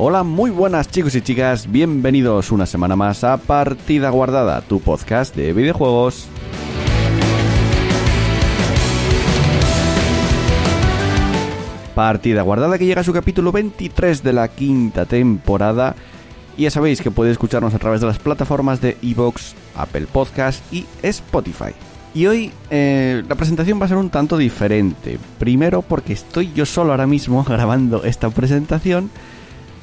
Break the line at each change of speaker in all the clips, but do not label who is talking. Hola, muy buenas chicos y chicas, bienvenidos una semana más a Partida Guardada, tu podcast de videojuegos. Partida Guardada que llega a su capítulo 23 de la quinta temporada. Y ya sabéis que podéis escucharnos a través de las plataformas de Evox, Apple Podcast y Spotify. Y hoy eh, la presentación va a ser un tanto diferente. Primero porque estoy yo solo ahora mismo grabando esta presentación.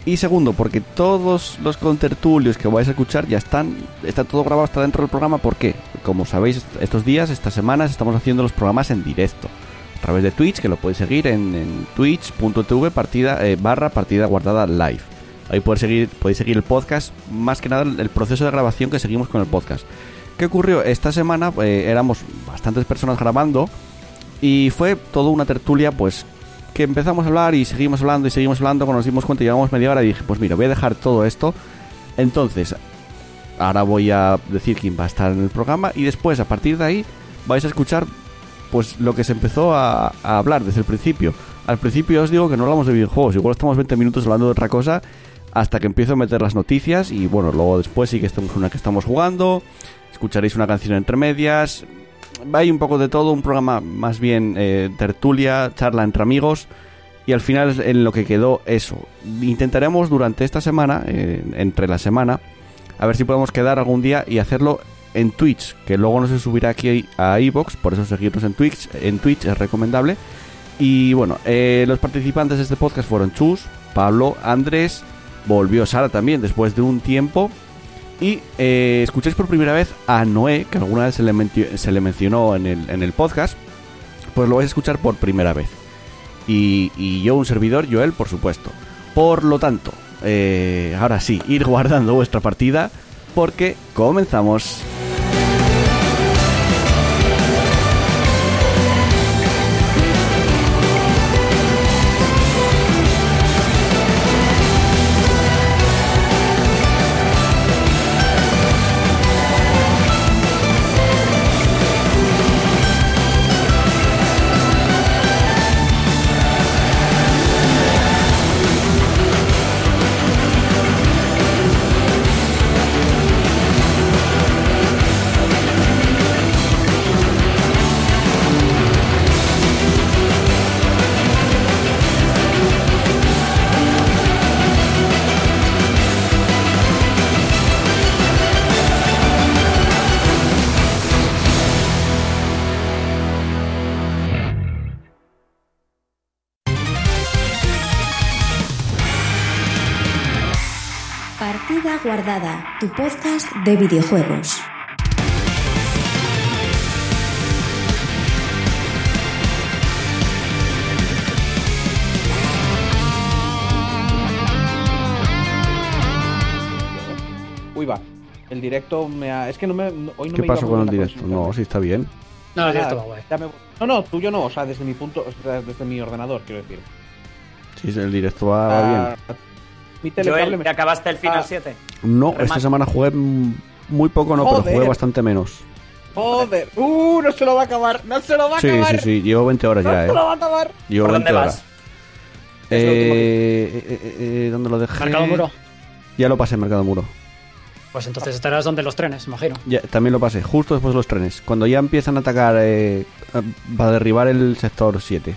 Y segundo, porque todos los contertulios que vais a escuchar ya están, está todo grabado hasta dentro del programa. ¿Por qué? Como sabéis, est- estos días, estas semanas, estamos haciendo los programas en directo. A través de Twitch, que lo podéis seguir en, en twitch.tv partida, eh, barra partida guardada live. Ahí podéis seguir, podéis seguir el podcast, más que nada el proceso de grabación que seguimos con el podcast. ¿Qué ocurrió? Esta semana eh, éramos bastantes personas grabando y fue toda una tertulia, pues, que empezamos a hablar y seguimos hablando y seguimos hablando. Cuando nos dimos cuenta, llevamos media hora y dije, pues mira, voy a dejar todo esto. Entonces, ahora voy a decir quién va a estar en el programa y después, a partir de ahí, vais a escuchar pues lo que se empezó a, a hablar desde el principio. Al principio os digo que no hablamos de videojuegos, igual estamos 20 minutos hablando de otra cosa hasta que empiezo a meter las noticias y bueno, luego después sí que estamos en una que estamos jugando, escucharéis una canción entre medias, hay un poco de todo, un programa más bien eh, tertulia, charla entre amigos. Y al final es en lo que quedó eso. Intentaremos durante esta semana, eh, entre la semana, a ver si podemos quedar algún día y hacerlo en Twitch, que luego no se subirá aquí a iBox, por eso seguirnos en Twitch, en Twitch es recomendable. Y bueno, eh, los participantes de este podcast fueron Chus, Pablo, Andrés, volvió Sara también después de un tiempo, y eh, escucháis por primera vez a Noé, que alguna vez se le, menti- se le mencionó en el, en el podcast, pues lo vais a escuchar por primera vez. Y, y yo, un servidor, Joel, por supuesto. Por lo tanto, eh, ahora sí, ir guardando vuestra partida porque comenzamos.
Partida Guardada, tu podcast de videojuegos.
Uy, va. El directo me ha... Es que no me... no- hoy no
¿Qué
me iba
pasó
muy
con el
bien la Ah,
directo?
conexión.
No, sí está bien.
No, el
Nada,
directo va guay.
dame- No, no, tuyo no. O sea, desde mi punto... o sea, Desde mi ordenador, quiero decir.
Sí, el directo va, Ah, va
Ah,
bien.
Mi
Joel,
telecable
¿te
me...
acabaste el
Ah.
final 7?
No,
remate.
esta semana jugué mm, muy poco, no, pero
Joder.
jugué bastante menos.
¡Joder! ¡Uh! No se lo va a acabar. ¡No se lo va a
Sí,
acabar!
sí, sí, llevo 20 horas
¡No
ya,
se lo
eh.
va a acabar!
Llevo
¿Por dónde
20
vas?
horas. Eh, eh, eh, eh, ¿Dónde lo dejé?
Marcado muro.
Ya lo pasé, Mercado Muro.
Pues entonces estarás donde los trenes, imagino.
Ya, también lo pasé, justo después de los trenes. Cuando ya empiezan a atacar eh, a- para derribar el sector 7.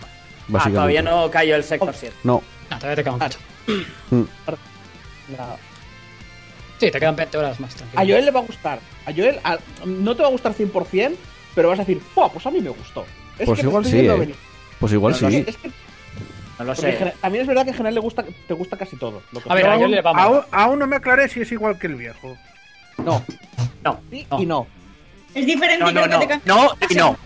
Ah,
Básicamente.
todavía no cayó el
Oh.
sector 7.
No,
Ah.
No, todavía te queda un cacho.
Nada.
Sí, te quedan 20 horas más,
Ah,
A
tranquilo.
Joel le va a gustar. A Joel a- no te va a gustar 100%, pero vas a decir, ¡Buah, pues a mí me gustó! Es
Pues
que te
igual
estoy
sí,
viendo
eh.
venir.
pues igual
Es
sí.
que- es que-
No lo
porque en
sé.
gen- también es verdad que en general le gusta, te gusta casi todo. Lo que
Pues A ver,
sea.
a Joel le va mal.
Aún, aún no me aclaré si es igual que el viejo.
No,
No.
sí
no.
y no.
Es diferente
No,
creo
no, no.
que te cambia.
No y no.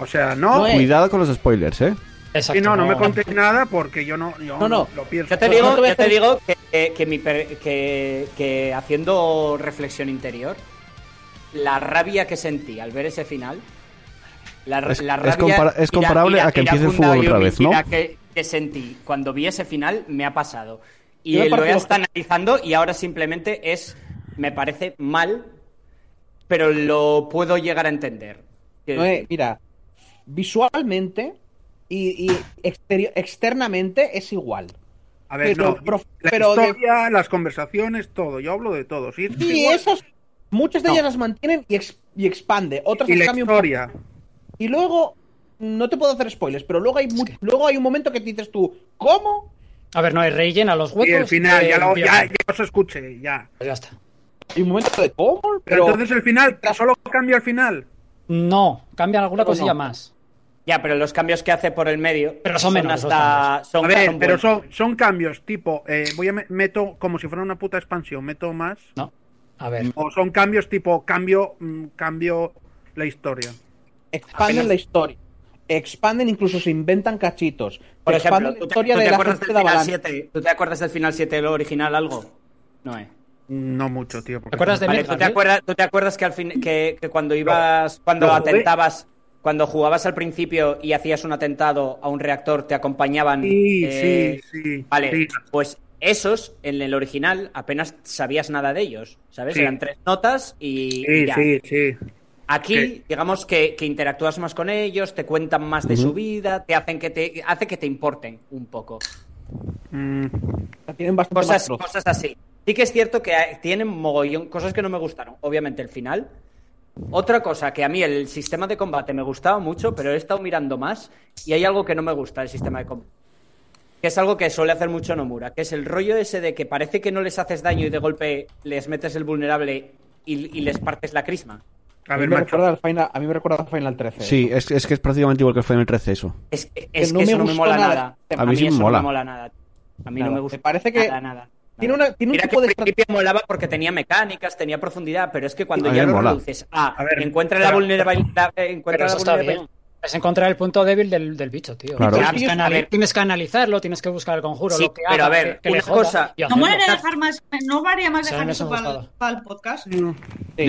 O sea, no.
No, eh.
Cuidado con los spoilers, ¿eh?
Exacto.
Sí, no, no me contéis nada porque yo no, yo
No, no.
lo pienso.
Yo te
No, Pues no
digo,
te voy a
yo te
hacer-
digo que, que- que mi per- que- que haciendo reflexión interior, la rabia que sentí al ver ese final, la,
Es-
la
es
rabia
compara- es comparable
ira-
a que
ira-
empiece el
iracunda
fútbol
y
otra vez, ¿no?
homicida Que, que sentí cuando vi ese final me ha pasado. Y
Yo me
lo
partí
he
los-
hasta analizando y ahora simplemente es, me parece mal, pero lo puedo llegar a entender. Que-
Noé, eh, mira, visualmente y, y exteri- externamente es igual.
A ver,
Pero-
no.
pero-
la
pero de-
historia, las conversaciones, todo. Yo hablo de todo. Sí,
Y
igual.
esas, muchas de
No.
ellas las mantienen y, ex- y expande, otras
y
las
la
cambian un poco.
historia.
Y luego, no te puedo hacer spoilers, pero luego hay, mu- luego hay un momento que te dices tú, ¿cómo?
A ver, no hay rellena los huecos.
Y el final,
eh,
ya, lo, ya,
bien.
ya os escuché, ya.
Pues ya está.
Y un momento de ¿cómo?
Pero,
Pero,
entonces el final, solo cambia el final.
No, cambian alguna
Pero
cosilla
no.
más.
Ya, pero los cambios que hace por el medio
Pero son menores los
hasta...
cambios.
Son,
A ver,
son
pero
buenos.
son, son cambios tipo, eh, voy a me- meto como si fuera una puta expansión, meto más.
No. A ver.
O son cambios tipo, cambio, mm, cambio la historia.
expanden
apenas-
la historia. Expanden, incluso se inventan cachitos.
Por ejemplo,
expanden la
¿tú te,
historia
tú te
de la
acuerdas
gente
del
de
final
Avalanche.
7? ¿Tú te acuerdas del final 7 del original algo? No, eh.
No mucho, tío. porque-
¿Te acuerdas de
Vale,
Midgar,
¿tú, te
Bill?
acuerdas, ¿Tú te acuerdas que al fin que, que cuando ibas, cuando
lo jugué.
atentabas, cuando jugabas al principio y hacías un atentado a un reactor, te acompañaban?
Sí,
eh,
sí, sí.
Vale,
Sí.
pues esos en el original apenas sabías nada de ellos, ¿sabes?
Sí.
Eran tres notas y
Sí,
ya.
sí, sí.
Aquí,
Que-
digamos que, que interactúas más con ellos, te cuentan más de su vida, te hacen que te hace que te importen un poco.
Mm,
La Tienen bastante más
Cosas,
trozo.
cosas así. Sí que es cierto que hay- tienen mogollón, cosas que no me gustaron. Obviamente el final. Otra cosa que a mí el sistema de combate me gustaba mucho, pero he estado mirando más y hay algo que no me gusta del sistema de combate. Que es algo que suele hacer mucho Nomura, que es el rollo ese de que parece que no les haces daño y de golpe les metes el vulnerable y, y les partes la crisma.
a ver,
mí me
macho.
recuerda al Final- a mí me recuerda al Final 13.
Sí, es, es que es prácticamente igual que fue en el 13 eso.
Es que, es
no
que
me
eso no me
gustó
mola
nada.
nada.
A mí sí me
eso
mola.
no me mola nada. A mí
Nada.
no me gusta.
Me parece que
nada, nada,
Tiene,
nada.
una, tiene un
Mira que
tipo
al
de
principio molaba porque tenía mecánicas, tenía profundidad, pero es que cuando
A mí
ya
me
lo
mola.
reduces a,
A ver,
encuentra la
pero-
vulnerabilidad, eh,
Pero
encuentra la
eso está
vulnerabilidad.
bien. Es encontrar el punto débil del, del bicho, tío.
Claro.
Tienes,
Claro,
que
a
anali-
ver.
tienes que analizarlo, tienes que buscar el conjuro,
Sí,
lo que
pero
haga,
a ver,
que- que le
una
joda
cosa-
y
No
No
hacerlo.
molaría dejar más, no molaría más
Sí,
dejar
no
eso
se nos
para,
joda.
para el podcast.
ya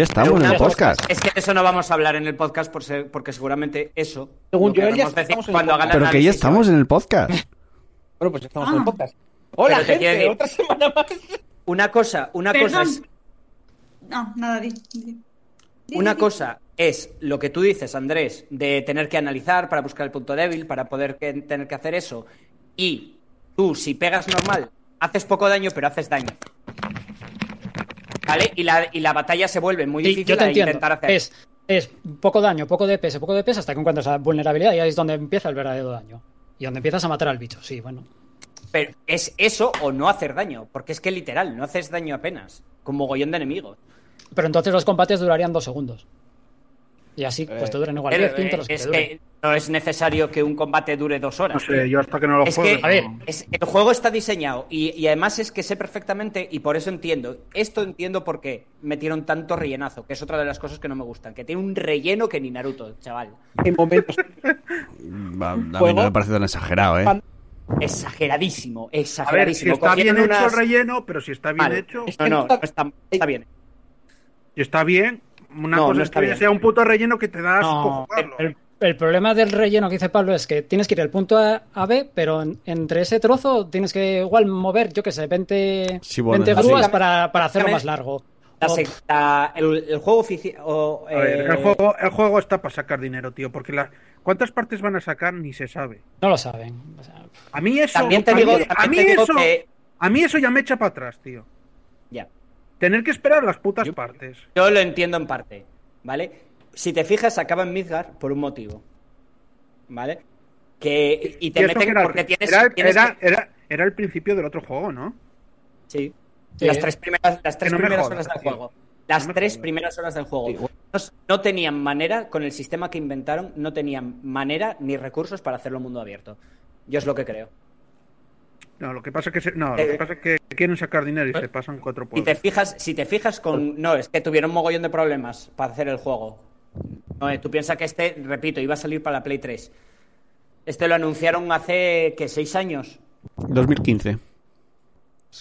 estamos en el
una-
podcast.
Es que de eso no vamos a hablar en el podcast por ser- porque seguramente eso.
Según
lo que
Joel, ya
queremos decir
estamos en el
cuando hagan
podcast.
Pero que ya
análisis,
estamos en el podcast.
Bueno, pues estamos
Ah.
en el podcast. Hola,
Pero te
gente,
quiero decir-
otra semana más.
Una cosa, una cosa
Perdón.
es
No, nada, di. di. Di,
Una
di, di.
cosa es lo que tú dices, Andrés, de tener que analizar para buscar el punto débil, para poder que- tener que hacer eso. Y tú, si pegas normal, haces poco daño, pero haces daño. ¿Vale? Y la, y la batalla se vuelve muy
Sí,
difícil
yo te
de
entiendo.
intentar hacer.
Es, es poco daño, poco DPS, poco DPS hasta que encuentras la vulnerabilidad y ahí es donde empieza el verdadero daño. Y donde empiezas a matar al bicho, sí, bueno.
Pero es eso o no hacer daño. Porque es que literal, no haces daño apenas. Con mogollón de enemigos.
Pero entonces los combates durarían dos segundos. Y así,
Eh,
pues te duran igual
Pero,
10, 15, los
eh,
que
es
te duren.
que no es necesario que un combate dure dos horas.
No sé, yo hasta que no lo
Es
juegue.
que,
a ver,
no.
es- el juego está diseñado y, y además es que sé perfectamente y por eso entiendo. Esto entiendo por qué metieron tanto rellenazo, que es otra de las cosas que no me gustan. Que tiene un relleno que ni Naruto, chaval.
En momentos
Va, A mí no
Juego.
me parece tan exagerado, ¿eh?
Fan-
Exageradísimo,
A ver, si
exageradísimo.
está bien
Cogieron
hecho el
unas-
relleno, pero si está bien
Vale.
hecho,
Es-
No, no, no está, no está bien.
si está bien, una
No,
cosa
no
es
está
que
bien.
sea un puto relleno que te das
No,
jugarlo.
el, el problema del relleno que dice Pablo es que tienes que ir del punto A a B, pero en- entre ese trozo tienes que igual mover, yo que sé, 20,
Sí, bueno,
20
sí.
grúas para, para hacerlo
También-
más largo.
La
O-
se- la- el, el juego eh, oficial.
A ver, el, juego, el juego está para sacar dinero, tío, porque la, cuántas partes van a sacar ni se sabe.
No lo saben. O sea,
A mí eso,
También te
a
digo,
mí- a
también
mí
te digo
eso,
que.
a mí eso ya me echa para atrás, tío.
Ya.
Tener que esperar las putas partes.
Yo lo entiendo en parte, ¿vale? Si te fijas, acaba en Midgar por un motivo, ¿vale? Que, y te
Y eso que
meten
era el-
porque tienes,
era,
tienes
era-
que-
era- era el principio del otro juego, ¿no?
sí,
Sí.
las tres primeras, las tres
no me
primeras
jodas,
horas del
tío.
juego. Las
me
tres
jodas.
primeras horas del juego.
Sí, bueno.
No, no tenían manera, con el sistema que inventaron, no tenían manera ni recursos para hacerlo mundo abierto. Yo es lo que creo.
No, lo que pasa es que se- no, lo que pasa es que quieren sacar dinero y se pasan cuatro
Si Eh, te
pueblos.
fijas, si te fijas con. No, es que tuvieron mogollón de problemas para hacer el juego. No, eh, tú piensas que este, repito, iba a salir para la Play 3. Este lo anunciaron hace, ¿qué? ¿Seis años?
2015.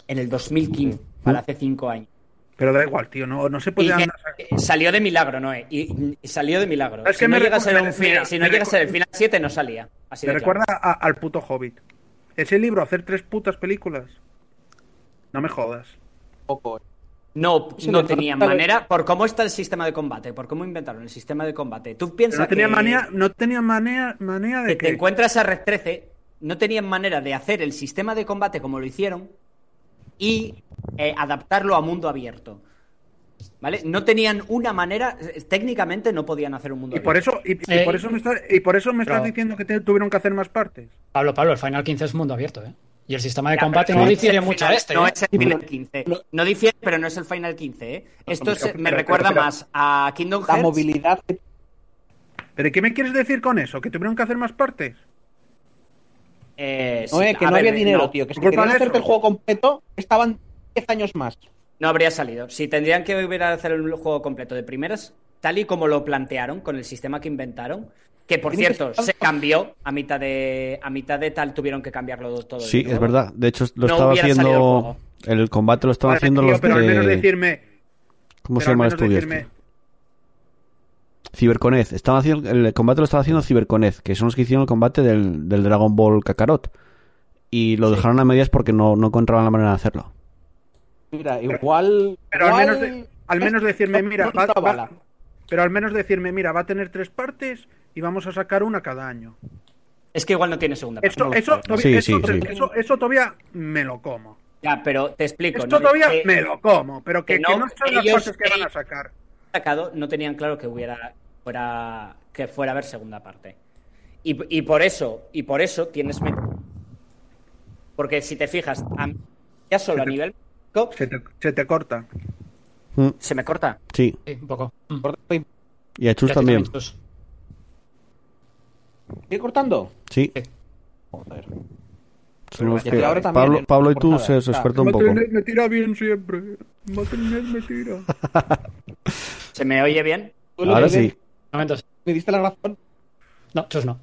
En el 2015, para hace cinco años.
Pero da igual, tío, no, no se
Y
puede
que-
andar.
eh, salió de milagro, Noé. Y, y salió de milagro.
Es que
si, no
me
llega a ser
recuerda-
un fin-
mira,
si no
me
llega a ser el
recu-
final 7, no salía. Así
Me
de
recuerda
claro.
a- al puto Hobbit. Ese libro, hacer tres putas películas. No me jodas.
Poco.
No,
Sí,
no
me
tenía
recuerda-
manera. Por cómo está el sistema de combate, por cómo inventaron el sistema de combate. Tú piensas
No tenía
que...
manía, no tenía manía, manía
te,
de
te
que.
encuentras a Red 13, no tenían manera de hacer el sistema de combate como lo hicieron y eh, adaptarlo a mundo abierto. ¿Vale? No tenían una manera, eh, técnicamente no podían hacer un mundo
Y por
abierto.
eso, y, y
Eh,
por eso me estás, y por eso me estás
pero-
diciendo que te- tuvieron que hacer más partes.
Pablo, Pablo, el Final 15 es mundo abierto, ¿eh? Y el sistema de
Ya,
combate
pero
no
es
difiere
el
mucho
final-
a este.
No
¿eh?
es el Final 15. No difiere, pero no es el Final 15. ¿eh? Esto se- me
pero-
recuerda
pero-
más a Kingdom
La
Hearts.
movilidad que
¿Pero ¿y qué me quieres decir con eso? ¿Que tuvieron que hacer más partes?
eh, sí,
No, eh, que
a
no
ver,
había dinero,
no,
tío. Que si
Por
querían
culpa de
hacerte
Pues eso.
el juego completo, estaban 10 años más.
No habría salido. Si tendrían que volver a hacer el juego completo de primeras, tal y como lo plantearon, con el sistema que inventaron, que por
Tiene que
cierto,
estar-
se cambió a mitad de a mitad de tal tuvieron que cambiarlo todo. de
Sí,
nuevo.
es verdad. De hecho, lo
No
estaba
hubiera salido el
haciendo.
juego.
El, combate lo estaban
Vale,
haciendo
tío,
los
pero al menos
de.
decirme.
¿Cómo
pero
se
al
llama el
menos
estudio?
decirme-
este? Cyberconez. Estaban haciendo, el combate lo estaba haciendo Cyberconez, que son los que hicieron el combate del, del Dragon Ball Kakarot. Y lo dejaron a medias porque no, no encontraban la manera de hacerlo.
Mira, igual.
Pero al menos,
igual-
de- al menos decirme,
No,
mira,
no
va,
está
va-
bala.
pero al menos decirme, mira, va a tener tres partes y vamos a sacar una cada año.
Es que igual no tiene segunda parte.
Eso, eso, todavía,
Sí,
eso,
sí, sí.
eso- eso todavía me lo como.
Ya, pero te explico.
Esto
¿no?
todavía
Que-
me lo como, pero que,
que
que
no,
no, son las
ellos-
partes que van a
ellos-
sacar.
sacado, no tenían claro que hubiera fuera que fuera a haber segunda parte. Y, y por eso, y por eso tienes me- porque si te fijas, a- ya solo a nivel
Se te, se te corta.
Mm,
se me corta.
Sí.
Sí, un poco. Mm.
Y a Chus
Ya
también.
tiene muchos.
¿Sigue cortando?
Sí.
Sí.
Joder.
Son los
y
que-
ahora también,
Pablo,
¿eh?
Pablo y tú
Portada.
se, se os
Ah.
corta un poco.
Matinet me tira bien siempre. Matinet me tira.
¿Se me oye bien?
Tú lo
Ahora
que
sí.
Momentos.
Me diste la razón.
No, chus no.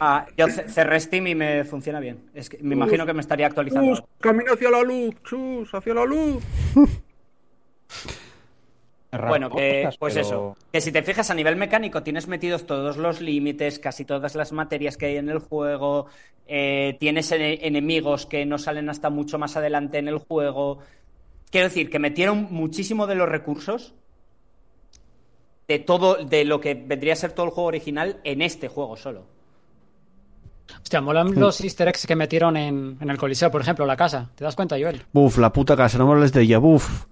Ah, yo ce- cerré Steam y me funciona bien. Es que me imagino que me estaría actualizando.
Chus, camino hacia la luz, chus, hacia la luz.
Bueno, que,
Cosas,
pues
pero-
eso. Que si te fijas a nivel mecánico, tienes metidos todos los límites, casi todas las materias que hay en el juego, eh, tienes ene- enemigos que no salen hasta mucho más adelante en el juego. Quiero decir, que metieron muchísimo de los recursos de todo, de lo que vendría a ser todo el juego original en este juego solo.
Hostia, molan
Mm.
los easter eggs que metieron en, en el Coliseo, por ejemplo, la casa. ¿Te das cuenta, Joel?
Buf, la puta casa, no me hables de ella. Buf.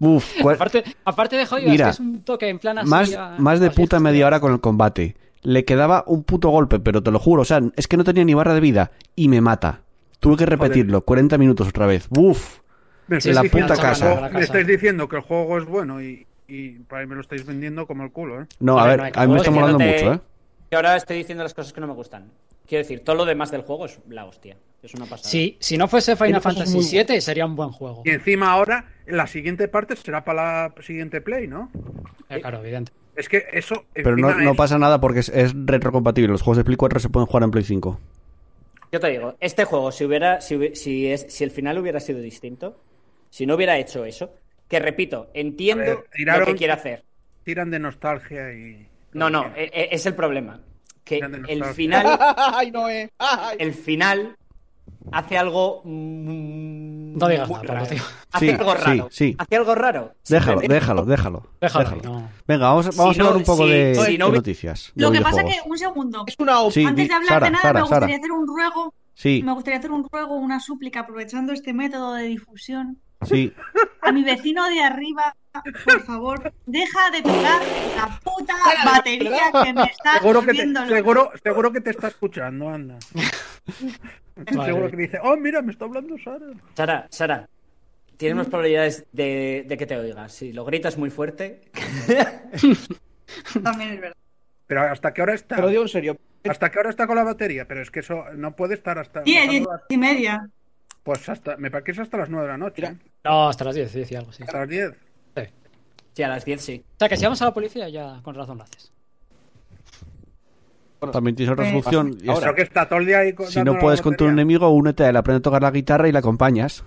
Buf. cuál-
Aparte, aparte de jodido,
Mira,
es que es un toque en plan así.
más,
a-
más de
así,
puta
hostia.
media hora con el combate. Le quedaba un puto golpe, pero te lo juro, o sea, es que no tenía ni barra de vida y me mata. Tuve que repetirlo, 40 minutos otra vez. Buf.
Me
Sí,
estáis
la
diciendo
puta
que
casa.
el juego-
La
Me
casa.
estáis diciendo que el juego es bueno y, y para mí me lo estáis vendiendo como el culo, ¿eh?
No, a
Hombre,
ver,
no hay que-
a mí me está
Estoy
molando
diciéndote-
mucho, ¿eh?
Y ahora estoy diciendo las cosas que no me gustan. Quiero decir, todo lo demás del juego es la hostia. Es una pasada.
Si, si no fuese Final
Tiene cosas
Fantasy
muy
VII, sería un buen juego.
Y encima ahora, la siguiente parte será para la siguiente play, ¿no?
Eh, claro, evidente.
Es que eso.
Pero no,
encima
no
es-
pasa nada porque es, es retrocompatible. Los juegos de Play 4 se pueden jugar en Play 5.
Yo te digo, este juego, si hubiera, si, hubie- si, es, si el final hubiera sido distinto, si no hubiera hecho eso, que repito, entiendo
A ver, tiraron-
lo que quiere hacer.
Tiran de nostalgia y.
No, no, e- e- es el problema. Que
Grande
el
nostalgia.
final,
Ay, no, eh. Ay.
el final hace algo. mm,
No digas
muy
nada, Pablo,
raro.
tío.
Hace
Sí,
algo
sí,
raro.
sí.
Hace algo raro. eh,
Déjalo,
Simplemente-
déjalo, déjalo.
Déjalo,
déjalo.
no.
Venga, vamos, vamos
Si
a hablar
no-
un poco
si-
de,
si no
de
hubi-
noticias. de
Lo que pasa que,
videojuegos.
un segundo,
Es una
Sí, di-
antes de hablar
Sara,
de nada,
Sara,
me gustaría
Sara.
hacer un ruego,
Sí,
me gustaría hacer un ruego, una súplica, aprovechando este método de difusión.
sí.
A mi vecino de arriba, por favor, deja de pegar la puta batería que me está
Seguro que, te,
volviendo loca.
seguro, seguro que te está escuchando, anda.
Madre
Seguro
mía.
que dice, oh, mira, me está hablando Sara.
Sara, Sara, tienes más probabilidades de, de que te oigas. Si lo gritas muy fuerte,
También es verdad.
Pero hasta que ahora está.
Te lo digo en serio.
Hasta que ahora está con la batería, pero es que eso no puede estar hasta.
Diez, diez
pasando las-
y media.
Pues hasta. Me parece que es hasta las 9 de la noche.
Mira.
¿eh?
No, hasta las 10, 10 y algo, sí.
Hasta las 10.
Sí.
Sí, a las 10 sí.
O sea, que si vamos a la policía, ya con razón lo haces.
También tienes
Eh,
otra solución. y es-
Ahora que está todo el día ahí. co-
si
dando
no
la
puedes con tu
batería.
enemigo, únete a él, aprende a tocar la guitarra y la acompañas.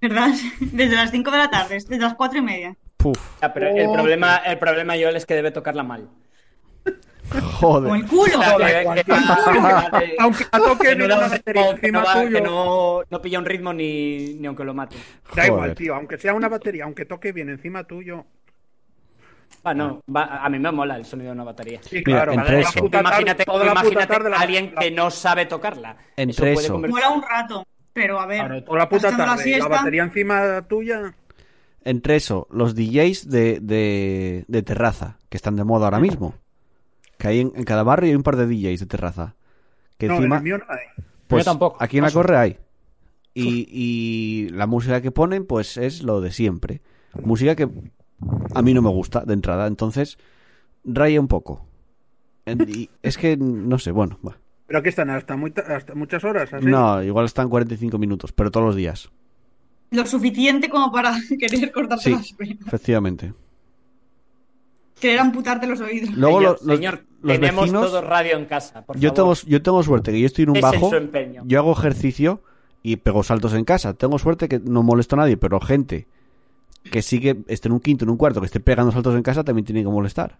¿Verdad? Desde las 5 de la tarde, desde las 4 y media.
Puf,
Ya, pero el, problema, el problema, Joel, es que debe tocarla mal.
Como
joder.
el culo.
O sea, que- que- que-
Aunque la
que
toque,
no
mira
da
la
un
batería
ritmo, que no
encima
va- que
tuyo.
no- no pilla un ritmo ni, ni aunque lo mate.
Da igual,
Joder.
tío. Aunque sea una batería, aunque toque bien encima tuyo.
Ah, no, va- a mí me mola el sonido de una batería.
Sí,
Mira, entre
Toda la
eso.
puta tarde-
imagínate
toda la puta
imagínate
tarde la-
a alguien
la-
que no sabe tocarla.
Entre
Eso puede
eso.
convertir-
Mola un rato, pero a ver.
Claro, toda la puta
pasando la
tarde. La
siesta.
batería encima tuya.
Entre eso, los DJs de, de, de terraza, que están de moda ahora mismo. Que hay en, en cada barrio hay un par de DJs de terraza. Que
No, en
encima.
el mío no hay.
Pues
Yo tampoco.
Aquí en la
Paso.
corre hay. Y, y la música que ponen, pues es lo de siempre. Música que a mí no me gusta de entrada, entonces raya un poco. En- y es que, no sé, bueno. va.
Pero que están hasta, muy ta- hasta muchas horas. así.
No, igual están 45 minutos, pero todos los días.
Lo suficiente como para querer cortarte
Sí.
las venas.
Efectivamente.
Querer amputarte los oídos.
Luego
señor,
los, los-
señor,
los
tenemos
vecinos.
todo radio en casa. por
Yo tengo,
favor.
yo tengo suerte, que yo estoy en un
Ese es
bajo,
su empeño.
yo hago ejercicio y pego saltos en casa. Tengo suerte que no molesto a nadie, pero gente que sigue, esté en un quinto, en un cuarto, que esté pegando saltos en casa, también tiene que molestar.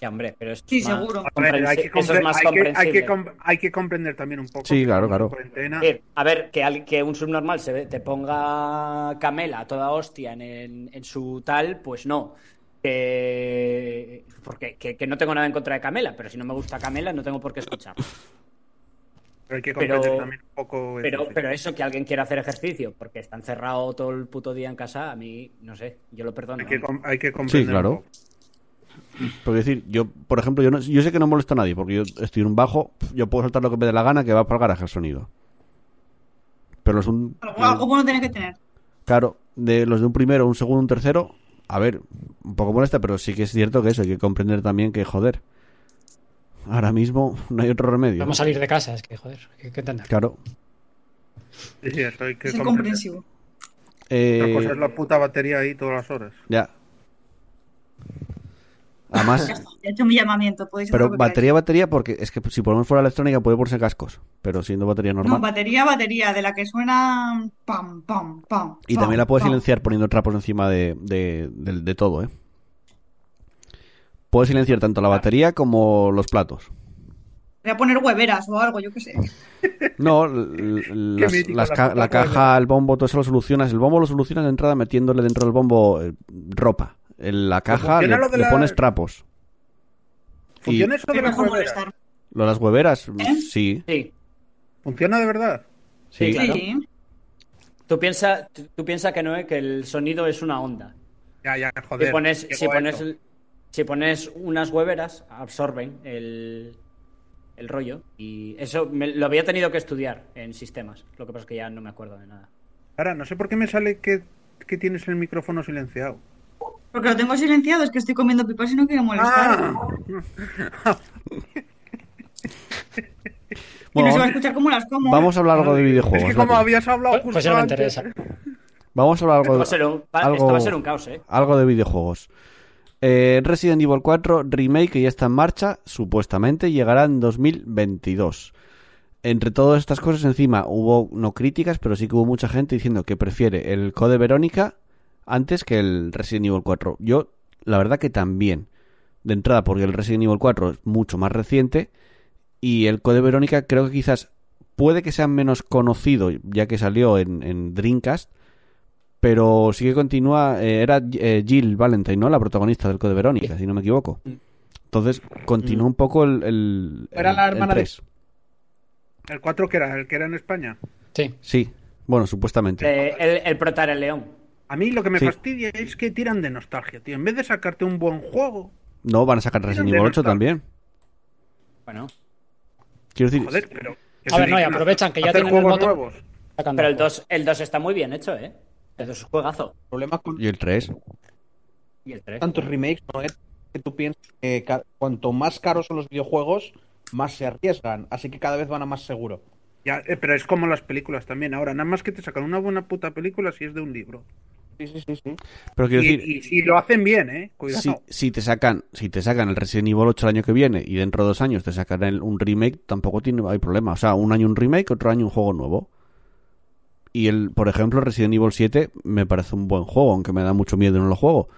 Ya, hombre, pero es
Sí,
más
seguro.
A ver, hay
comprensi-
que,
eso es
compre-
más
hay, que, hay,
comprensible.
que com- hay que comprender también un poco.
Sí,
que
claro,
estamos
claro.
en cuarentena.
decir, a ver, que, al- que un subnormal se ve- te ponga camela a toda hostia en, en- en su tal, pues no. Que- porque que, que no tengo nada en contra de camela, pero si no me gusta camela no tengo por qué escuchar.
Pero hay que
pero-
comprender también un poco. eso,
Pero,
sí.
pero eso, que alguien quiera hacer ejercicio porque está encerrado todo el puto día en casa, a mí, no sé, yo lo perdono.
hay, que, com- hay que comprender.
Sí,
un
claro.
poco.
Porque decir, yo, por ejemplo, yo, no- yo sé que no molesto a nadie, porque yo estoy en un bajo, yo puedo saltar lo que me dé la gana, que va para el garaje el sonido. Pero los de un,
Algo, algo bueno tienes que tener.
claro, de los de un primero, un segundo, un tercero, a ver, un poco molesta, pero sí que es cierto que eso, hay que comprender también que, joder, ahora mismo no hay otro remedio.
Vamos a salir de casa, es que, joder, hay que entender.
Claro.
Sí, sí, eso hay que
Es el
comprender.
comprensivo.
Eh,
Otra cosa es la puta batería ahí todas las horas.
Ya. Además,
He hecho mi llamamiento, podéis hacer
pero
lo que queráis.
batería, batería, porque es que si ponemos fuera electrónica puede ponerse cascos, pero siendo batería normal.
No, batería, batería, de la que suena pam, pam, pam.
Y
pam,
también la puedes
pam.
silenciar poniendo trapos encima de, de- del- de todo, ¿eh? Puedes silenciar tanto la batería como los platos.
Voy a poner hueveras o algo, yo qué sé.
No, l- l- las-
mítico,
las
la
ca-
puta
la caja, el bombo, todo eso lo solucionas. El bombo lo solucionas de entrada metiéndole dentro del bombo eh, ropa. En la caja
funciona
le,
lo de
le
la-
pones trapos.
¿Funciona eso de
Pero
las
no
hueveras?
molestar.
Lo de las hueveras,
¿Eh?
sí.
Sí,
¿Funciona de verdad?
Sí,
sí, claro.
Sí,
Tú piensas tú piensa que no es que el sonido es una onda.
Ya, ya, joder.
Si pones,
qué
si
guay
pones,
esto.
el- si pones unas hueveras, absorben el, el rollo. Y eso me- lo había tenido que estudiar en sistemas. Lo que pasa es que ya no me acuerdo de nada.
Ahora, no sé por qué me sale que, que tienes el micrófono silenciado.
porque lo tengo silenciado, es que estoy comiendo pipas y no quiero molestar.
Ah,
Y no
Bueno,
se va a escuchar cómo las como. ¿eh?
vamos a hablar algo de videojuegos.
es que como
Nati.
habías hablado justo
Pues ya me
antes-
interesa.
Vamos a hablar
Esto
algo
va a
de...
ser un, va-
algo-
esto va a ser un caos, ¿eh?
Algo de videojuegos. Eh, Resident Evil 4 Remake que ya está en marcha, supuestamente llegará en 2022. Entre todas estas cosas encima hubo no críticas, pero sí que hubo mucha gente diciendo que prefiere el Code Verónica antes que el Resident Evil 4. Yo, la verdad que también. De entrada, porque el Resident Evil 4 es mucho más reciente y el Code Verónica creo que quizás puede que sea menos conocido, ya que salió en, en Dreamcast, pero sí que continúa. eh, era eh, Jill Valentine, ¿no? La protagonista del Code Verónica, si no me equivoco. Entonces, continúa un poco el. el-
Mm. Era
el-
la
el
hermana de-
tres.
El 4 que era, el que era en España.
Sí.
Sí, bueno, supuestamente.
Eh, el, el prota era el león.
A mí lo que me
Sí.
fastidia es que tiran de nostalgia, tío. En vez de sacarte un buen juego,
No, van a sacar Resident
¿dónde
Evil
no
8
está?
también.
Bueno,
Quiero decir,
joder, pero.
A ver, no, y aprovechan que ya
hacer
tienen el
juegos
motor.
nuevos.
Sacando
pero el
el juego.
2 el dos está muy bien hecho, ¿eh? El 2 es un juegazo.
Problemas con
y el 3.
Y el 3.
tantos remakes, ¿no? eh?
que tú piensas que ca- cuanto más caros son los videojuegos, más se arriesgan. Así que cada vez van a más seguro.
Ya, eh, pero es como las películas también. Ahora, nada más que te sacan una buena puta película si es de un libro.
Sí, sí, sí, sí.
Pero
Y,
quiero decir,
y si lo hacen bien, ¿eh? Cuidado.
si, si te sacan, si te sacan el Resident Evil 8 el año que viene y dentro de dos años te sacan el- un remake, tampoco tiene, hay problema. O sea, un año un remake, otro año un juego nuevo. Y el, por ejemplo, Resident Evil 7 me parece un buen juego, aunque me da mucho miedo y no lo juego.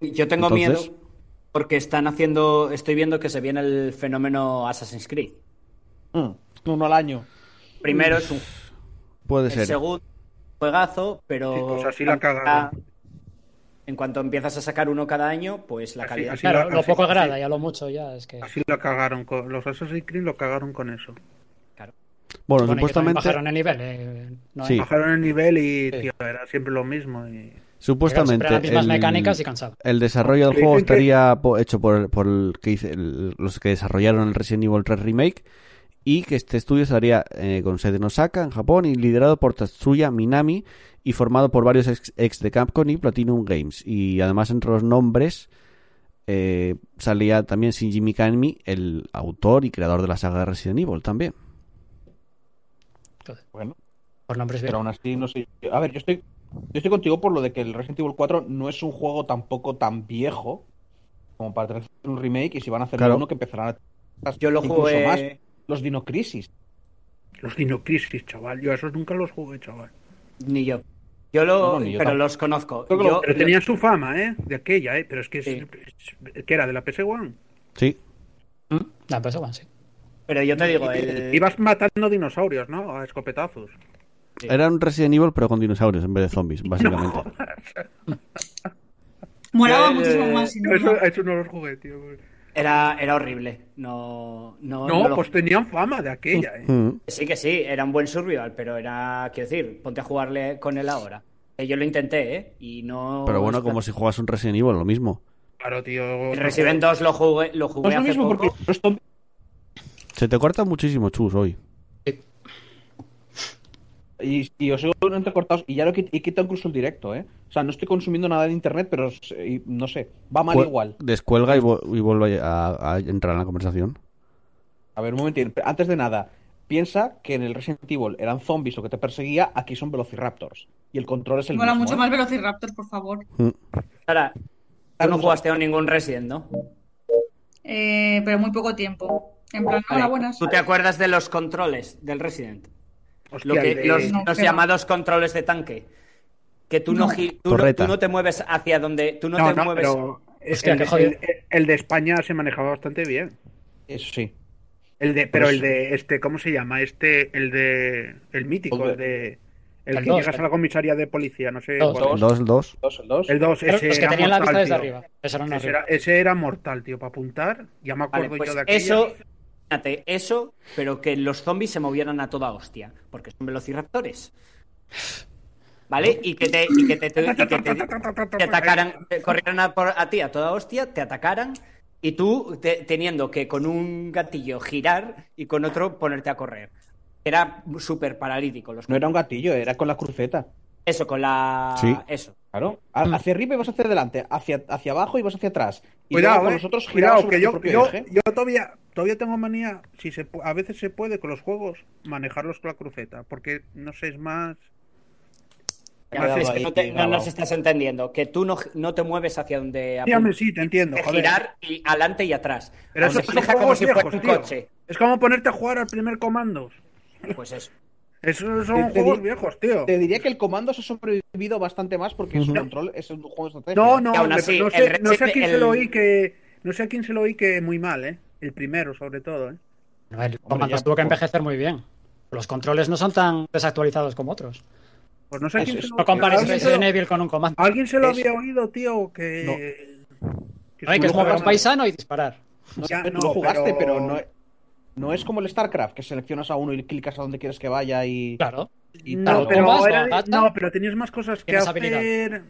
Yo tengo
Entonces-
miedo porque están haciendo. Estoy viendo que se viene el fenómeno Assassin's Creed.
Mm, Uno al año.
Primero es un
Puede
el
ser.
segundo juegazo, pero.
Sí, pues así la
cuando ya-
cagaron.
En cuanto empiezas a sacar uno cada año, pues la
Así-
calidad.
así
Claro,
la-
lo
así-
poco agrada
así-
y a lo mucho ya es que.
Así lo cagaron con los Assassin's Creed, lo cagaron con eso.
Bueno,
supone que también
supuestamente,
bajaron el nivel. eh, no,
Sí.
Eh,
Bajaron el nivel y,
Sí.
tío, era siempre lo mismo. y-
supuestamente
Siempre las mismas
el-
mecánicas y cansado.
El desarrollo del
Dicen
juego
que-
estaría po- hecho por, por el que hice- el- los que desarrollaron el Resident Evil 3 Remake y que este estudio estaría eh, con sede en Osaka, en Japón, y liderado por Tatsuya Minami y formado por varios ex, ex de Capcom y Platinum Games. Y además entre los nombres eh, salía también Shinji Mikami, el autor y creador de la saga de Resident Evil también.
Bueno,
Por nombres bien.
pero aún así no sé. A ver, yo estoy, yo estoy contigo por lo de que el Resident Evil 4 no es un juego tampoco tan viejo como para hacer un remake y si van a hacer
Claro.
uno que empezarán a...
Yo lo
incluso
jugué.
más los Dino Crisis.
Los Dino Crisis, chaval. Yo a esos nunca los jugué, chaval.
Ni yo. Yo lo.
No, no, ni yo
pero
tampoco.
los conozco.
Creo que
Yo-
lo-
Pero tenían su fama, ¿eh? De aquella, ¿eh? Pero es que, es-
Sí.
es- que era de la PS1.
Sí,
Ah, pues igual, sí.
pero yo te digo, el-
Ibas matando dinosaurios, ¿no? A escopetazos.
era un Resident Evil pero con dinosaurios en vez de zombies, básicamente.
Molaba
Eh,
muchísimo más, sin
No, eso,
duda.
a eso no los jugué, tío.
era, era horrible. No. No,
No,
no lo-
pues tenían fama de aquella, ¿eh?
Mm.
Sí, que sí, era un buen survival, pero era. Quiero decir, ponte a jugarle con él ahora. Que yo lo intenté, ¿eh? Y no.
Pero bueno, como si juegas un Resident Evil, lo mismo.
Claro, tío.
El Resident 2 lo jugué, lo jugué
No es lo
hace
mismo
poco.
porque no es tonto.
Se te corta muchísimo, Chus, hoy.
Y, y os sigo entrecortados y ya lo he quit- he quitado incluso el directo, ¿eh? O sea, no estoy consumiendo nada de internet, pero s- y no sé, va mal
Cue-
igual.
Descuelga y, vo- y vuelve a, a entrar en la conversación.
A ver, un momentito. Antes de nada, piensa que en el Resident Evil eran zombies lo que te perseguía, aquí son velociraptors. Y el control es el
Mola
mismo.
mucho
¿eh?
más Velociraptor, por favor.
Ahora, tú no jugaste a ningún Resident, ¿no?
Eh, pero muy poco tiempo. En plan, hola,
Vale,
buenas.
¿Tú te acuerdas de los controles del Resident? Lo
Hostia,
que-
el de-
los
No,
los
creo.
llamados controles de tanque. Que tú no,
No.
gi- tú no-
Torreta.
tú no te mueves hacia donde. Tú no,
No,
te
no,
mueves.
pero
Hostia,
el,
qué
de-
jodido.
el- el de España se manejaba bastante bien.
Eso sí.
El de, pero
Pues-
el de este, ¿cómo se llama? Este, el de, el mítico,
Joder.
el de, el,
El
que
dos,
llegas
el-
a la comisaría de policía, no sé.
Dos.
cuál
El
es.
2, el 2.
Dos, el dos.
El 2,
Pero
ese
los que
era
tenían la vista
mortal,
desde
tío.
arriba. Ese era un
Ese
horrible.
era, ese era mortal, tío, para apuntar. Ya me
Vale,
acuerdo
pues
yo de aquella.
eso. Fíjate, eso, pero que los zombies se movieran a toda hostia. Porque son velociraptores. ¿Vale? Y que te. Y que te, y que te- te atacaran, te corrieran a, por- a ti a toda hostia, te atacaran y tú te- teniendo que con un gatillo girar y con otro ponerte a correr. Era súper paralítico. Los...
No era un gatillo, era con la cruceta.
Eso, con la...
Sí.
Eso.
Claro. A- Hacia arriba y vas hacia adelante, hacia, hacia abajo y vas hacia atrás. Y luego
Cuidado,
con
eh.
los otros girabas
cuidado,
sobre
que
tu
yo,
propio
yo,
eje.
yo todavía, todavía tengo manía, si se, pu- a veces se puede con los juegos, manejarlos con la cruceta, porque no sé, es más...
Me ha quedado
Es que
ahí
no, te- no
grabado.
nos estás entendiendo. Que tú no, no te mueves hacia donde...
Dígame,
apunta.
sí, te entiendo,
pues, Es
joder.
girar y adelante y atrás.
Pero
Aunque
eso son
maneja como
juegos
si
viejos,
fuera un
tío.
coche.
Es como ponerte a jugar al primer comandos.
Pues eso.
Esos son
Te- te
juegos
di-
viejos, tío.
Te diría que el comando se ha sobrevivido bastante más porque su control es un juego de estrategia.
No, no,
Pues Y aún
me-
así,
no,
el
sé, no sé a quién
Resident-
se lo
el-
oí que... No sé a quién se lo oí que muy mal, ¿eh? El primero, sobre todo, ¿eh?
No, el Command
ya-
tuvo que envejecer muy bien. Los controles no son tan desactualizados como otros.
Pues no sé a
Eso
quién
es.
se lo
No compares
alguien se
Resident
lo-
Evil con un Command.
Alguien se lo
Eso.
había oído, tío, que... que
No hay que
estuvo
es mover a un
jugando-
paisano y disparar.
No sé,
Ya,
tú
no,
lo jugaste, pero,
pero-
no, no es como el StarCraft, que seleccionas a uno y clicas a donde quieres que vaya y...
Claro.
y
Claro,
No,
tal.
¿Tomas
pero,
la
era-
bata?
no, pero tenías más cosas que
Tienes
hacer.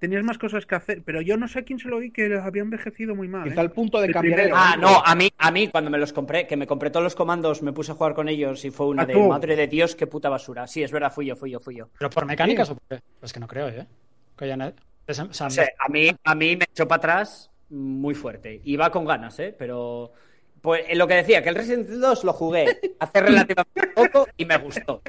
Tenías más cosas que hacer, pero yo no sé a quién se lo oí que los había envejecido muy mal.
Quizá
¿eh?
el punto de
El
cambiar...
primero.
Ah, no, a mí, a mí cuando me los compré, que me compré todos los comandos, me puse a jugar con ellos y fue una
¿A
de
Ah, tú?
madre de Dios, qué puta basura. Sí, es verdad, fui yo, fui yo, fui yo.
¿Pero por mecánicas o por qué? Pues que no creo, ¿eh? Que ya no- o sea,
O sea, a mí, a mí me echó para atrás muy fuerte. Y va con ganas, ¿eh? Pero. Pues eh, lo que decía, que el Resident Evil 2 lo jugué hace relativamente poco y me gustó.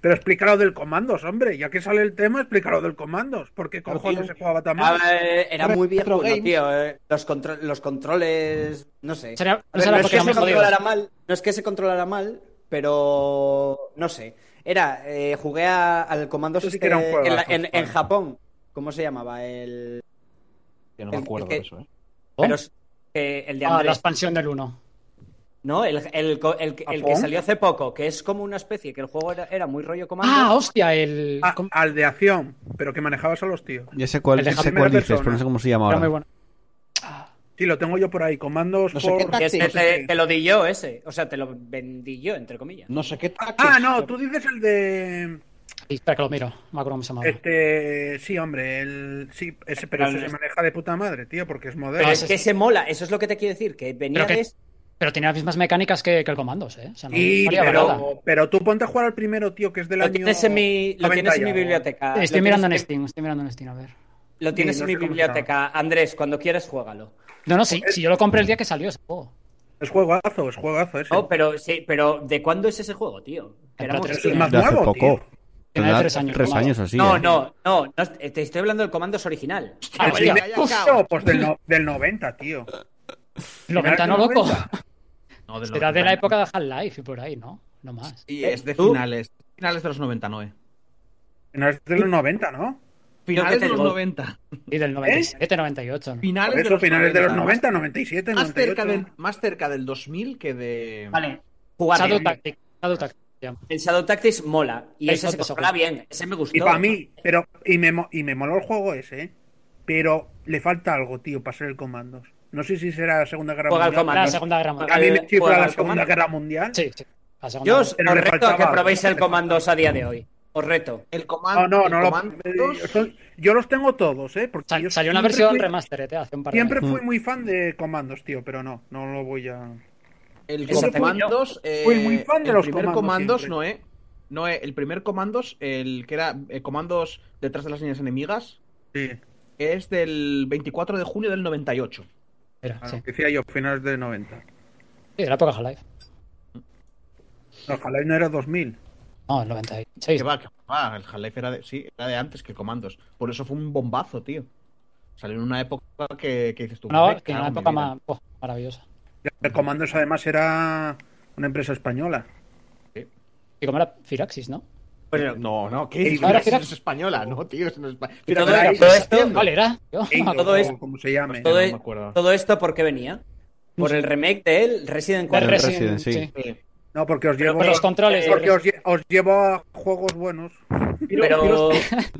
Pero explica lo del comandos, hombre. Ya que sale el tema, explica lo del comandos. ¿Por qué
Claro,
cojones
tío.
se jugaba tan mal?
Era, eh, era muy bien,
Retro Games.
tío. eh. Los, contro- los controles. No sé.
Será-
A ver,
será
no, es que
porque
se
eran muy jodidos.
controlara mal, no es que se controlara mal, pero. No sé. Era. eh, jugué a- al comando este
Eso sí que era un
en, la-
juegazo,
en- en
claro.
Japón. ¿cómo se llamaba? El.
Que no me
El-
acuerdo
el que-
de eso, ¿eh?
pero es- eh, el de
Ah,
Andrés.
la expansión del 1.
No, el, el co- el que- el que
¿Japón?
salió hace poco, que es como una especie, que el juego era, era muy rollo comando.
Ah, hostia, el.
Ah,
¿cómo?
al de acción, pero que manejabas a los tíos.
Ya sé cuál,
El de
ya sé
primera
cuál dices,
persona.
pero no sé cómo se llama
Era
ahora.
muy bueno. Ah,
Sí, lo tengo yo por ahí. Comandos
No sé
por.
qué tal.
Que ese
no sé
te,
qué.
te lo di yo ese. O sea, te lo vendí yo, entre comillas.
No sé qué tactics.
Ah, no, tú dices el de.
Sí, Espera que lo miro. Me acuerdo cómo se llamaba.
Este. Sí, hombre. El... Sí, ese, pero ese
Al-
se maneja de puta madre, tío, porque es
Pero
moderno.
es que se mola, eso es lo que te quiero decir, que venía
Pero que-
de ese-
Pero tenía las mismas mecánicas que, que el Comandos, ¿eh? O sea, no,
Y,
no valía para nada.
pero, pero tú ponte a jugar al primero, tío, que es del
Lo
año.
tienes en mi, lo tienes en mi
90 y algo.
biblioteca.
Estoy
Lo
mirando en
tienes
Steam, estoy mirando en Steam, a ver.
Lo tienes
Sí,
en
no
mi
sé cómo se
biblioteca. Andrés, cuando quieras, juégalo.
No, no, sí,
Pues
si yo lo compré el día que salió ese juego.
Es juegazo, es juegazo ese.
No, Oh, pero sí, pero ¿de cuándo es ese juego, tío? Que éramos-
Pero
Pero eso es más
De hace
nuevo,
poco.
tío.
Tiene
Tendrá
tres años, ¿no?
años o así.
no,
¿eh?
no, no, no, te estoy hablando del comandos original.
Ah,
El
hostia.
primero,
Uf,
no, pues del, no- del 90, tío.
90 no,
Finales del
loco.
90.
No, de los
Será de la
90.
época de Half-Life y por ahí, ¿no? No más.
Y es de
¿Tú?
finales. Finales de los eh. 90, Noé.
No es de los 90, ¿no?
que
Finales
te
de los
digo.
90.
Y del
¿Eh?
97, 98. ¿no?
Finales
Por
de
eso,
los
finales de los
90.
90, 97,
Más cerca, del,
98.
más cerca del 2000 que de.
Vale.
Jugar
Shadow Tactics. Shadow Tactics. se llama.
El Shadow Tactics mola. Y
Eso
ese se
te
controla
soporta.
bien. Ese me gustó.
Y para mí, pero. Y me, mo- y me moló el juego ese, ¿eh? Pero le falta algo, tío, para ser el comandos. No sé si será la Segunda Guerra
Juega al
Mundial.
La
Comandos.
Segunda Guerra Mundial.
A mí me chifla
Juega
la
al
Segunda
Comandos.
Guerra Mundial.
Sí, sí. La Segunda
Yo
Guerra
os,
Mundial.
Pero
os reto
le
a que
faltaba.
probéis el comandos a día de hoy. Os reto.
El
No,
comando.
Ah, no, no.
el
lo- eh,
Comandos-
son- yo los tengo todos, ¿eh? Porque yo
Sal- Salió una
siempre
versión
fui-
remastered eh, hace un par de
Siempre
años.
fui muy fan de comandos, tío, pero no, no lo voy a.
El
Ese fui
comandos. eh,
Fui muy fan de
el
los
primer comandos,
comandos siempre.
Noé. Noé, el primer comandos, el que era eh, comandos detrás de las líneas enemigas,
Sí,
es del 24 de junio del 98.
Mira,
a lo
sí.
que decía yo, finales de 90.
Sí, de la época Half-Life.
No, Ojalá y no era 2000.
No, el 96.
Que va, que va. El Half-Life era de, sí, era de antes que el comandos. Por eso fue un bombazo, tío. Salió en una época que, que dices tú.
Una,
"Me
que
cago
era una
en mi
época
vida".
más, buah, maravillosa.
El
Mm.
Comandos además era una empresa española.
Y como era Firaxis, ¿no?
Bueno,
No, no, ¿qué dices?
Ahora,
Eso
mira.
no es española, no, tío. eso no es española.
todo
Mira,
esto-
mira,
todo
ahí-
esto-
¿Cuál era? Yo-
Eidos,
todo
o
esto-
como se llame.
todo
no
es-
me acuerdo.
Todo esto porque venía. Por el remake de él, Resident
Pues
4.
Del
Res-
Resident,
Resident, sí.
sí.
No, porque os llevo,
Pero los controles.
porque os, lle- os llevo a juegos bunos.
Piro-
Pero
Piro,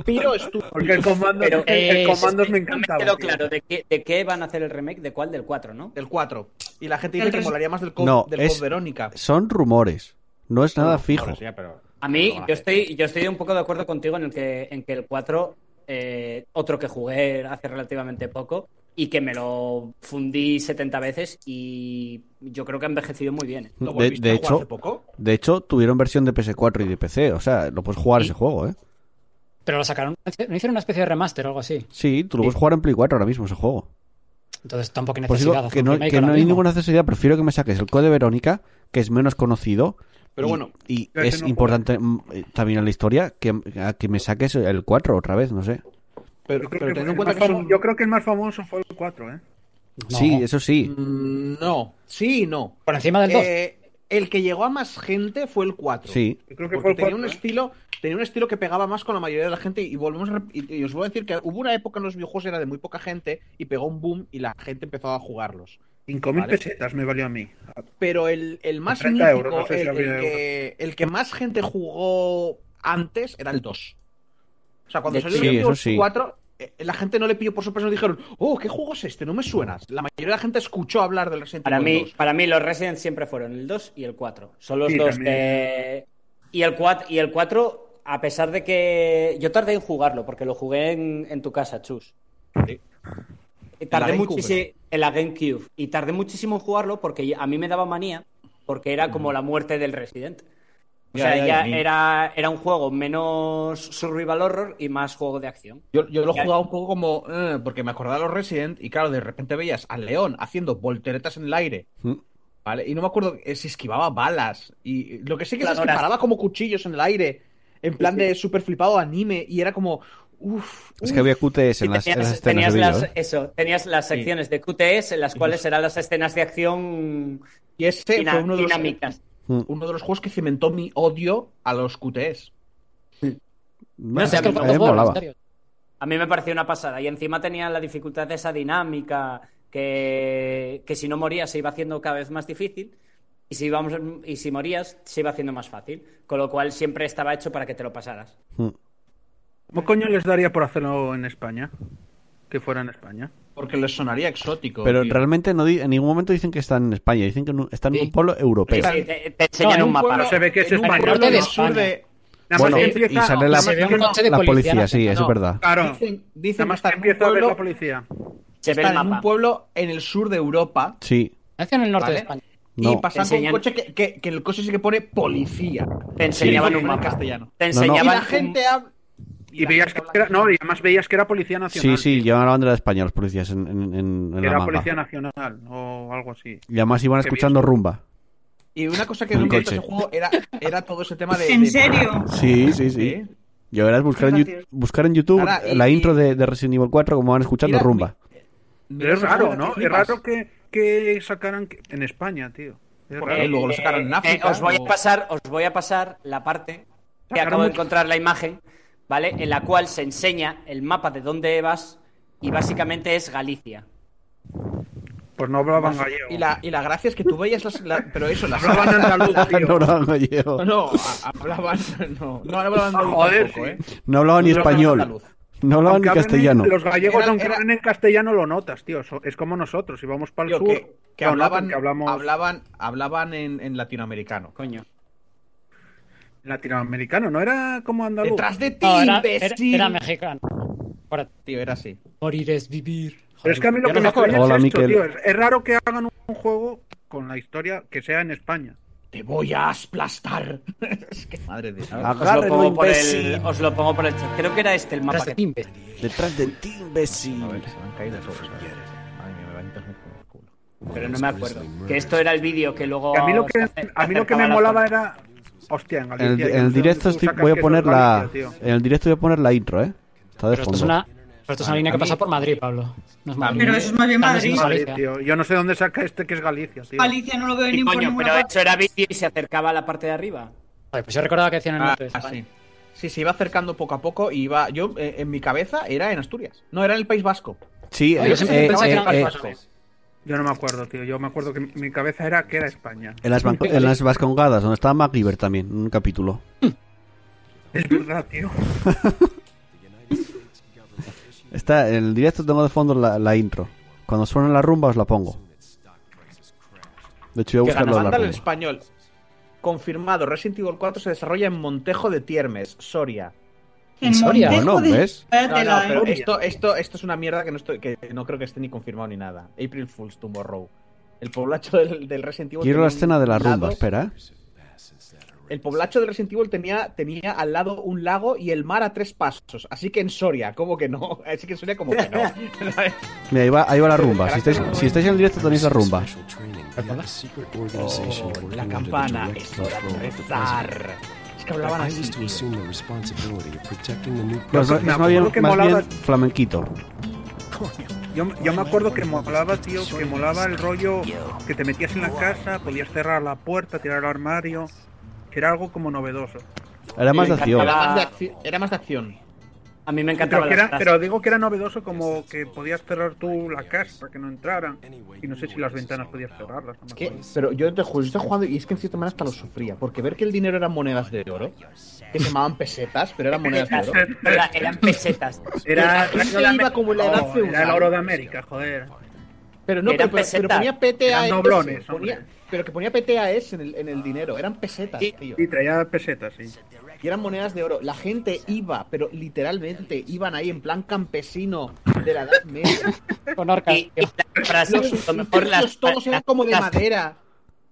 Piro es tu-
Porque el Comandos,
Pero,
el,
eh,
Comandos me
no me
encantaba.
quedó
tío.
claro de qué, de qué van a hacer el remake, de cuál, del 4, ¿no?
del 4. Y la gente dice
El
que
res-
molaría más del Code,
No,
del
es-
Code Verónica.
Son rumores. No es nada fijo.
Ahora sí, pero-
A mí,
Pero,
yo estoy, yo estoy un poco de acuerdo contigo en el que, en que el 4, eh, otro que jugué hace relativamente poco y que me lo fundí 70 veces y yo creo que ha envejecido muy bien.
¿lo
De,
volviste
de
a jugar hace
hecho,
poco?
de hecho, tuvieron versión de PS4 y de PC. O sea, lo puedes jugar
Sí.
ese juego, ¿eh?
Pero lo sacaron. ¿No hicieron una especie de remaster o algo así?
Sí, tú lo puedes jugar en Play 4 ahora mismo ese juego.
Entonces tampoco hay
Pues digo
necesidad. de hacer
que
un
no,
remake
que
ahora
no hay
mismo.
ninguna necesidad. Prefiero que me saques el Code Verónica, que es menos conocido.
Pero
y-
bueno,
Y
yo
es
ese no
importante mm, eh, también en la historia que, a que me saques el 4 otra vez, no sé.
pero, pero
Yo creo, que
teniendo en
el
cuenta
más
que es
famo-
un-
yo creo que el más famoso fue el 4, ¿eh?
No.
Sí, eso sí.
Mm, No, sí y no.
Por encima del 2.
Eh, el que llegó a más gente fue el 4.
Sí.
Yo creo que
Porque
fue el
tenía
4.
un
¿eh?
estilo tenía un estilo que pegaba más con la mayoría de la gente y volvemos a rep- y, y os vuelvo a decir que hubo una época en los videojuegos era de muy poca gente y pegó un boom y la gente empezó a jugarlos
5.000
Vale.
¿eh? pesetas me valió a mí.
pero el, el más
30
mítico,
euros, no sé
el,
si
el
habría
que, el que más gente jugó antes era el 2. O sea, cuando
De
salió
hecho, sí,
el
eso sí.
4, la gente no le pilló por sorpresa, no dijeron, oh, ¿qué juego es este? No me suena. La mayoría de la gente escuchó hablar del Resident
Para
Evil
mí,
2.
para mí los Resident siempre fueron el 2 y el 4. Son los
Sí,
dos
también.
que- Y el 4, y el 4, a pesar de que... Yo tardé en jugarlo, porque lo jugué en, en tu casa, Chus. Y Tardé
En la GameCube.
muchísimo en la GameCube. Y tardé muchísimo en jugarlo porque a mí me daba manía, porque era como la muerte del Resident. O sea,
Ya,
ya,
ya, ya.
era, era un juego menos survival horror y más juego de acción.
Yo, yo lo
Ya.
jugaba un poco como. eh, porque me acordaba de los Resident y claro, de repente veías al león haciendo volteretas en el aire.
Mm.
¿Vale? Y no me acuerdo eh, si esquivaba balas. Y lo que sé que sé es que
Planoras.
paraba como cuchillos en el aire. En plan de super flipado anime. Y era como. Uf,
Es
uf.
que había QTS en
Y
las, en las
tenías,
escenas
tenías
de
las,
vídeo, ¿eh?
eso, tenías las secciones de QTS en las cuales eran las escenas de acción
Y ese
dina-
fue uno de, los,
dinámicas.
Mm.
uno de los juegos que cimentó mi odio a los QTs.
Bueno,
Es que
a
el
mí
God of
me
War, en
molaba.
serio.
A mí me pareció una pasada. Y encima tenía la dificultad de esa dinámica que, que si no morías se iba haciendo cada vez más difícil. Y si, íbamos, y si morías, se iba haciendo más fácil. Con lo cual siempre estaba hecho para que te lo pasaras.
Mm.
¿Cómo coño les daría por hacerlo en España? Que fuera en España.
Porque les sonaría exótico.
Pero
tío.
realmente no di- en ningún momento dicen que están en España, dicen que no- están en un pueblo europeo.
Sí, te, te enseñan
No, en
un
un
mapa.
se ve que es
en un
español,
pueblo
¿no?
del sur de-
Nada
Bueno,
más que
y
empieza,
sale
nada
la,
más
se ve un
que no-
coche de
la
policía,
policía,
¿no?
sí, eso
No.
es verdad.
Claro.
Dicen,
Nada
dicen que
más
está
que
en un
empieza a ver la
pueblo,
policía.
Se ve el
está en un
mapa.
pueblo en el sur de Europa
Sí,
Nació en el norte
Vale.
de España.
no.
y pasan con un
Enseñan-
coche que, que, que el coche sí que pone policía.
Te enseñaban
Sí,
un
en
mapa.
castellano.
Te
No, no.
Y
enseñaban
la
un-
gente habla.
Y veías que era, no, y además veías que era Policía
Sí,
Nacional.
sí, llevaban la bandera de España los policías en, en, en- en
Que
la
era
manga.
Policía Nacional o algo así.
Y además iban
Que
escuchando rumba.
Y una cosa que
Un
no me gusta
coche.
ese juego era, era todo ese tema de.
En
de-
serio.
Sí, sí, sí.
¿Eh?
Yo verás buscar en, Yu-
Gracias.
buscar en YouTube
Ahora, y-
la
y-
intro de, de Resident Evil 4 como van escuchando
Mira,
rumba.
Mira,
Pero es
ese
raro,
juego
¿no?
que
Es
flipas.
raro que, que sacaran que- en España, tío. Es
Por
raro.
ahí, luego lo sacaron en África,
Eh, os, voy a
o-
pasar, os voy a pasar la parte que
Sacaron
acabo de
mucho.
encontrar la imagen, ¿vale? En la cual se enseña el mapa de dónde vas y básicamente es Galicia.
Pues no hablaban gallego.
Y la, y la gracia es que tú veías las. la- pero eso, las.
Hablaban andaluz, tío.
Ah, no, no, no, llevo.
No, no, a- hablaban. No, no hablaban andaluz
Ah, Joder,
tampoco,
sí.
¿eh?
No hablaba ni
No hablaban
español.
andaluz.
No hablaba ni
Aunque hablen en-
castellano.
Los gallegos,
Era-
aunque
era-
hablen en castellano, lo notas, tío. So- Es como nosotros. Si vamos para el
Tío,
sur,
que, que
lo notan,
hablaban,
que hablamos
hablaban, hablaban en, en latinoamericano.
Coño.
latinoamericano. No era como andaluz.
Detrás de ti,
No, era, era,
imbécil.
era mexicano. Ahora,
Tío, era así.
morir es vivir.
Pero es que a mí lo
Ya
que
nos
me
acuerdo.
extraña es
Hola,
esto,
Miquel.
tío. Es, es raro que hagan un juego con la historia que sea en España.
Te voy a aplastar. es que madre de Dios.
Ah.
Os lo,
Agárrenlo,
pongo por el,
imbécil.
os lo pongo por el chat. Creo que era este el mapa
Tras de
que
ti, imbécil.
Detrás de ti,
A
imbécil.
ver, se me han caído todos. Madre mía, me va internet por el culo.
pero no me acuerdo. Que esto era el vídeo que luego.
Que a mí lo
os
que,
ace-
a mí lo que me
acercaba la
molaba
zona.
era. Hostia, en Galicia.
En el,
yo
en
no
el
sé
directo
dónde tú
estoy-
sacas
voy a
que
poner
eso es
la.
Galicia, tío.
En el directo voy a poner la intro, ¿eh? Está de
Pero esto es
fondo.
una, pero esto es una línea que
mí-
pasa por Madrid, Pablo. No es Madrid.
Pero eso es más
Ah,
bien
También
Madrid.
es
Madrid,
Galicia.
tío. Yo no sé dónde saca este que es Galicia, tío.
Galicia no lo veo
Sí,
ni por
coño,
ninguna
pero
parte.
eso era vídeo y se acercaba a la parte de arriba.
Joder, Pues yo recordaba que decían en el
Ah,
norte de
ah,
España.
sí. Sí, se iba acercando poco a poco y iba. Yo, eh, en mi cabeza, era en Asturias. No, era en el País Vasco.
Sí,
Yo
eh,
siempre
eh,
pensaba que
eh,
era
eh,
más vasco.
Yo no me acuerdo, tío. Yo me acuerdo que mi cabeza era que era España.
en las, Van- en las Vascongadas, donde estaba MacGyver también, un capítulo.
Es verdad, tío.
Está, en el directo tengo de fondo la, la intro. Cuando suena la rumba os la pongo. De hecho, voy a
Que
buscar
ganó
la rumba.
el español. Confirmado, Resident Evil 4 se desarrolla en Montejo de Tiermes, Soria.
¿En Soria?
Montejo
Bueno,
de-
¿ves?
No,
Espératela,
no,
¿eh?
pero esto, esto, esto es una mierda que no, estoy, que no creo que esté ni confirmado ni nada. April Fools Tomorrow. El poblacho del, del Resident Evil.
Quiero
tenía
la
un
escena de la
lado-
rumba, espera. ¿eh?
El poblacho del Resident Evil tenía, tenía al lado un lago y el mar a tres pasos. Así que en Soria, ¿cómo que no? Así que en Soria, como que no.
Mira, ahí va, ahí va la rumba. Si estáis, si estáis en el directo tenéis la rumba.
Oh, la campana es hora de rezar. Es que hablaban así. tío.
No, es-
Me
es más
acuerdo
bien,
que
más
molaba-
bien flamenquito.
Yo, yo me acuerdo que molaba, tío, que molaba el rollo que te metías en la casa, podías cerrar la puerta, tirar el armario. que Era algo como novedoso.
Era más de
me
acción.
Era
encantaba.
más de acci- era más de acción.
A mí me encantaba
Pero, que
la
era-
frase.
pero digo que era novedoso como que podías cerrar tú la casa para que no entraran. Y no sé si las ventanas podías cerrarlas. no me
¿Qué?
acuerdo.
Pero yo te juro, yo estaba jugando y es que en cierta manera hasta lo sufría. Porque ver que el dinero eran monedas de oro, que se llamaban pesetas, pero eran monedas de oro.
Era- eran pesetas.
Era,
La gente iba como en la edad
No,
feudal.
era el oro de América, joder.
Pero no, pero,
Eran
pero- pero
pesetas.
ponía PTAS.
Eran doblones,
ponía-
hombre.
pero que ponía PTAS en el, en el dinero. Eran pesetas,
Sí.
tío.
Y traía pesetas, sí.
Y eran monedas de oro. La gente iba, pero literalmente iban ahí en plan campesino de la Edad Media.
Con orcas.
Y, y las frases,
Los
a lo mejor las,
edificios todos eran como de
las-
madera.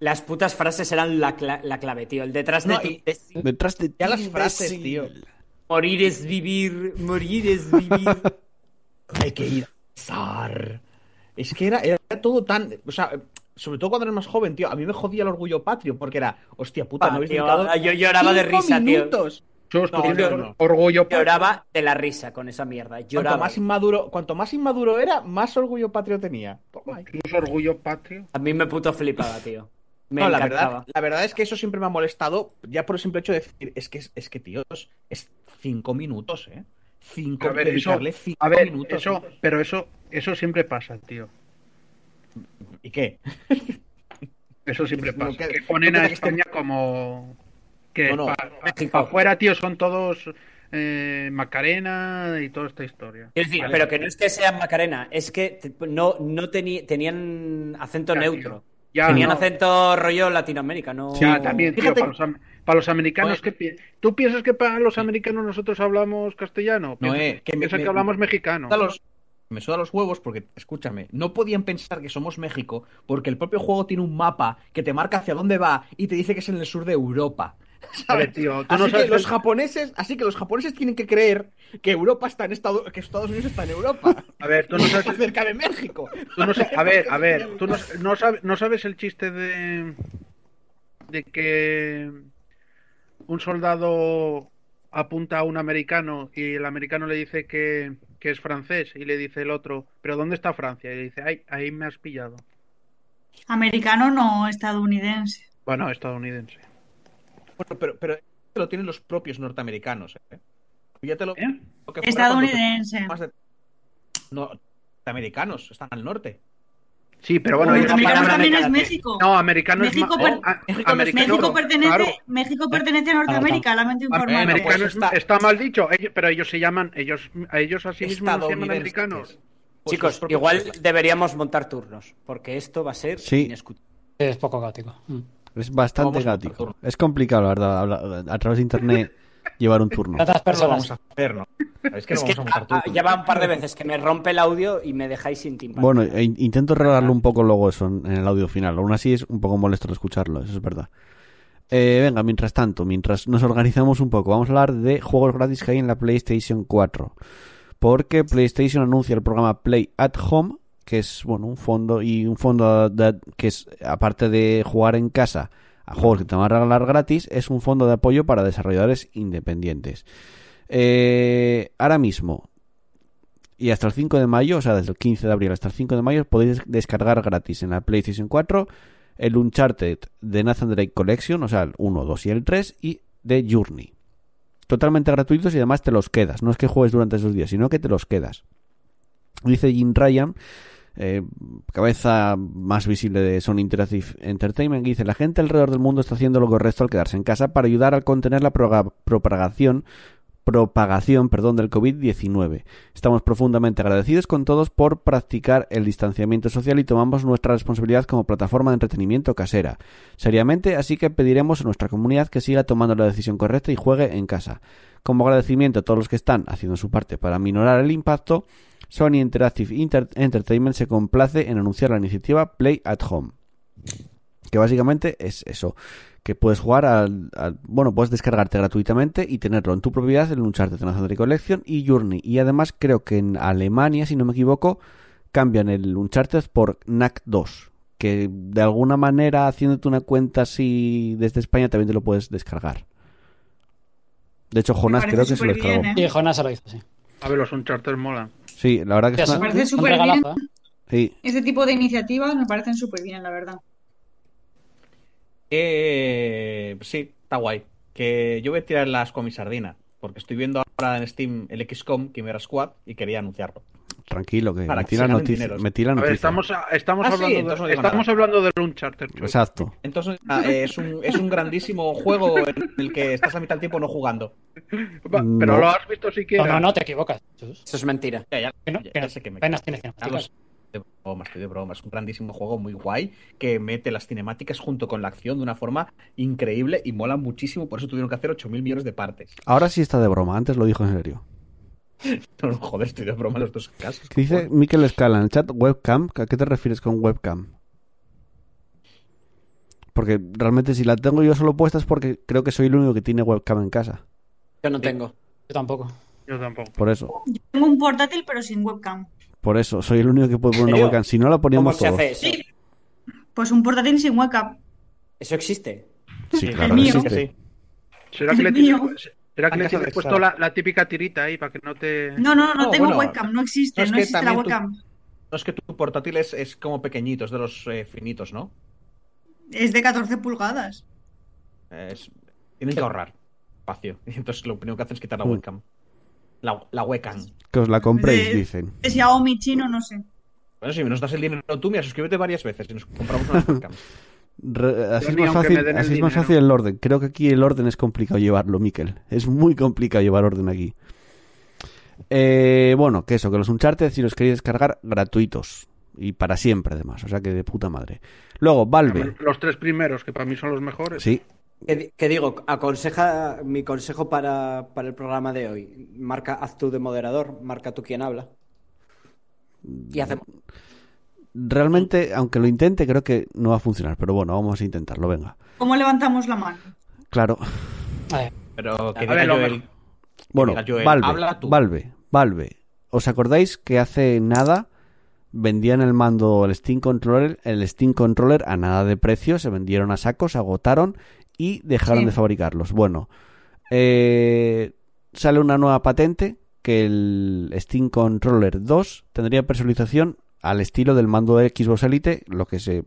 Las putas frases eran la, cla- la clave, tío. El detrás de
No,
ti.
y-
de-
Detrás de
Ya
ti,
las frases,
imbécil.
tío.
Morir es vivir, morir es vivir.
Hay que ir a pensar. Es que era, era todo tan. O sea, sobre todo cuando eres más joven, tío. A mí me jodía el orgullo patrio porque era, hostia puta, no
Pa,
habéis
tío,
dedicado.
yo lloraba de
cinco
risa, tío.
minutos.
Sos
No,
teniendo
no, no.
orgullo por-
Lloraba de la risa con esa mierda.
Cuanto
Lloraba.
más, inmaduro, cuanto más inmaduro era, más orgullo patrio tenía. Toma ahí.
incluso orgullo patrio.
A mí me puto flipaba, tío. Me
No, la verdad,
encantaba.
la verdad es que eso siempre me ha molestado, ya por el simple hecho de decir, es que, es que tíos, es cinco minutos, ¿eh? Cinco,
A ver, eso-
dedicarle cinco
A ver,
minutos.
eso, pero eso, eso siempre pasa, tío.
¿Y qué?
Eso siempre
No
pasa.
queda-
que ponen
no
a
queda que esté-
España como que
No, no,
pa- pa- pa' afuera, tío, son todos eh, Macarena y toda esta historia.
Quiero decir,
Vale.
pero que no es que sean Macarena, es que te- no, no teni- tenían acento
Ya, tío.
neutro.
Ya,
tenían
no.
acento rollo Latinoamérica, no.
Ya, también, tío,
Fíjate-
para, los, am- para los americanos, ¿qué pi- ¿tú piensas que para los americanos nosotros hablamos castellano?
No,
Piensa-
eh, que me-
piensa
me-
que hablamos mexicano.
suda los- me suda los huevos porque, escúchame, no podían pensar que somos México porque el propio juego tiene un mapa que te marca hacia dónde va y te dice que es en el sur de Europa.
A ver, tío, tú
Así
no
que
sabes
los
el-
japoneses, así que los japoneses tienen que creer que Europa está en Estados, que Estados Unidos está en Europa,
A ver, tú no sabes
está cerca de México.
Tú no sa- a ver, a ver, tú no, no sabes, no sabes el chiste de de que un soldado apunta a un americano y el americano le dice que, que es francés y le dice el otro, pero ¿dónde está Francia? Y le dice, ay, ahí me has pillado.
Americano no, estadounidense.
Bueno, estadounidense.
Bueno, pero, pero te lo tienen los propios norteamericanos. ¿eh? Ya te lo,
¿Eh?
lo que fuera
Estadounidense.
cuando te- más de- No, norteamericanos, están al norte.
Sí, pero bueno,
Pero
ellos-
también-
americano
palabra
también es
americana,
México.
no, americano es
México
ma-
per-
o- a-
México no-
americano,
México, pertenece,
claro.
México pertenece a Norteamérica, lamento
Am-
informar.
Bueno,
americano
pues
es-
está-
está, mal dicho, ellos- pero ellos se llaman, ellos a ellos a sí mismos no se llaman
Estadounidenses.
americanos.
Pues los
Chicos,
propios-
igual deberíamos montar turnos, porque esto va a ser
Sí.
inescu-
Es poco caótico. Mm.
Es bastante
Vamos a
gático.
turno.
Es complicado, la verdad, habla- a través de internet llevar un turno.
Tantas
¿Qué no
personas.
vamos a hacer, ¿no? Es que no
Es que
vamos a montar
ah, ah,
turnos.
ya va un par de veces que me rompe el audio y me dejáis sin timpani.
Bueno, e- intento arreglarlo un poco luego eso en en el audio final. Aún así es un poco molesto escucharlo, eso es verdad. Eh, venga, mientras tanto, mientras nos organizamos un poco, vamos a hablar de juegos gratis que hay en la PlayStation 4. Porque PlayStation anuncia el programa Play at Home, que es bueno un fondo y un fondo de- que es aparte de jugar en casa a juegos que te van a regalar gratis, es un fondo de apoyo para desarrolladores independientes. Eh, ahora mismo, y hasta el 5 de mayo, o sea, desde el 15 de abril hasta el 5 de mayo, podéis des- descargar gratis en la PlayStation 4 el Uncharted de Nathan Drake Collection, o sea, el 1, 2 y el 3, y de Journey. Totalmente gratuitos y además te los quedas. No es que juegues durante esos días, sino que te los quedas. Dice Jim Ryan, eh, cabeza más visible de Sony Interactive Entertainment, que dice, la gente alrededor del mundo está haciendo lo correcto al quedarse en casa para ayudar a contener la proga- propagación propagación perdón, del COVID-19. Estamos profundamente agradecidos con todos por practicar el distanciamiento social y tomamos nuestra responsabilidad como plataforma de entretenimiento casera. Seriamente, así que pediremos a nuestra comunidad que siga tomando la decisión correcta y juegue en casa. Como agradecimiento a todos los que están haciendo su parte para minorar el impacto, Sony Interactive Inter- Entertainment se complace en anunciar la iniciativa Play at Home. Que básicamente es eso que puedes jugar al, al- bueno puedes descargarte gratuitamente y tenerlo en tu propiedad en Uncharted Nathan Drake Collection y Journey y además creo que en Alemania si no me equivoco cambian el Uncharted por NAC 2 que de alguna manera haciéndote una cuenta así desde España también te lo puedes descargar de hecho Jonas
parece
creo que se lo
superbién,
descargó
¿eh?
Y Jonas se lo hizo, sí.
A ver, los Uncharted molan.
sí la verdad que es
Sí,
una-
parece
un
súper
regalazo, ¿eh?
sí,
Este tipo de iniciativas me parecen súper bien, la verdad.
Eh, sí, está guay. Que yo voy a tirar las con mi sardina. Porque estoy viendo ahora en Steam el XCOM Quimera Squad y quería anunciarlo.
tranquilo que
Para
me
que
tira
se ganen
noticia
dineros.
me tira
A ver,
noticia.
estamos, a- estamos,
Ah, sí,
hablando,
entonces no
de,
digo nada.
estamos hablando del Uncharted. chulo.
exacto
Entonces, ah, eh, es, un, es un grandísimo juego en el que estás a mitad del tiempo no jugando.
Va, Pero
No.
lo has visto siquiera.
No, no, no, te equivocas. Jesús.
Eso es mentira.
Ya, ya,
Que no-
ya-
que
ya
no-
sé que me
apenas tiene cinemáticas.
Estoy de broma, estoy de broma. Es un grandísimo juego muy guay que mete las cinemáticas junto con la acción de una forma increíble y mola muchísimo. Por eso tuvieron que hacer 8.000 millones de partes.
ahora sí está de broma antes lo dijo en serio
No, no, joder, estoy de broma en los dos casos.
¿Qué dice Miquel Escala en el chat webcam. ¿A qué te refieres con webcam? Porque realmente si la tengo yo solo puesta es porque creo que soy el único que tiene webcam en casa.
Yo no tengo.
Yo tampoco.
Yo tampoco.
Por eso,
Tengo un portátil, pero sin webcam.
por eso, soy el único que puede poner una
¿Serio?
webcam. Si no la
¿Cómo
poníamos
se
todos.
hace eso?
Pues un portátil sin webcam.
Eso existe.
Sí, claro,
el mío.
existe.
Sí.
¿Será que le
Dios
tienes,
mío.
será que
Han
le
casado
tienes
de
puesto la,
Sara.
la típica tirita ahí para que no te.
No, no, no
No,
tengo
bueno,
webcam, no existe,
no, es
no
que
existe la
también tú-
webcam.
No es que tu portátil es, es como pequeñito, es de los eh, finitos, ¿no?
Es de 14 pulgadas.
Es- tienen que ahorrar espacio. Y entonces lo primero que hacen es quitar la
Mm.
webcam. La, la webcam.
Que os la compréis,
Eh,
dicen.
Es Xiaomi chino, no sé.
Bueno, si nos das el dinero tú, mira, suscríbete varias veces y nos compramos una webcam.
Re- eh, así es
ni
más,
aunque
fácil,
me den el
así es más
dinero.
fácil el orden. Creo que aquí el orden es complicado llevarlo, Miquel. Es muy complicado llevar orden aquí. Eh, bueno, que eso, que los Uncharted, si los queréis descargar, gratuitos. Y para siempre, además. O sea que de puta madre. Luego, Valve.
Los tres primeros, que para mí son los mejores.
Sí,
Que, di- que digo, aconseja mi consejo para, para el programa de hoy. Marca, haz tú de moderador, marca tú quien habla. Y hacemos.
realmente, aunque lo intente, creo que no va a funcionar. Pero bueno, vamos a intentarlo, venga.
¿Cómo levantamos la mano?
Claro.
Pero que
A
diga
ver, lo
yo el-
mejor.
Bueno,
Mira, Joel,
Valve,
habla tú.
Valve, Valve. ¿Os acordáis que hace nada vendían el mando, el Steam Controller, el Steam Controller a nada de precio, se vendieron a sacos, se agotaron y dejaron
Sí.
de fabricarlos? Bueno, eh, sale una nueva patente que el Steam Controller 2 tendría personalización al estilo del mando de Xbox Elite, lo que se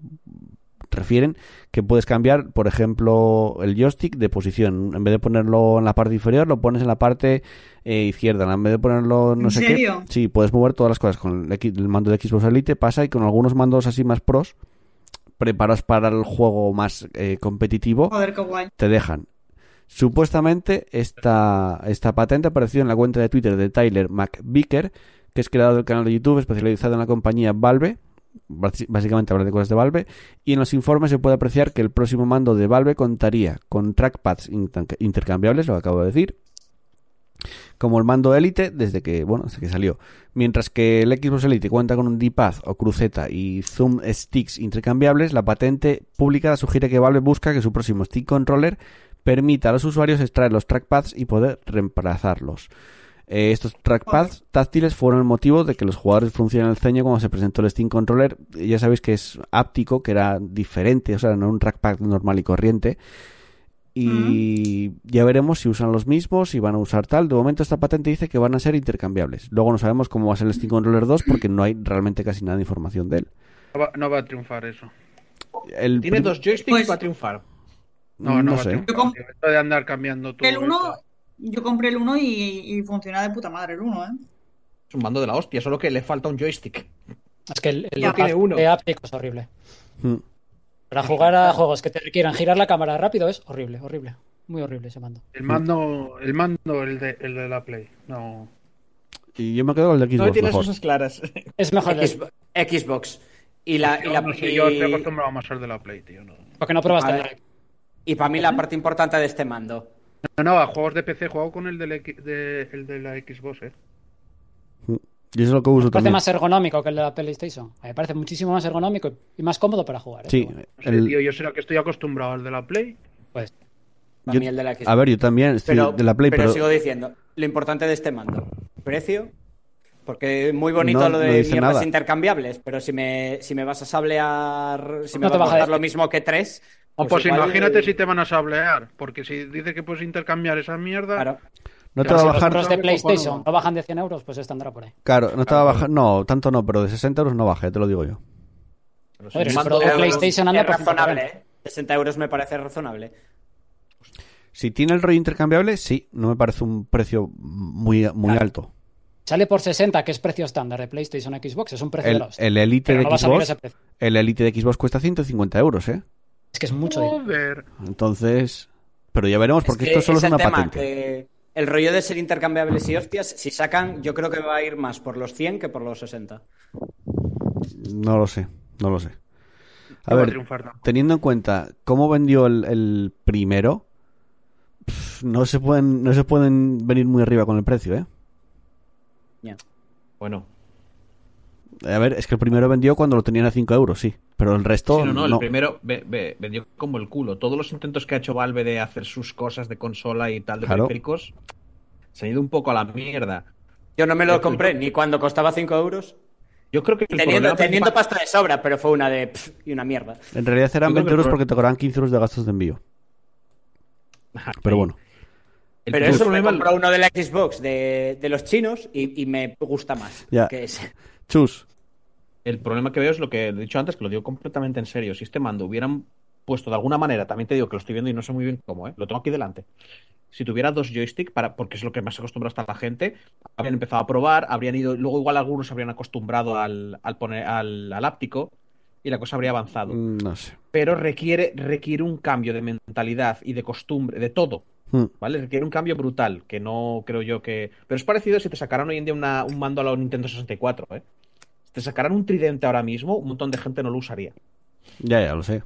refieren que puedes cambiar, por ejemplo, el joystick de posición. En vez de ponerlo en la parte inferior, lo pones en la parte eh, izquierda. En vez de ponerlo no
¿En
sé
serio?
qué. Sí, puedes mover todas las cosas. Con el, X- el mando de Xbox Elite pasa y con algunos mandos así más pros, preparados para el juego más eh, competitivo,
Joder, qué guay.
te dejan. Supuestamente esta, esta patente apareció en la cuenta de Twitter de Tyler McVicker, que es creador del canal de YouTube especializado en la compañía Valve. Basi- Básicamente habla de cosas de Valve. Y en los informes se puede apreciar que el próximo mando de Valve contaría con trackpads inter- intercambiables, lo que acabo de decir, como el mando Elite desde que, bueno, desde que salió. Mientras que el Xbox Elite cuenta con un D-Pad o cruceta y zoom sticks intercambiables, la patente publicada sugiere que Valve busca que su próximo stick controller permita a los usuarios extraer los trackpads y poder reemplazarlos. Eh, estos trackpads táctiles fueron el motivo de que los jugadores funcionen el ceño cuando se presentó el Steam Controller. Ya sabéis que es áptico, que era diferente, o sea, no era un trackpad normal y corriente. Y ya veremos si usan los mismos, si van a usar tal. De momento esta patente dice que van a ser intercambiables. Luego no sabemos cómo va a ser el Steam Controller 2 porque no hay realmente casi nada de información de él.
No va, no va a triunfar eso.
El
Tiene
prim-
dos joysticks
Pues-
para triunfar.
No, no,
no
va a
sé.
triunfar.
Yo
tío. Esto de andar cambiando todo.
El 1,
esto.
yo compré el 1 y, y funciona de puta madre el 1, ¿eh?
Es un mando de la hostia, solo que le falta un joystick.
Es que el, el
Ya.
impacto
Tiene uno.
de Aptic es horrible.
Mm.
Para jugar a juegos que te requieran girar la cámara rápido es horrible, horrible. Muy horrible ese mando.
El mando, el mando, el de, el de la Play. No.
Y yo me quedo con el de
No
Xbox
tienes
mejor.
cosas claras.
Es mejor el de-
Xbox. Xbox. Y la, Ah, y
Yo
la-
no sé, yo
y-
estoy acostumbrado más al de la Play, tío. No,
porque no probaste
Vale.
nada.
y para mí la parte importante de este mando.
no, no, a juegos de PC he jugado con el de la, X- de, el de la Xbox, eh.
Yo eso es lo que uso
Me parece
también.
más ergonómico que el de la PlayStation. A mí Me parece muchísimo más ergonómico y- y más cómodo para jugar. ¿eh?
Sí,
Pero bueno,
No sé,
el-
tío, yo será que estoy acostumbrado al de la Play.
pues,
Para
Yo-
mí el de la Xbox.
a ver, yo también estoy de la Play, pero,
sigo diciendo, lo importante de este mando, precio, porque es muy bonito
No,
lo
no
de
dice
mierdas
nada.
intercambiables, pero si me, si me vas a sablear, si me
No
va
te
a
baja
costar
de- este.
lo mismo que tres,
Pues,
igual,
imagínate
eh,
si te van a sablear. Porque si dices que puedes intercambiar esa mierda.
claro.
no te
Pero
va a
si
los
bajar.
otros de PlayStation
cojonudo.
no bajan de 100 euros, pues este andará por ahí.
Claro, no te va a bajar. No, tanto no, pero de 60 euros no baja, ya te lo digo yo.
Joder, el
mando
Pro de
de la-
PlayStation anda
es
por
razonable,
140.
¿eh? 60 euros me parece razonable.
Si tiene el rollo intercambiable, sí, no me parece un precio muy, muy alto.
Sale por 60, que es precio estándar de PlayStation a Xbox. Es un precio de
El,
la hostia.
el Elite
Pero
de
no va a salir
Xbox,
ese precio.
el Elite de Xbox cuesta 150 euros, ¿eh?
Es que es mucho dinero.
Joder.
Entonces, pero ya veremos porque
que
esto solo es,
el
una
tema,
patente.
que el rollo de ser intercambiables y hostias, si sacan, yo creo que va a ir más por los 100 que por los 60.
No lo sé, no lo sé. A
no va
ver,
triunfar tampoco.
teniendo en cuenta cómo vendió el, el primero, pf, no se pueden no se pueden venir muy arriba con el precio, ¿eh?
Ya.
Bueno,
A ver, es que el primero vendió cuando lo tenían a 5 euros, sí. Pero el resto.
Sí, no, no,
no.
el primero ve- ve- vendió como el culo. Todos los intentos que ha hecho Valve de hacer sus cosas de consola y tal de
Claro.
periféricos se han ido un poco a la mierda.
Yo no me lo
Yo-
compré ni cuando costaba 5 euros.
Yo creo que el
Teniendo,
problema
teniendo
principal-
pasta de sobra, pero fue una de pf, y una mierda.
En realidad eran
Yo creo que
20
el
euros
pro-
porque te cobraban 15 euros de gastos de envío. Pero bueno.
El
pero
primer
eso me
problema-
compró uno de la Xbox de, de los chinos y, y me gusta más.
Ya.
Que ese.
Chus.
El problema que veo es lo que he dicho antes, que lo digo completamente en serio. Si este mando hubieran puesto de alguna manera, también te digo que lo estoy viendo y no sé muy bien cómo, ¿eh? lo tengo aquí delante. Si tuviera dos joystick, para, porque es lo que más acostumbra hasta la gente, habrían empezado a probar, habrían ido, luego igual algunos se habrían acostumbrado al, al poner al, al áptico y la cosa habría avanzado.
mm, No sé.
Pero requiere, requiere un cambio de mentalidad y de costumbre, de todo.
Mm.
¿Vale? Requiere un cambio brutal, que no creo yo que. Pero es parecido si te sacaran hoy en día una- un mando a la Nintendo 64, ¿eh? Si te sacaran un tridente ahora mismo, un montón de gente no lo usaría.
Ya, ya lo sé.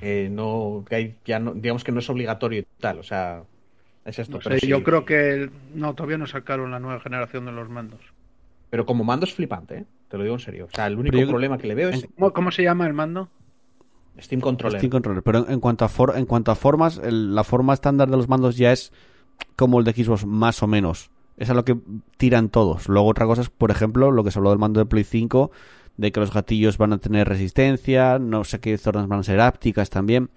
Eh, no, que hay- ya no- digamos que no es obligatorio y tal, o sea, es esto.
No
pero
sé,
sí.
yo creo que el- no, todavía no sacaron la nueva generación de los mandos.
Pero como mando es flipante, ¿eh? Te lo digo en serio. O sea, el único
Pero yo-
problema que le veo es
¿Cómo, cómo se llama el mando?
Steam Controller.
Steam Controller. Pero en, en cuanto a for- en cuanto a formas, el- la forma estándar de los mandos ya es como el de Xbox, más o menos. Es a lo que tiran todos. Luego otra cosa es, por ejemplo, lo que se habló del mando de Play 5, de que los gatillos van a tener resistencia, no sé qué zonas van a ser ápticas también.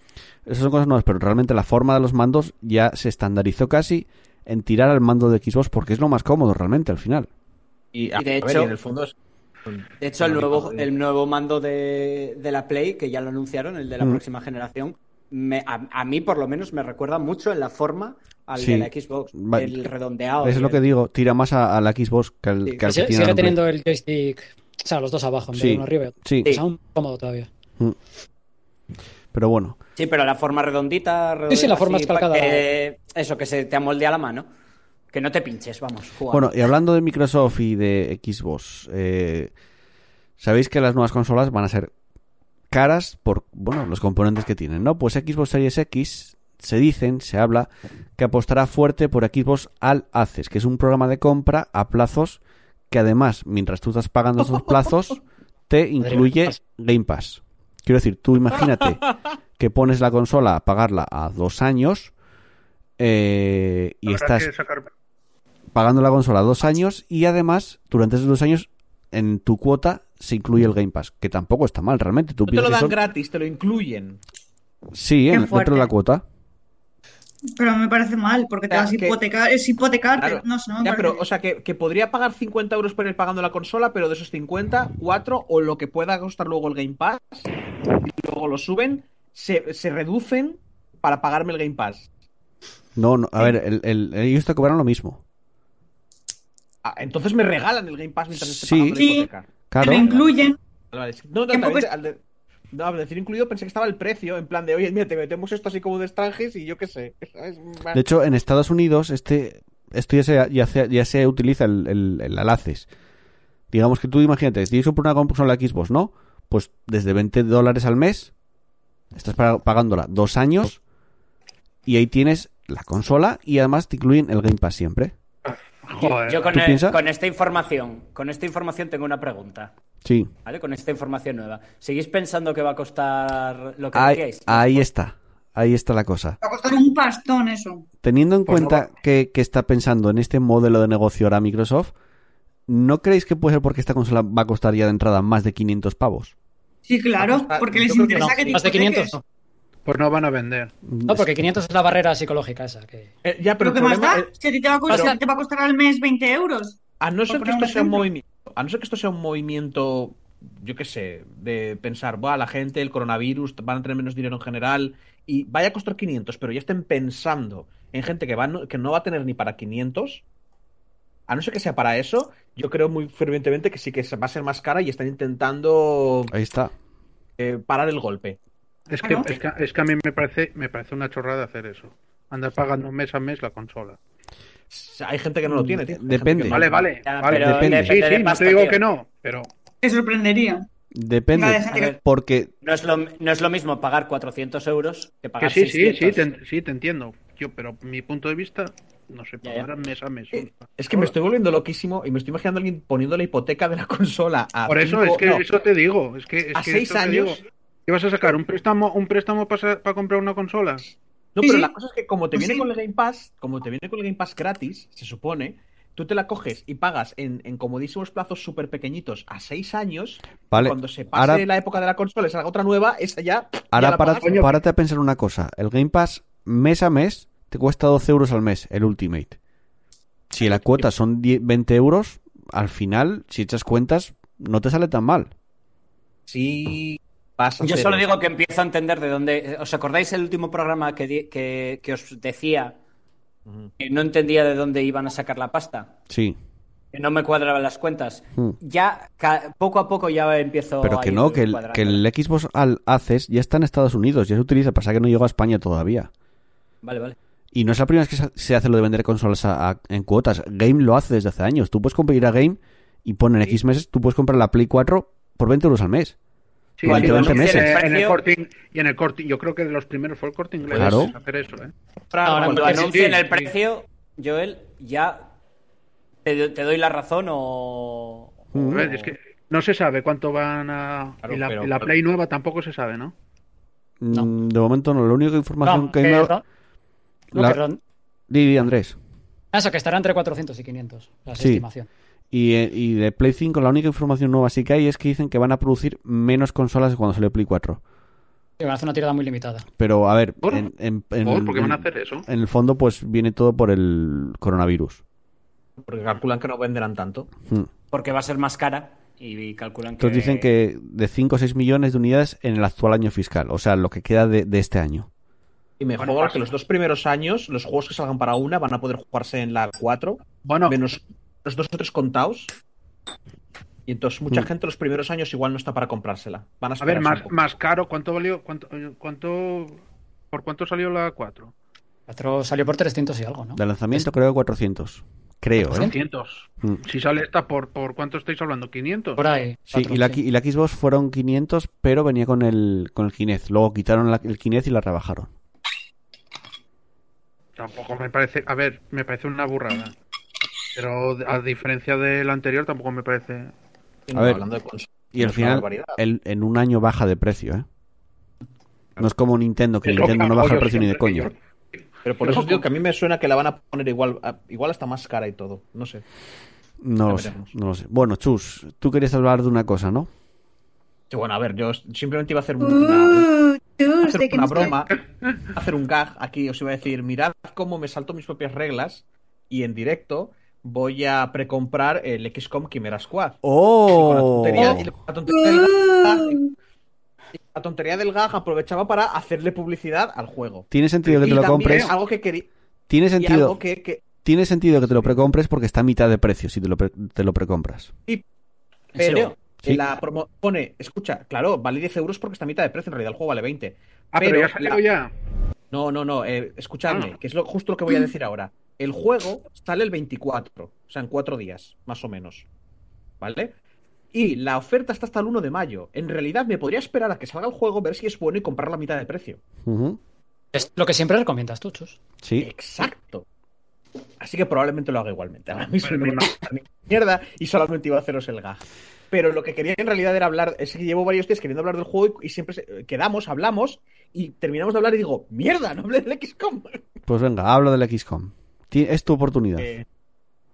Esas son cosas nuevas, pero realmente la forma de los mandos ya se estandarizó casi en tirar al mando de Xbox porque es lo más cómodo realmente al final.
Y,
Y de
a ver,
hecho-
en el fondo es-
De hecho, el nuevo, el nuevo mando de, de la Play, que ya lo anunciaron, el de la
Mm.
próxima generación, me- a, a mí por lo menos me recuerda mucho en la forma al
Sí.
de la Xbox,
Va-
el redondeado.
Eso es lo que digo, tira más a, a la Xbox que al
Ah, Sí.
que, al que
Sí,
tiene
Pues sigue
la Play.
teniendo el joystick, o sea, los dos abajo, en vez
Sí.
de uno arriba. y otro.
Sí,
O sea, aún cómodo todavía.
pero bueno.
Sí, pero la forma redondita.
Sí, sí,
redonda,
la forma
así,
escalcada.
pa' que- eso, que se te amoldea la mano. Que no te pinches, vamos. jugando.
Bueno, y hablando de Microsoft y de Xbox, eh, sabéis que las nuevas consolas van a ser caras por, bueno, los componentes que tienen, ¿no? Pues Xbox Series X, se dicen, se habla, que apostará fuerte por Xbox Al Haces, que es un programa de compra a plazos que además, mientras tú estás pagando esos plazos, te incluye Game Pass. Quiero decir, tú imagínate que pones la consola a pagarla a dos años eh, y
Habrá
estás
que sacar-
pagando la consola dos años y además, durante esos dos años, en tu cuota se incluye el Game Pass, que tampoco está mal realmente. Tú
No te lo
piensas
dan
que son-
gratis, te lo incluyen.
Sí,
Qué
en- dentro
fuerte.
de la cuota.
Pero me parece mal, porque te
Claro,
vas a
que-
hipotecar, es hipotecarte,
Claro.
no sé, no me
Ya,
parece
pero,
bien.
o sea, que, que podría pagar 50 euros por ir pagando la consola, pero de esos 50, 4 o lo que pueda costar luego el Game Pass, y luego lo suben, se, se reducen para pagarme el Game Pass.
No, no, a ver, el, el- ellos te cobran lo mismo.
Ah, entonces me regalan el Game Pass mientras esté
Sí.
pagando la
Sí.
hipoteca.
Te
Claro.
lo incluyen,
Vale, vale. No, no,
Que
también
poco es-
te- al de- no, al decir incluido pensé que estaba el precio, en plan de, oye, mira, te metemos esto así como de extranjes y yo qué sé. ¿sabes?
De hecho, en Estados Unidos, este, esto ya se, ya se, ya se utiliza el, el, el alaces. Digamos que tú imagínate, si yo por una consola Xbox, ¿no? Pues desde 20 dólares al mes, estás pa- pagándola dos años y ahí tienes la consola y además te incluyen el Game Pass siempre.
Joder.
Yo con,
¿Tú
eh,
piensas?
con esta información, con esta información tengo una pregunta.
Sí.
¿Vale? Con esta información nueva. ¿Seguís pensando que va a costar lo que
Ahí,
decíais?
ahí está. Ahí está la cosa.
va a costar un pastón eso.
Teniendo en
Pues no
cuenta que, que está pensando en este modelo de negocio ahora Microsoft, ¿no creéis que puede ser porque esta consola va a costar ya de entrada más de 500 pavos?
Sí,
Va a
claro,
costar-
porque
yo
les
creo que
interesa
no,
que te
Más de 500
hipoteques.
no.
Pues no van a vender.
No, porque 500 es la barrera psicológica esa. Que...
Eh, ya, pero
Lo
el
que más
problema
da,
es-
si a ti te va a costar,
Pero-
te va a costar al mes 20 euros.
A no ser
Por
que
poner un
esto sea un
ejemplo.
movimiento, a no ser que esto sea un movimiento, yo qué sé, de pensar, va, la gente, el coronavirus, van a tener menos dinero en general y vaya a costar 500, pero ya estén pensando en gente que, va, no- que no va a tener ni para 500. A no ser que sea para eso, yo creo muy fervientemente que sí que se- va a ser más cara y están intentando
Ahí está.
eh, parar el golpe.
Es que,
Ah,
Bueno.
es que, es que a mí me parece, me parece una chorrada hacer eso. Andar pagando mes a mes la consola.
O sea, hay gente que no lo tiene, tío. Hay gente
Depende.
que no-
Vale, vale.
Ya,
vale.
pero
depende.
Sí,
de
sí, no
pasta,
te digo
tío.
que no, pero
Te sorprendería. La de
Depende.
gente
A
que-
ver.
Porque
No es, lo, no es lo mismo pagar 400 euros que
que
pagar
sí, sí, sí,
600.
te, sí, te entiendo. Yo, pero mi punto de vista, No sé,
Ya, ya.
palabras mes a mes.
Eh, Es que me estoy volviendo loquísimo y me estoy imaginando a alguien poniendo la hipoteca de la consola a
Por eso
cinco-
es que
no,
eso te digo. Es que, es
a
que
seis
eso te digo.
años.
¿Qué vas a sacar? ¿Un préstamo, un préstamo para, comprar una consola?
No,
Sí,
pero
sí.
la cosa es que como te
Pues
viene
sí.
con el Game Pass, como te viene con el Game Pass gratis, se supone, tú te la coges y pagas en, en comodísimos plazos súper pequeñitos a seis años.
Vale.
Cuando se pase
Ahora-
la época de la consola y salga otra nueva, esa ya. ya
Ahora
la
para,
pagaste.
párate a pensar una cosa. El Game Pass mes a mes te cuesta 12 euros al mes, el Ultimate. Si la cuota son 10 20 euros, al final, si echas cuentas, no te sale tan mal.
Sí, pasa.
Yo solo digo que empiezo a entender de dónde. ¿Os acordáis el último programa que, di- que, que os decía que no entendía de dónde iban a sacar la pasta?
Sí.
Que no me cuadraban las cuentas.
Hmm.
Ya ca- poco a poco ya empiezo
Pero
a
que
ir
no, que el,
cuadrando.
que el Xbox al Access ya está en Estados Unidos, ya se utiliza, pasa que no llegó a España todavía.
Vale, vale.
Y no es la primera vez que se- se hace lo de vender consolas a- a- en cuotas. Game lo hace desde hace años. Tú puedes comprar a Game y ponen X meses, tú puedes comprar la Play 4 por 20 euros al mes.
Sí,
Durante
sí,
20
en-
meses.
eh, En el
Precio-
corte- y en el corte, yo creo que de los primeros fue el corte inglés
Claro.
en hacer eso, ¿eh?
Ahora,
Cuando
cualquier-
anuncien
sí,
el
sí.
precio, Joel, ya te, do- te doy la razón o.
Mm.
A ver, es que no se sabe cuánto van a.
Claro,
y la,
pero-
y la Play nueva tampoco se sabe, ¿no?
No.
Mm, De momento no, la única información
No,
que hay...
perdón. No,
La-
perdón.
Di, di, Andrés.
Eso, que estará entre 400 y 500, la
Sí.
estimación.
Y, eh, y de Play 5 la única información nueva sí que hay es que dicen que van a producir menos consolas que cuando salió Play 4.
Sí, van a hacer una tirada muy limitada.
Pero a ver,
¿Por?
en, en- en-
¿Por, ¿Por qué van a
en-
hacer eso?
en el fondo pues viene todo por el coronavirus.
Porque calculan que no venderán tanto.
Mm.
Porque va a ser más cara y calculan que.
Entonces dicen que de 5 o 6 millones de unidades en el actual año fiscal, o sea, lo que queda de, de este año.
Y me
Bueno,
juego
pasa.
que los dos primeros años, los juegos que salgan para una van a poder jugarse en la 4,
Bueno,
menos los dos o tres contados. Y entonces mucha
Mm.
gente los primeros años igual no está para comprársela. Van a,
a
esperarse
ver,
un
más,
poco.
más caro, ¿cuánto valió? ¿Cuánto, cuánto, ¿Por cuánto salió la 4?
4 salió por 300 y algo, ¿no?
De lanzamiento creo que 400. Creo, ¿eh?
200.
Mm.
Si sale esta, ¿por, por cuánto estáis hablando? ¿500?
Por ahí.
Sí,
cuatro,
y la,
sí.
y la Xbox fueron 500, pero venía con el, con el Kinect. Luego quitaron la- el Kinect y la rebajaron.
Tampoco me parece. A ver, me parece una burrada. Pero a diferencia del anterior, tampoco me parece.
Sí,
a
no,
ver.
hablando de consolas,
Y al
es una
final,
barbaridad.
el- en un año baja de precio, ¿eh? No es como Nintendo, que
Es lo
Nintendo
que
no baja el
apoyo
precio ni de
siempre,
coño.
Pero por eso os digo que a mí me suena que la van a poner igual, a- igual hasta más cara y todo. No sé.
No
Ya
lo sé,
veremos.
no lo sé. Bueno, Chus, tú querías hablar de una cosa, ¿no?
Sí, bueno, a ver, yo simplemente iba a hacer una,
Uh, Dios,
hacer
de que
una
no estoy-
broma, hacer un gag. Aquí os iba a decir, mirad cómo me salto mis propias reglas y en directo voy a precomprar el XCOM Quimera Squad. Y con la
¡Oh!
tontería- y con la tontería del gag-
Uh.
y con la tontería del gag aprovechaba para hacerle publicidad al juego.
Tiene sentido que
Y
te lo
también
compres.
Algo que quería.
Tiene
Y algo
sentido,
que, que-
tiene sentido que te lo precompres porque está a mitad de precio si te lo, pre- te lo precompras.
¿En serio?
Pero
Sí.
la promo pone, escucha, claro, vale 10 euros porque está a mitad de precio. En realidad el juego vale 20.
Ah, pero,
Pero
ya salió
la-
ya.
No, no, no, eh, escuchadme,
Ah.
que es lo, justo lo que voy a decir ahora. El juego sale el 24, o sea, en cuatro días, más o menos. ¿Vale? Y la oferta está hasta el 1 de mayo. En realidad me podría esperar a que salga el juego, ver si es bueno y comprar la mitad de precio.
Ujú,
Es lo que siempre recomiendas tú, Chus.
Sí.
Exacto. Así que probablemente lo haga igualmente. Ahora mismo
Bueno,
no iba a hacer ni mierda y solamente iba a haceros el gag. Pero lo que quería en realidad era hablar, es que llevo varios días queriendo hablar del juego y, y siempre se- quedamos, hablamos y terminamos de hablar y digo, mierda, no hablé del XCOM.
Pues venga, habla del XCOM. Ti- Es tu oportunidad.
Eh,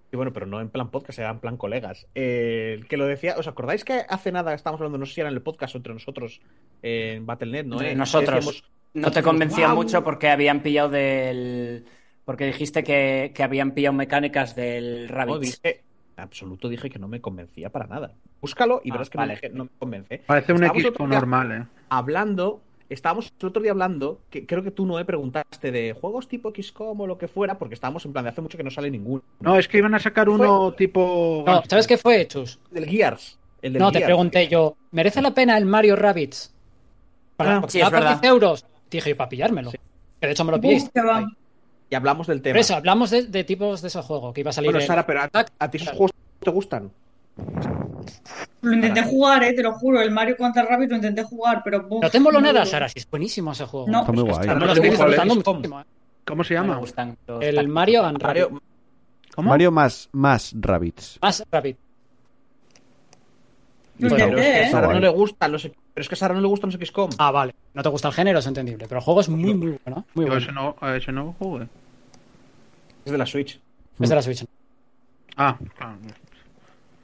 y bueno, pero no en plan podcast, era en plan colegas. Eh, el que lo decía, ¿os acordáis que hace nada estábamos hablando, no sé si era en el podcast o entre nosotros, eh, en Battle.net, ¿no?
Entre
Eh,
nosotros.
decíamos-
No te convencía
¡Guau!
mucho porque habían pillado del. Porque dijiste que, que habían pillado mecánicas del
No,
Rabbit.
dije, Eh, en absoluto dije que no me convencía para nada. Búscalo y
Ah,
verás que
vale.
no, me, no me convence.
Parece un
Estábamos
XCOM
otro día
normal, ¿eh?
Hablando, estábamos el otro día hablando, que creo que tú no me preguntaste de juegos tipo XCOM o lo que fuera, porque estábamos en plan de hace mucho que no sale ninguno.
No, es que iban a sacar uno tipo.
No, ¿sabes qué fue, Chus?
Del Gears. El del
No, te
Gears.
pregunté yo, ¿merece la pena el Mario Rabbits? Para
Ah,
porque
sí, es
estaba por
verdad.
10 euros. Dije yo, para pillármelo.
Sí.
Que de hecho me lo
Uf,
pilléis.
que va.
Y hablamos del tema.
Por eso, hablamos de, de tipos de ese juego que iba a salir.
Bueno,
el-
Sara, pero a,
Attack.
a ti esos juegos te gustan.
Lo intenté jugar, eh, te lo juro. El Mario contra Rabbit lo intenté jugar, pero. buf,
No te molo
no
nada,
lo-
Sara, si es buenísimo ese juego.
No.
Está muy
Es que
pues
guay.
ahora me lo
Pero
estoy
es que
disfrutando
joder, es
muchísimo, eh.
¿Cómo se
No me
llama?
gustan los
El
tácticos.
Mario and Rabbit.
Mario,
¿Cómo?
Mario más, más Rabbits.
Más Rabbit.
Lo
Bueno,
intenté,
es que a
¿eh?
Sara no
Guay.
le gustan los pero es que a Sara no le gustan los XCOM.
Ah, vale. No te gusta el género, es entendible. Pero el juego es muy, muy bueno. ¿eh? Muy
Yo
bueno.
ese no, a ese no jugué.
Es de la Switch.
Es de la Switch.
Ah, claro.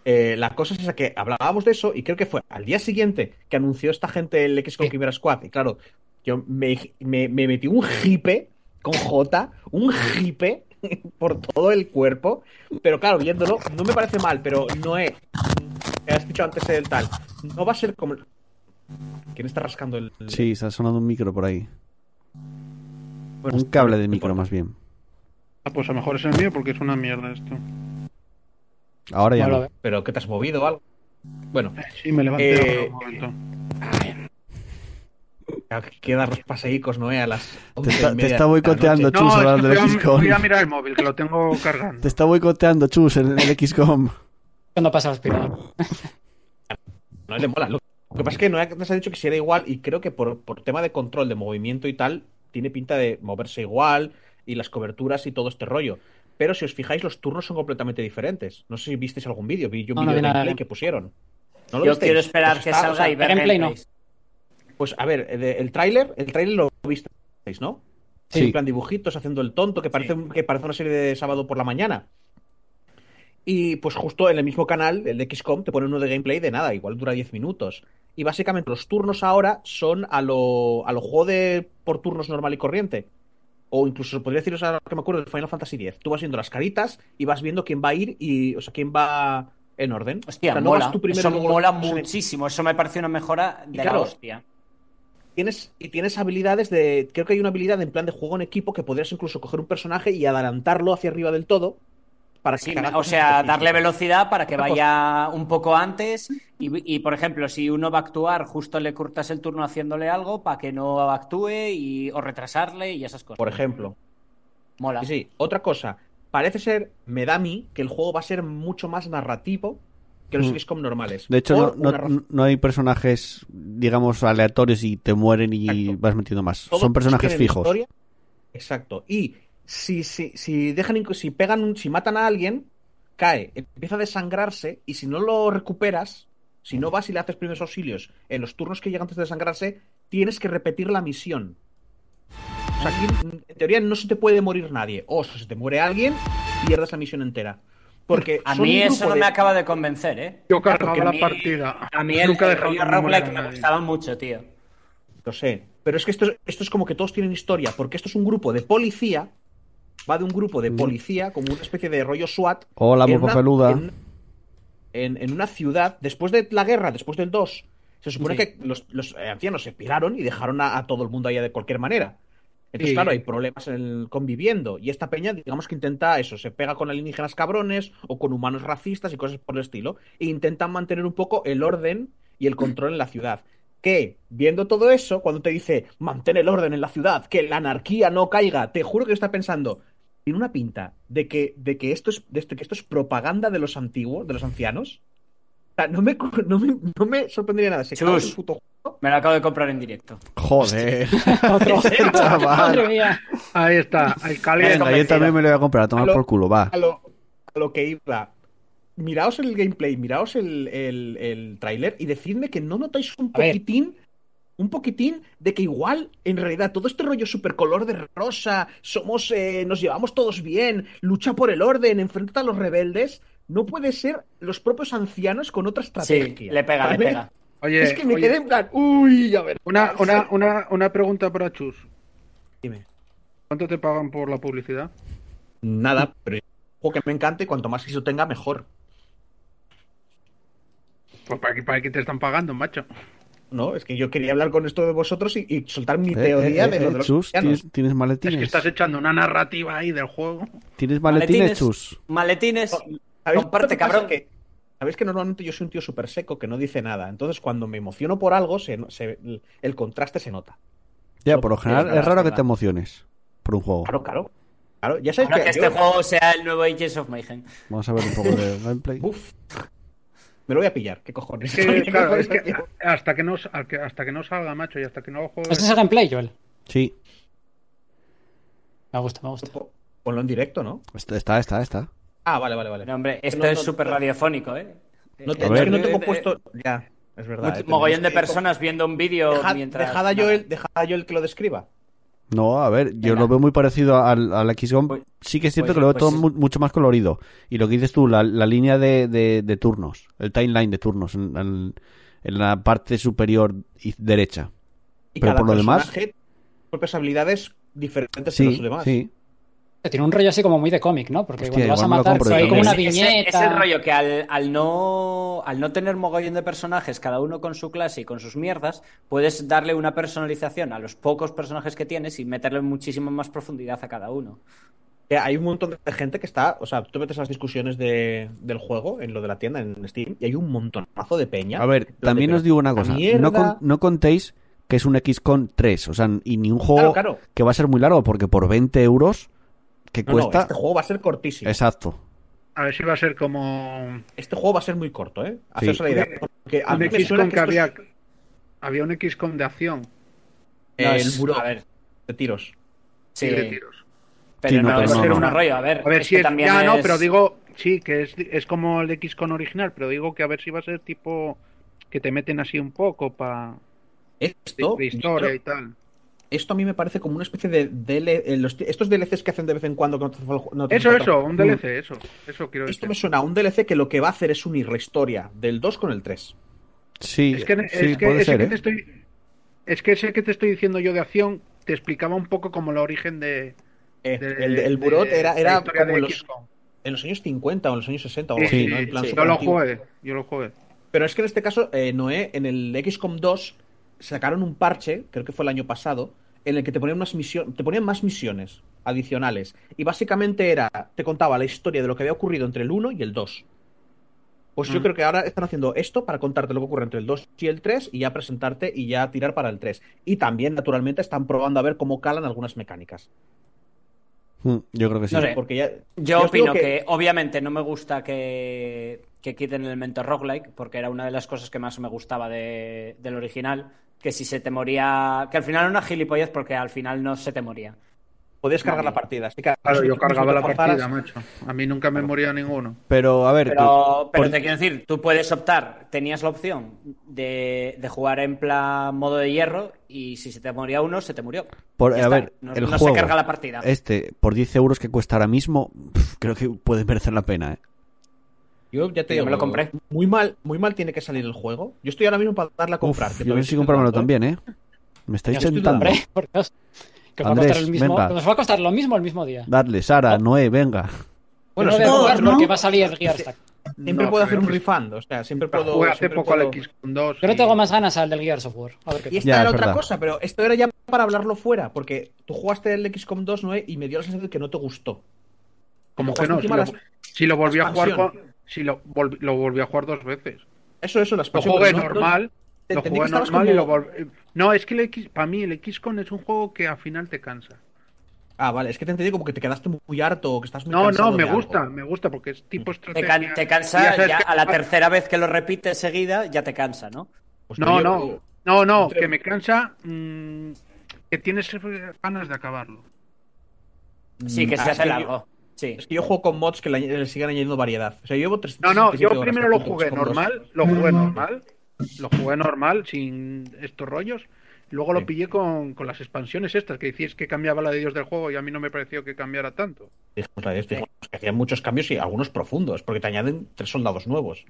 Eh, la cosa es esa que hablábamos de eso y creo que fue al día siguiente que anunció esta gente el XCOM
Sí.
Quimera Squad. Y claro, yo me, me- me metí un jipe con J, un jipe por todo el cuerpo. Pero claro, viéndolo, no me parece mal, pero no es. que Has dicho antes del tal. No va a ser como. ¿Quién está rascando el.?
Sí, se ha sonado un micro por ahí.
Bueno,
un cable de
Pues no
micro,
importa.
más bien.
Ah, pues a lo mejor es el mío porque es una mierda esto.
Ahora ya
No lo
no.
veo.
¿Pero que te has movido o algo? Bueno,
Sí, me levanté
Eh,
un momento.
que dar los paseicos, ¿no? eh? A las.
Te
11 y
está, te
media
está
de la
boicoteando
noche.
Chus
No, es
hablando
que
del
voy, a,
XCOM.
voy a mirar el móvil, que lo tengo cargando.
Te está boicoteando, Chus, en el XCOM.
Cuando pasa los pilotos.
No le mola. Lo lo que pasa es que no ha- nos ha dicho que si era igual y creo que por, por tema de control, de movimiento y tal, tiene pinta de moverse igual y las coberturas y todo este rollo. Pero si os fijáis, los turnos son completamente diferentes. No sé si visteis algún vídeo. Vi yo un
No, no
vídeo
vi
de
nada.
gameplay que pusieron. ¿No lo
Yo
visteis?
quiero esperar
Pues
que
está-
salga
o sea,
y ver
gameplay no.
gameplays.
Pues a ver, el, el tráiler, el tráiler lo visteis, ¿no?
Sí.
En plan dibujitos, haciendo el tonto, que parece, un- que parece una serie de sábado por la mañana. Y pues justo en el mismo canal, el de XCOM, te pone uno de gameplay de nada, igual dura 10 minutos. Y básicamente los turnos ahora son a lo, a lo juego de por turnos normal y corriente. O incluso podría deciros ahora que me acuerdo del Final Fantasy X. Tú vas viendo las caritas y vas viendo quién va a ir y, o sea, quién va en orden.
Hostia,
O sea, no
mola.
vas tú primero
eso
y luego los
mola
otros en el-
muchísimo. Eso me parece una mejora de la
claro,
hostia.
tienes, y tienes habilidades de. Creo que hay una habilidad en plan de juego en equipo que podrías incluso coger un personaje y adelantarlo hacia arriba del todo. Para que
Sí,
haga
o
cosas
sea,
específicas.
darle velocidad para que vaya un poco antes y, y, por ejemplo, si uno va a actuar, justo le cortas el turno haciéndole algo para que no actúe y, o retrasarle y esas cosas.
Por ejemplo.
Mola.
Sí, sí. Otra cosa. Parece ser, me da a mí, que el juego va a ser mucho más narrativo que los
Mm.
XCOM normales.
De hecho,
Por
no,
una razón.
no, no hay personajes, digamos, aleatorios y te mueren y
Exacto.
vas metiendo más.
Todos
Son personajes
tienen
fijos.
historia. Exacto. Y si, si, si dejan inc- si pegan un- si matan a alguien, cae, empieza a desangrarse, y si no lo recuperas, si no vas y le haces primeros auxilios en los turnos que llega antes de desangrarse, tienes que repetir la misión. O sea, aquí, en teoría, no se te puede morir nadie. O si se te muere alguien, pierdes la misión entera. Porque
A
son
mí
un
eso
grupo
no
de-
me acaba de convencer, ¿eh?
Yo
Porque
cargaba
a
la
mí-
partida.
A mí el,
Nunca
el
dejaba
rollo
que me
roguelike
muriera
me
nadie.
gustaba mucho, tío.
Lo sé. Pero es que esto, es- esto es como que todos tienen historia, porque esto es un grupo de policía. Va de un grupo de policía, como una especie de rollo SWAT.
Hola,
en
mopa
una-
peluda.
En, en- en una ciudad, después de la guerra, después del 2, se supone que los, los, eh, ancianos se piraron y dejaron a, a todo el mundo allá de cualquier manera. Entonces,
Sí.
claro, hay problemas en el conviviendo. Y esta peña, digamos que intenta eso, se pega con alienígenas cabrones o con humanos racistas y cosas por el estilo. E intentan mantener un poco el orden y el control en la ciudad. Que, viendo todo eso, cuando te dice, mantén el orden en la ciudad, que la anarquía no caiga, te juro que yo estaba pensando, tiene una pinta de que, de que, esto, es, de esto- que esto es propaganda de los antiguos, de los ancianos. O sea, no me, cu- no me, no me sorprendería nada. Se acaba
Chus.
el puto juego.
Me lo acabo de comprar en directo.
Joder. Este
Otro.
chaval.
Madre mía.
Ahí está, el
Me
caliente.
convencido.
Venga, yo también me lo voy a comprar, a tomar
Aló.
por culo, va.
A lo, a lo que iba. Miraos el gameplay, miraos el, el, el tráiler y decidme que no notáis un
A ver.
poquitín. Un poquitín de que igual, en realidad, todo este rollo super color de rosa, somos, eh, nos llevamos todos bien, lucha por el orden, enfrenta a los rebeldes, no puede ser los propios ancianos con otra
Sí,
estrategia.
le pega, le
¿Vale?
pega.
Oye,
Es que me
oye,
quedé en plan, uy, ya ver.
una, una, una, una pregunta para Chus.
Dime.
¿Cuánto te pagan por la publicidad?
Nada, pero es un juego que me encante, cuanto más eso tenga, mejor.
Pues para qué, para qué te están pagando, macho.
No, es que yo quería hablar con esto de vosotros y, y soltar mi
Eh,
teoría
eh,
de
eh,
lo de los
Chus,
cristianos.
¿tienes, tienes
Es
maletines?
que estás echando una narrativa ahí del juego.
¿Tienes maletines,
Maletines.
Chus?
Maletines.
¿Sabéis
Comparte,
lo que pasa?
cabrón.
Que, Sabéis que normalmente yo soy un tío súper seco que no dice nada. Entonces, cuando me emociono por algo, se, se- el contraste se nota.
Ya,
Solo
por lo general,
tienes
es raro que
narrativa.
te emociones por un juego.
Claro, claro. Claro, ya sabéis
Ahora que
que, yo-
este juego sea el nuevo Ages of Mayhem.
Vamos a ver un poco de gameplay.
Uf. me lo voy a pillar. ¿Qué cojones?
Es que,
¿Qué
claro,
cojones
es que
me pillo?
hasta que no, sa- al que- hasta que no salga, macho, y hasta que no lo
Este es
juegues.
el gameplay, Joel.
Sí.
Me gusta, me gusta.
Ponlo en directo, ¿no?
Está, está, está. está.
Ah, vale, vale, vale.
Pero, hombre, esto
No, no,
es súper
no.
radiofónico, ¿eh?
No te-
A
es
ver.
que no tengo
Eh, eh,
puesto. Ya, es verdad. eh,
Mucho-
tenemos
mogollón de
que-
personas viendo un vídeo
Dejad,
mientras.
dejad a Joel, dejad a Joel que lo describa.
No, a ver, yo
Venga.
lo veo muy parecido al, al XCOM.
Pues-
sí que es cierto
pues-
que lo veo
pues
todo
es-
mu- mucho más colorido. Y lo que dices tú, la, la línea de, de- de turnos, el timeline de turnos en, en- en la parte superior y derecha.
Y
Pero
cada
por lo demás-
personaje tiene propias habilidades diferentes de
Sí,
los demás.
sí.
Tiene un rollo así como muy de cómic, ¿no? Porque
Hostia,
cuando vas a
igual me lo
matar
compro
hay
yo
como una
Ese- ese-
viñeta.
ese rollo que al, al no, al no tener mogollón de personajes, cada uno con su clase y con sus mierdas, puedes darle una personalización a los pocos personajes que tienes y meterle muchísima más profundidad a cada uno.
Que Hay un montón de gente que está. O sea, tú metes las discusiones de- del juego en lo de la tienda en Steam y hay un montonazo de peña.
A ver, también os digo una cosa. No, con-
mierda.
no contéis que es un XCOM 3, o sea, y ni un
Claro,
juego
claro.
que va a ser muy largo, porque por 20 euros que
No, no,
cuesta...
este juego va a ser cortísimo.
Exacto.
A ver si va a ser como.
Este juego va a ser muy corto, ¿eh? Haceos
Sí.
la idea. Porque a
Un
mí me suena
XCOM
que
que
esto es-
había. Había un XCOM de acción
eh,
No,
el
es-
buró
a ver,
de tiros.
sí,
y de tiros.
pero
Sí, no,
no,
pero
es
no,
el
no.
mismo rollo. A ver,
A ver
es
si
que
es.
también
Ya, no,
es-
pero digo. Sí, que es, es como el XCOM original, pero digo que a ver si va a ser tipo. Que te meten así un poco para. De,
Esto,
de historia y tal.
esto a mí me parece como una especie de DL, eh, los- estos DLCs que hacen de vez en cuando que no te hace fal- no te hace
Eso,
falta-
eso, un DLC, eso. Eso quiero decir.
Esto me suena a un DLC que lo que va a hacer es unir la historia del 2 con el 3.
Sí,
Es que,
sí,
es que
puede
ese
ser,
que
¿eh?
te estoy. Es que ese que te estoy diciendo yo de acción te explicaba un poco como el origen de.
Eh,
de-
el, el
de-
Burot
de
era,
la
era
historia
como
de
en los,
XCOM.
en los años 50 o en los años 60 o
Sí,
algo así,
sí,
¿no? En plan
sí.
súper
yo lo
antiguo.
jugué, yo lo jugué.
Pero es que en este caso, eh, Noé, en el XCOM 2 sacaron un parche, creo que fue el año pasado, en el que te ponían, unas misio- te ponían más misiones adicionales. Y básicamente era, te contaba la historia de lo que había ocurrido entre el 1 y el 2. Pues yo
Mm.
creo que ahora están haciendo esto para contarte lo que ocurre entre el 2 y el 3 y ya presentarte y ya tirar para el 3. Y también, naturalmente, están probando a ver cómo calan algunas mecánicas.
Mm, Yo creo que sí.
No sé.
Porque ya, ya
Yo
os digo
opino que... obviamente no me gusta que, que quiten el elemento roguelike, porque era una de las cosas que más me gustaba de- del original. Que si se te moría. Que al final era una gilipollez, porque al final no se te moría.
podías cargar la partida. Así que-
Claro, yo
no
cargaba
te
la
forzaras-
partida, macho. A mí nunca me moría ninguno.
Pero, a ver,
Pero, pero
por-
te quiero decir, tú puedes optar, tenías la opción de, de jugar en plan modo de hierro y si se te moría uno, se te murió.
Por-
Ya
a
está,
ver,
no,
el
no
juego,
se carga la partida.
este, por 10 euros que cuesta ahora mismo, pf, creo que puede merecer la pena, ¿eh?
Yo ya te
Yo
digo,
me lo compré.
Muy mal, muy mal tiene que salir el juego. Yo estoy ahora mismo para darle a comprar.
Uf,
te
yo no
podéis
sé si
ir
comprármelo
dudando, ¿eh?
también, ¿eh? Me estáis
Yo estoy
tentando.
hombre, por Dios. Que os va a
Andrés,
costar el mismo-
venga.
nos va a costar lo mismo el mismo día.
Dadle, Sara, Noé, venga.
Bueno, siempre,
Yo no voy a
todos,
jugar
puedo-
¿no?
porque va a salir el Gears Tactics.
siempre
No,
puedo
pero
hacer un
es-
rifando. O sea, siempre puedo.
Jugué hace
siempre
poco
puedo-
al XCOM 2.
Yo le
y-
tengo más ganas al del Gears of War. A ver qué
Y
tal.
esta
Ya,
era
es
otra
verdad.
cosa, pero esto era ya para hablarlo fuera, porque tú jugaste el XCOM 2, Noé, y me dio la sensación de que no te gustó.
Como
Jugaste
que no, si
encima
lo,
las-
si lo volví a jugar
expansión.
con- si lo, volví, lo volví a jugar dos veces.
Eso, eso, las
Lo
pasiones,
jugué
¿no?
normal,
Te-
lo
entendí que
jugué
estabas
normal y lo
como-
volví... No, es que el X, para mí el XCOM es un juego que al final te cansa.
Ah, vale, es que te entendí como que te quedaste muy harto o que estás muy
No,
cansado
no, me
de algo.
gusta, me gusta porque es tipo
Te,
estrategia.
can- te
y
cansa,
sabes
ya
que-
a la tercera vez que lo repites seguida, ya te cansa, ¿no?
Pues
No,
yo-
no, no, no,
Entre-
que me cansa mm, que tienes eh, ganas de acabarlo.
Sí, que
Ah,
se
es
hace
que yo-
largo. Sí.
Es que yo juego con mods que le, le sigan añadiendo variedad. O sea, yo llevo tres.
No, no, yo primero lo jugué normal, lo jugué normal, lo jugué normal, sin estos rollos. Luego
Sí.
lo pillé con, con las expansiones estas, que decís que cambiaba la de Dios del juego y a mí no me pareció que cambiara tanto.
Dijimos la de este, dijimos que hacían muchos cambios y algunos profundos, porque te añaden tres soldados nuevos.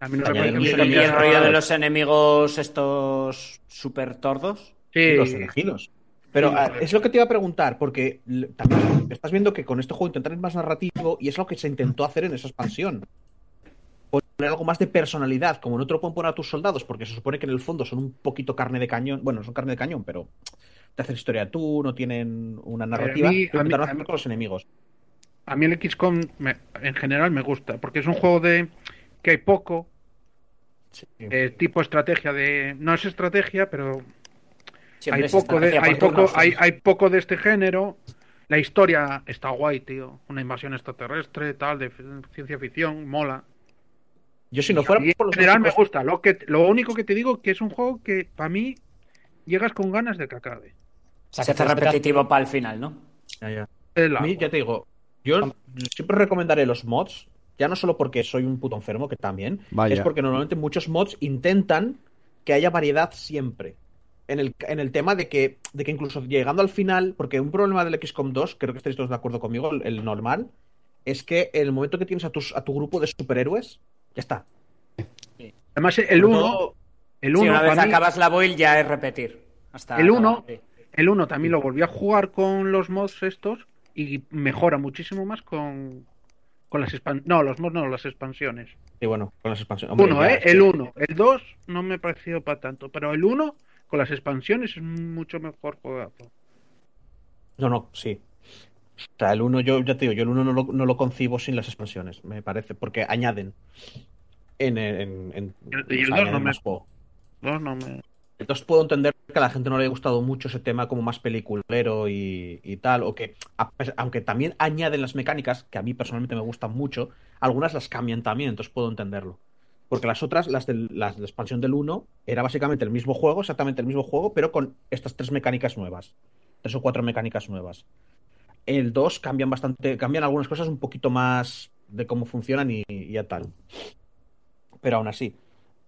A mí no me
Añadir
Y,
pareció que
mucho
y el
cambiara-
rollo de
cambiara.
los enemigos estos super tordos.
y Los
Sí,
elegidos. Pero
Sí,
ah,
joder.
es lo que te iba a preguntar, porque l- también estás viendo que con este juego intentan ir más narrativo y es lo que se intentó hacer en esa expansión. Poner algo más de personalidad, como no te lo pueden poner a tus soldados, porque se supone que en el fondo son un poquito carne de cañón. Bueno, no son carne de cañón, pero te hacen historia tú, no tienen una
a
narrativa.
mí-
pero
a mí-
intentaron
a
hacer
mí-
con los enemigos.
A mí el XCOM me- en general me gusta, porque es un juego de que hay poco, eh, tipo estrategia de... No es estrategia, pero
Siempre
hay
es
poco, de,
estrategia
hay,
por
poco,
turnos.
hay, hay poco de este género. La historia está guay, tío. Una invasión extraterrestre, tal, de fi- ciencia ficción, mola.
Yo si no fuera
Y en
por los
general me
gráficos-
gusta. Lo, que, lo único que te digo que es un juego que para mí llegas con ganas de que acabe.
O sea,
se
que
hace
te-
repetitivo para el final, ¿no?
Ya, ya.
El
A mí,
agua.
ya te digo, yo siempre recomendaré los mods, ya no solo porque soy un puto enfermo, que también,
Vaya.
es porque normalmente muchos mods intentan que haya variedad siempre. En el, en el tema de que, de que incluso llegando al final, porque un problema del XCOM 2, creo que estáis todos de acuerdo conmigo, el, el normal, es que en el momento que tienes a, tus, a tu grupo de superhéroes, ya está.
Además, el
Sobre
1,
todo-
el
si
1
una vez
para mí-
acabas la build ya es repetir. Hasta
El uno-
sí.
el 1 también lo volví a jugar con los mods estos y mejora muchísimo más con, con las expansiones. No, los mods no, las expansiones.
Y bueno, con las expansiones. hombre,
Uno,
ya,
¿eh?
es que-
El 1. El 2 no me pareció para tanto, pero el 1 con las expansiones es mucho mejor jugazo.
No, no, sí. O sea, el 1, yo ya te digo, yo el 1 no lo, no lo concibo sin las expansiones, me parece, porque añaden en, en, en-
Y el
o sea,
dos no
añaden
me-
más juego.
No, no me...
Entonces puedo entender que a la gente no le haya gustado mucho ese tema como más peliculero y, y tal, o que a pes- aunque también añaden las mecánicas, que a mí personalmente me gustan mucho, algunas las cambian también, entonces puedo entenderlo. Porque las otras, las, del- las de la expansión del 1, era básicamente el mismo juego, exactamente el mismo juego, pero con estas tres mecánicas nuevas. Tres o cuatro mecánicas nuevas. El 2 cambian bastante, cambian algunas cosas un poquito más de cómo funcionan y, y ya tal. Pero aún así,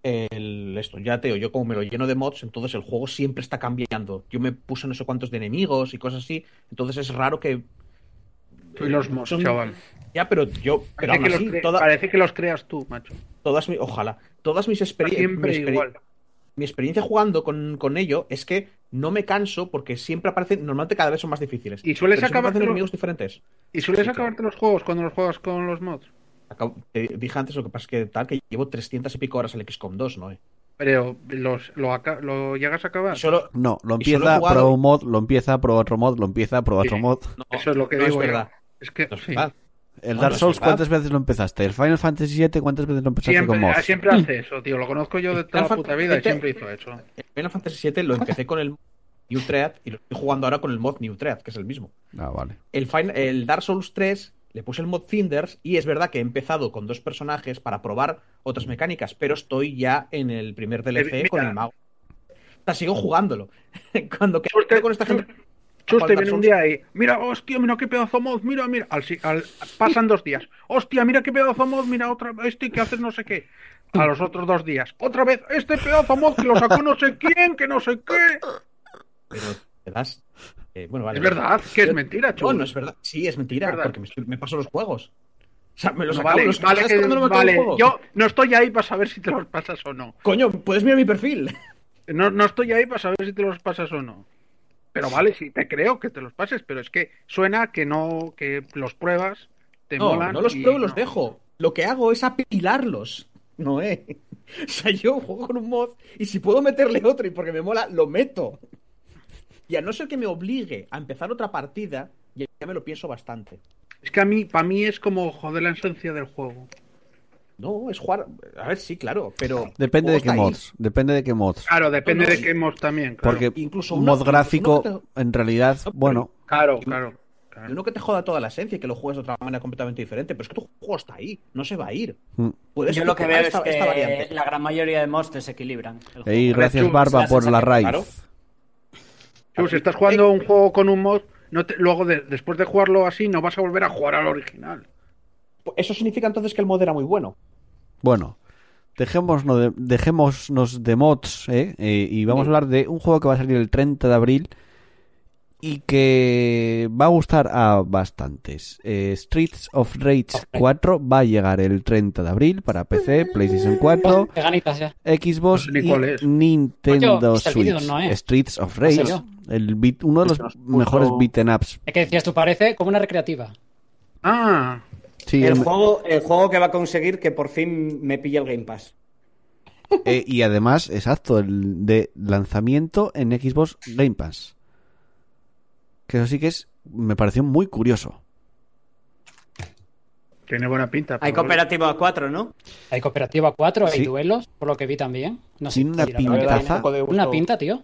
el- esto, ya te digo, yo como me lo lleno de mods, entonces el juego siempre está cambiando. Yo me puse no sé cuántos de enemigos y cosas así, entonces es raro que.
Y los mods,
Son-
chaval.
Ya, pero yo. Pero
Parece
aún
que, los
así,
cre-
toda-
parece que los creas tú, macho.
todas mis. Ojalá. Todas mis experiencias.
Siempre igual.
mi experiencia jugando con, con ello es que no me canso porque siempre aparecen, normalmente cada vez son más difíciles.
Y sueles
Pero siempre
acabarte
aparecen
los-
enemigos diferentes.
¿Y sueles
Sí,
acabarte los juegos cuando los juegas con los mods?
Acabo- te dije antes lo que pasa es que tal, que llevo 300 y pico horas al XCOM 2, ¿no?
Pero los, lo, aca- lo llegas a acabar.
Y solo...
No, lo
Y solo
empieza,
he jugado-
prueba un mod, lo empieza, prueba otro mod, lo empieza, prueba otro
Sí.
mod.
no,
Eso es lo que
no
digo
Es
yo.
verdad.
Es que
No es
sí.
verdad.
El
No,
Dark
no,
Souls,
es verdad.
¿cuántas veces lo empezaste? El Final Fantasy VII, ¿cuántas veces lo empezaste
siempre,
con mod?
ah, siempre
Mm.
hace eso, tío. Lo conozco yo de toda la
Final
puta vida y
Fantasy-
siempre hizo eso.
El Final Fantasy VII lo empecé con el mod New Thread y lo estoy jugando ahora con el mod New Thread, que es el mismo.
Ah, vale.
El, Fin- el Dark Souls 3 le puse el mod Cinders y es verdad que he empezado con dos personajes para probar otras mecánicas, pero estoy ya en el primer DLC
Eh, mira.
con el mago. O sea, sigo jugándlo. Cuando que
Usted-
con esta gente...
Chus te
Dark
viene un
Souls.
día y mira, hostia, mira qué pedazo mod, mira, mira. Al, si- al- pasan dos días. Hostia, mira qué pedazo mod, mira otra este que hace no sé qué. A los otros dos días. Otra vez, este pedazo mod que lo sacó no sé quién, que no sé qué.
Pero te das... eh, bueno, vale.
Es verdad, que es
Yo-
mentira,
No,
Chus.
no es verdad. Sí, es mentira,
Es verdad.
porque me, estoy- me paso los juegos. O sea, me los
No,
acabo,
vale,
los-
vale,
¿sabes
que-
cuándo no me acabo el
vale.
juego?
Yo no estoy ahí para saber si te los pasas o no.
Coño, puedes mirar mi perfil.
No, no estoy ahí para saber si te los pasas o no. Pero vale, sí, te creo que te los pases, pero es que suena que no, que los pruebas, te
No,
molan.
no los
y
pruebo y los
no.
dejo. Lo que hago es apilarlos. No, eh. O sea, yo juego con un mod y si puedo meterle otro y porque me mola, lo meto. Y a no ser que me obligue a empezar otra partida, ya ya me lo pienso bastante.
Es que a mí, para mí es como joder la esencia del juego.
No, es jugar. A ver, sí, claro, pero.
Depende
el
de
juego
qué
está ahí.
mods. Depende de qué mods.
Claro, depende
No, no,
de
y-
qué mod también. Claro.
Porque
incluso
un
uno-
mod gráfico,
uno
en realidad,
pero-
bueno,
claro, claro.
Y uno que te joda toda la esencia y que lo juegues de otra manera completamente diferente. Pero es que tu juego está ahí, no se va a ir.
Mm.
Puedes
Yo lo que
jugar
veo
esta-
es que
esta variante.
la gran mayoría de mods desequilibran. el juego.
Ey, gracias
Chus,
Barba
la
por la
sensación,
raíz.
claro.
Chus, si estás
eh.
jugando un juego con un mod, no te- luego de- después de jugarlo así, no vas a volver a jugar al original.
Eso significa entonces que el mod era muy bueno.
Bueno, dejémonos de, dejémonos de mods, ¿eh? Eh, y vamos a hablar de un juego que va a salir el 30 de abril y que va a gustar a bastantes. Eh, Streets of Rage 4 va a llegar el 30 de abril para PC, PlayStation 4,
Qué ganitas ya.
Xbox
No sé ni cuál es.
y Nintendo
Coño, está el
Switch.
vídeo, ¿no, eh?
Streets of Rage,
Pásalo.
el beat- uno de los mejores beaten ups.
Es que decías, tú parece como una recreativa.
Ah,
Sí,
El
em-
juego, el juego que va a conseguir que por fin me pille el Game Pass.
eh, y además, exacto, el de lanzamiento en Xbox Game Pass. Que eso sí que es, me pareció muy curioso.
tiene buena pinta.
Hay
pero-
cooperativo a 4, ¿no?
Hay cooperativa 4, hay
Sí.
duelos, por lo que vi también. No sé,
Tiene una
sí, la verdad,
pintaza.
tiene Una pinta, tío.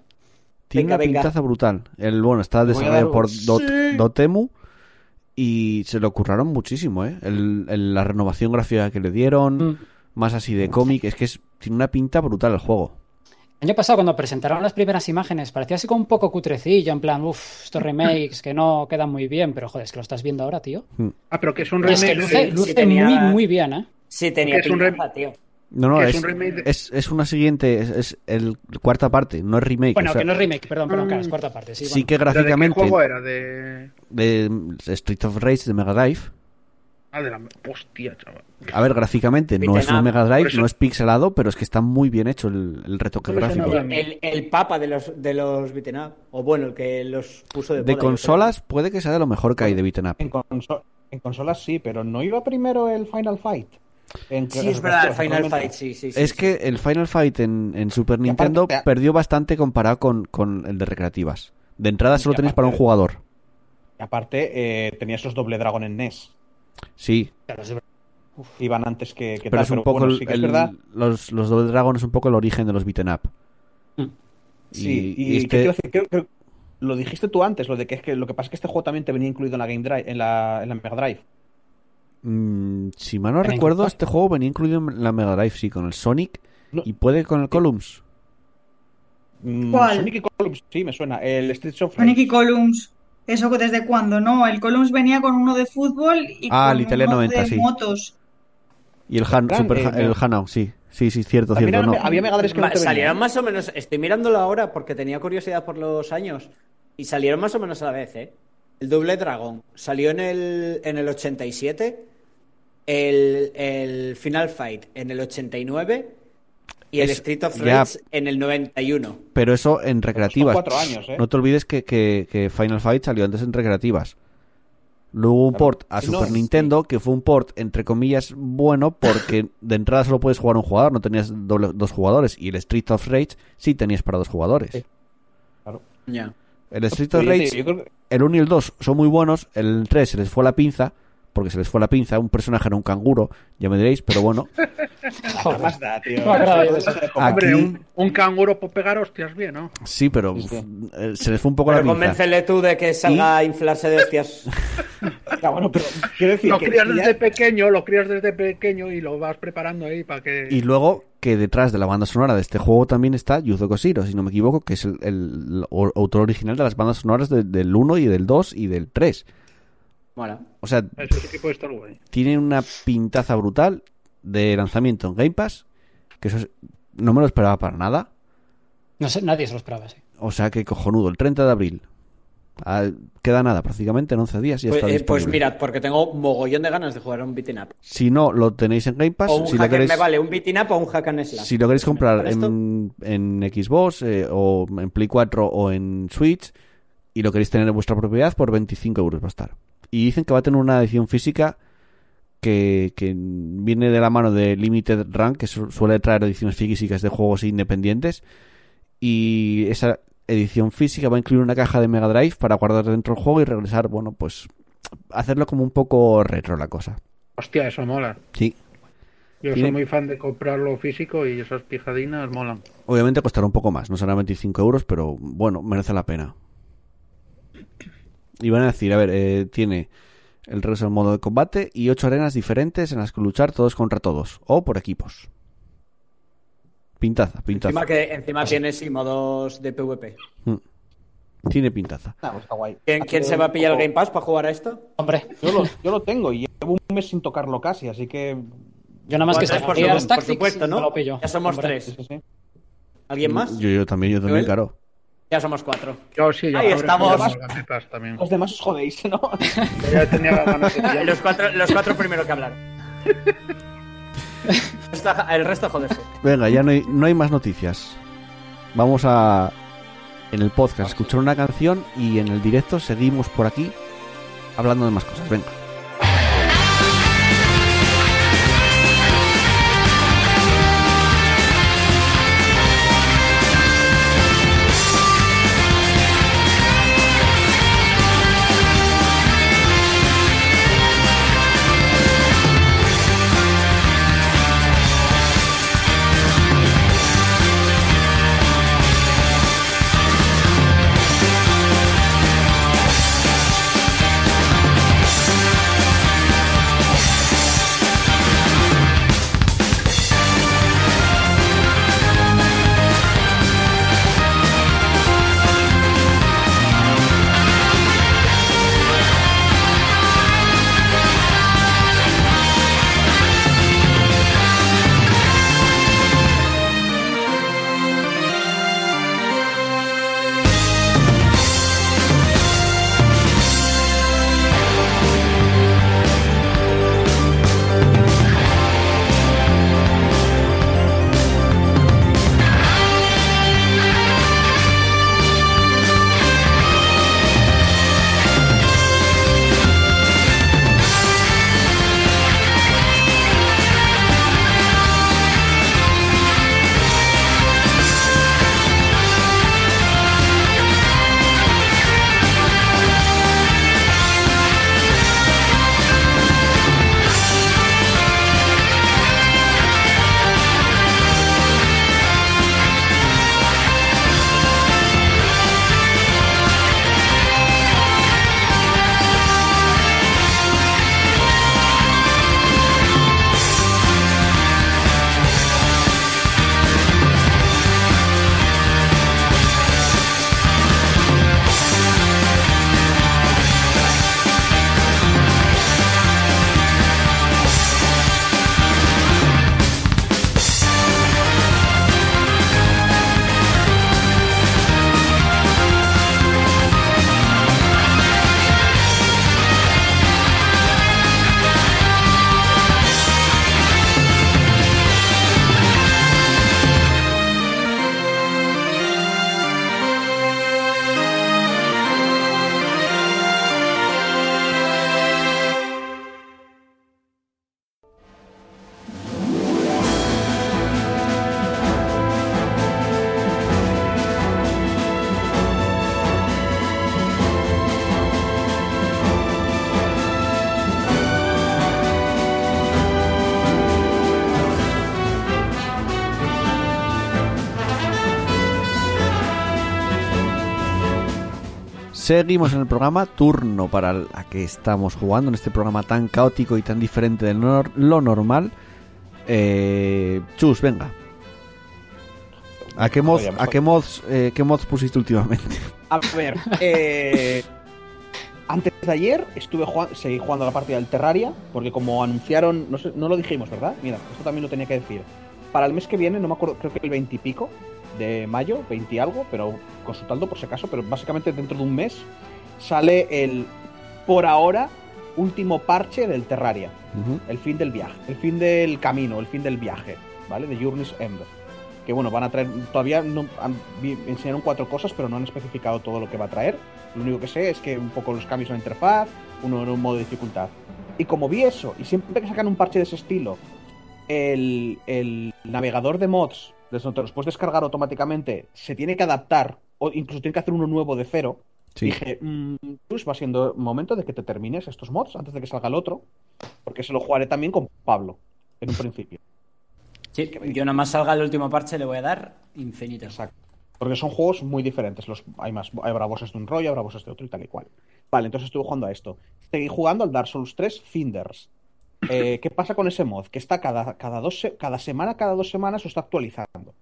Tiene
Venga,
una
venga.
pintaza brutal. El, bueno, está
Voy a dar
desarrollado
un
por Dot- Dotemu y se lo curraron muchísimo, ¿eh? El- el- la renovación gráfica que le dieron,
Mm.
más así de cómic, es que es, tiene una pinta brutal el juego.
año pasado cuando presentaron las primeras imágenes parecía así como un poco cutrecillo, en plan, uff, estos remakes que no quedan muy bien, pero joder, es que lo estás viendo ahora, tío.
Ah, pero que es un
Y es que
remake.
luce,
sí,
de-
luce
sí tenía-
muy, muy bien, ¿eh?
Sí, tenía
Es un
pintaza,
rem-
tío.
No, no,
Que es
es,
un remake de-
es, es una siguiente, es, es el cuarta parte, no es remake.
Bueno,
o sea,
que no es remake, perdón, perdón, claro, es
Mm.
cuarta parte, sí.
sí
bueno.
que
¿de ¿Qué
gráficamente
juego era? De.
de Street of Rage de Mega Drive.
Ah, de la. Hostia, chaval.
A ver, gráficamente no
Beaten
es un
up,
Mega
por
Drive,
eso-
no es pixelado, pero es que está muy bien hecho el, el retoque
Por eso
gráfico.
no hablan.
El, el papa de los, de los beaten up. O bueno, el que los puso de
De
moda, yo
consolas puede que sea de lo mejor que hay de beaten up.
En, conso- en consolas sí, pero ¿no iba primero el Final Fight? En-
creo. Sí, es verdad, el Final
realmente.
Fight, sí, sí. sí,
Es
sí.
que el Final Fight en, en Super
Y aparte
Nintendo
te ha-
perdió bastante comparado con, con el de recreativas. De entrada solo
Y
tenéis
aparte-
para un jugador.
Y aparte, eh, tenía esos doble dragón en NES.
Sí,
Claro, es-
Iban antes que, que
pero
tal,
es un poco
bueno,
el-
sí que es
el-
verdad.
los, los Double Dragon es un poco el origen de los beaten up.
Mm. Sí,
Y-
y,
y
¿qué
este-
te iba a decir? Creo- creo- lo dijiste tú antes, lo de que es que lo que pasa es que este juego también te venía incluido en la Game Drive, en la, en la Mega Drive.
Mm, si mal no
Venga.
recuerdo, este juego venía incluido en la Mega Drive, sí, con el Sonic
No. Eh,
y puede con el Columns.
Mm,
¿Cuál?
Sonic y Columns, sí, me suena. El Street of Rage.
Sonic y Columns. ¿Eso desde cuándo? No, el Columns venía con uno de fútbol y
Ah,
con
el Italia
uno
90,
de
sí.
motos.
Y el Han,
Gran,
Super
eh,
Han- el
no.
Hanao, sí. Sí, sí, cierto,
También
cierto.
era-
No.
había Mega Drive que no
Ma-
te venía. ¿eh?
salieron más o menos. Estoy mirándolo ahora porque tenía curiosidad por los años. Y salieron más o menos a la vez, ¿eh? El doble dragón. Salió en el, en el 87. El, el Final Fight en el 89. Y el
Es-
Street of
ya.
Rage en el 91.
Pero eso en recreativas.
cuatro años, ¿eh?
No te olvides que, que- que Final Fight salió antes en recreativas. Luego hubo un
Claro.
port a
Sí, no,
Super
sí.
Nintendo, que fue un port, entre comillas, bueno, porque de entrada solo puedes jugar un jugador, no tenías doble- dos jugadores. Y el Street of Rage sí tenías para dos jugadores.
Sí. Claro.
Ya.
El Street of
Yo te
Rage
digo, yo creo que-
el 1 y el 2 son muy buenos, el 3 se les fue la pinza, porque se les fue la pinza, un personaje era un canguro, ya me diréis, pero bueno,
joder.
Más da, tío.
No, claro, yo-
aquí
Hombre, un, un canguro puede pegar hostias bien, ¿no?
sí, pero
Sí, sí.
eh, se les fue un poco
Pero
la pinza.
convéncele tú de que salga a inflarse de hostias.
Ya, bueno, pero quiero decir
Lo
que-
crías
que ya-
desde pequeño, lo crías desde pequeño y lo vas preparando ahí para que.
Y luego que detrás de la banda sonora de este juego también está Yuzo Koshiro, si no me equivoco, que es el, el o- autor original de las bandas sonoras de- del 1 y del 2 y del 3.
Bueno.
O sea,
Eso sí que puede estar guay.
tiene una pintaza brutal de lanzamiento en Game Pass, que eso es- no me lo esperaba para nada.
No sé, nadie se lo esperaba, sí.
O sea que cojonudo, el 30 de abril. Ah, queda nada, prácticamente en 11 días y ya
Pues,
está
eh, pues
disponible.
mirad, porque tengo mogollón de ganas de jugar a un beating up.
Si no lo tenéis en Game Pass,
O un
si lo,
hack and-
queréis,
me vale, un beating up o un hack and slash.
si lo queréis
Pues,
comprar
¿para esto?
en, en Xbox eh, o en Play 4 o en Switch y lo queréis tener en vuestra propiedad, por 25 euros va a estar. Y dicen que va a tener una edición física que, que viene de la mano de Limited Run, que su- suele traer ediciones físicas de juegos independientes. Y esa edición física va a incluir una caja de Mega Drive para guardar dentro el juego y regresar, bueno, pues hacerlo como un poco retro la cosa.
Hostia, eso mola.
Sí.
Yo
Tiene-
soy muy fan de comprarlo físico y esas pijadinas molan.
Obviamente costará un poco más, no serán 25 euros, pero bueno, merece la pena. Y van a decir, a ver, eh, tiene el regreso del modo de combate y ocho arenas diferentes en las que luchar todos contra todos, o por equipos. Pintaza, pintaza.
Encima, que, encima tiene sí, modos de PvP.
Tiene pintaza.
Ah, pues está guay.
¿Quién, quién se va a pillar el
Yo-
Game Pass para jugar a esto?
Hombre,
Yo lo, yo lo tengo y llevo un mes sin tocarlo casi, así que.
yo nada más que
Bueno,
sé
por,
jugar
supuesto, por
Tactics,
supuesto,
me
¿no?
lo pillo.
Ya somos
Hombre.
tres.
Sí, sí, sí.
¿Alguien más?
Yo, yo también, yo también,
Joel.
claro.
Ya somos cuatro.
Yo sí, yo
Ahí
ahora
estamos.
tengo ganas de paz también.
Los demás os jodéis, ¿no?
Yo ya tenía ganas de pillarlo.
Eh, Los cuatro, los cuatro primero que hablar. Está- el resto joderse.
Venga, ya no hay, no hay más noticias. Vamos a, en el podcast, escuchar una canción y en el directo seguimos por aquí hablando de más cosas. Venga.
Thank
Seguimos en el programa, turno para la que estamos jugando, en este programa tan caótico y tan diferente de lo nor- lo normal. Eh, Chus, venga. ¿A qué mods, a qué mods, eh, qué mods pusiste últimamente?
A ver, eh, antes de ayer estuve jugando, seguí jugando la partida del Terraria, porque como anunciaron, no, sé- no lo dijimos, ¿verdad? Mira, esto también lo tenía que decir. Para el mes que viene, no me acuerdo, creo que el 20 y pico de mayo, 20 y algo, pero consultando por si acaso, pero básicamente dentro de un mes sale el, por ahora, último parche del Terraria.
Ujú.
el fin del viaje, el fin del camino, el fin del viaje, ¿vale? De Journey's End. Que bueno, van a traer, todavía no han- vi- enseñaron cuatro cosas, pero no han especificado todo lo que va a traer. Lo único que sé es que un poco los cambios en la interfaz, uno en un modo de dificultad. Y como vi eso, y siempre que sacan un parche de ese estilo, el, el navegador de mods, desde donde los puedes descargar automáticamente, se tiene que adaptar, o incluso tiene que hacer uno nuevo de cero.
Sí.
Dije, mm, pues va siendo momento de que te termines estos mods antes de que salga el otro, porque se lo jugaré también con Pablo, en un principio.
Sí, yo nada más salga el último parche le voy a dar infinito.
Exacto. Porque son juegos muy diferentes. Los, hay más, habrá bosses de un rollo, habrá bosses de otro y tal y cual. Vale, entonces estuve jugando a esto. Seguí jugando al Dark Souls 3 Finders. Eh, ¿Qué pasa con ese mod? Que está cada, cada, dos, se- cada semana, cada dos semanas, se está actualizando.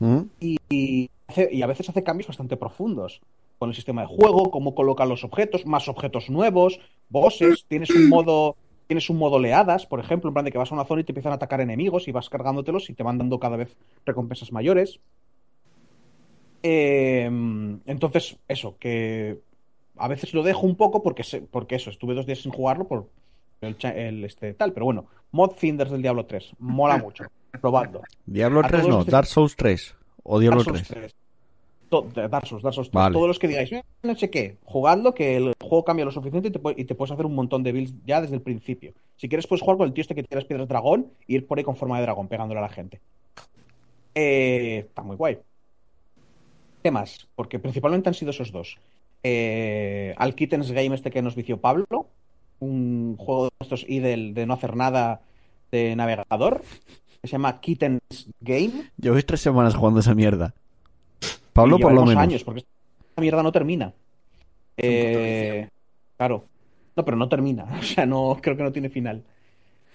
Ujú.
y, hace- y a veces hace cambios bastante profundos con el sistema de juego, cómo coloca los objetos, más objetos nuevos, bosses, tienes un modo tienes un modo oleadas, por ejemplo, en plan de que vas a una zona y te empiezan a atacar enemigos y vas cargándotelos y te van dando cada vez recompensas mayores. Eh, entonces, eso, que a veces lo dejo un poco porque se- porque eso, estuve dos días sin jugarlo por el, cha- el este tal, pero bueno, mod Finders del Diablo 3, mola mucho, probadlo.
Diablo
A
3
todos
no,
los-
Dark Souls 3 o Diablo
Dark Souls
3.
3. To- de- Dark Souls, Dark Souls 3.
Vale.
Todos los que digáis, "Eh, no sé qué, jugadlo, que el juego cambia lo suficiente y te, pu- y te puedes hacer un montón de builds ya desde el principio. Si quieres, puedes jugar con el tío este que tiras piedras dragón y ir por ahí con forma de dragón, pegándole a la gente. Eh, está muy guay. ¿Qué más? Porque principalmente han sido esos dos. Eh, al Kittens Game este que nos vició Pablo, un juego de estos y del, de no hacer nada de navegador, que se llama Kittens Game.
Lleváis tres semanas jugando esa mierda. Pablo,
Y
por lo
llevaremos
menos.
años, porque esta mierda no termina. Eh, claro. No, pero no termina. O sea, no creo que no tiene final.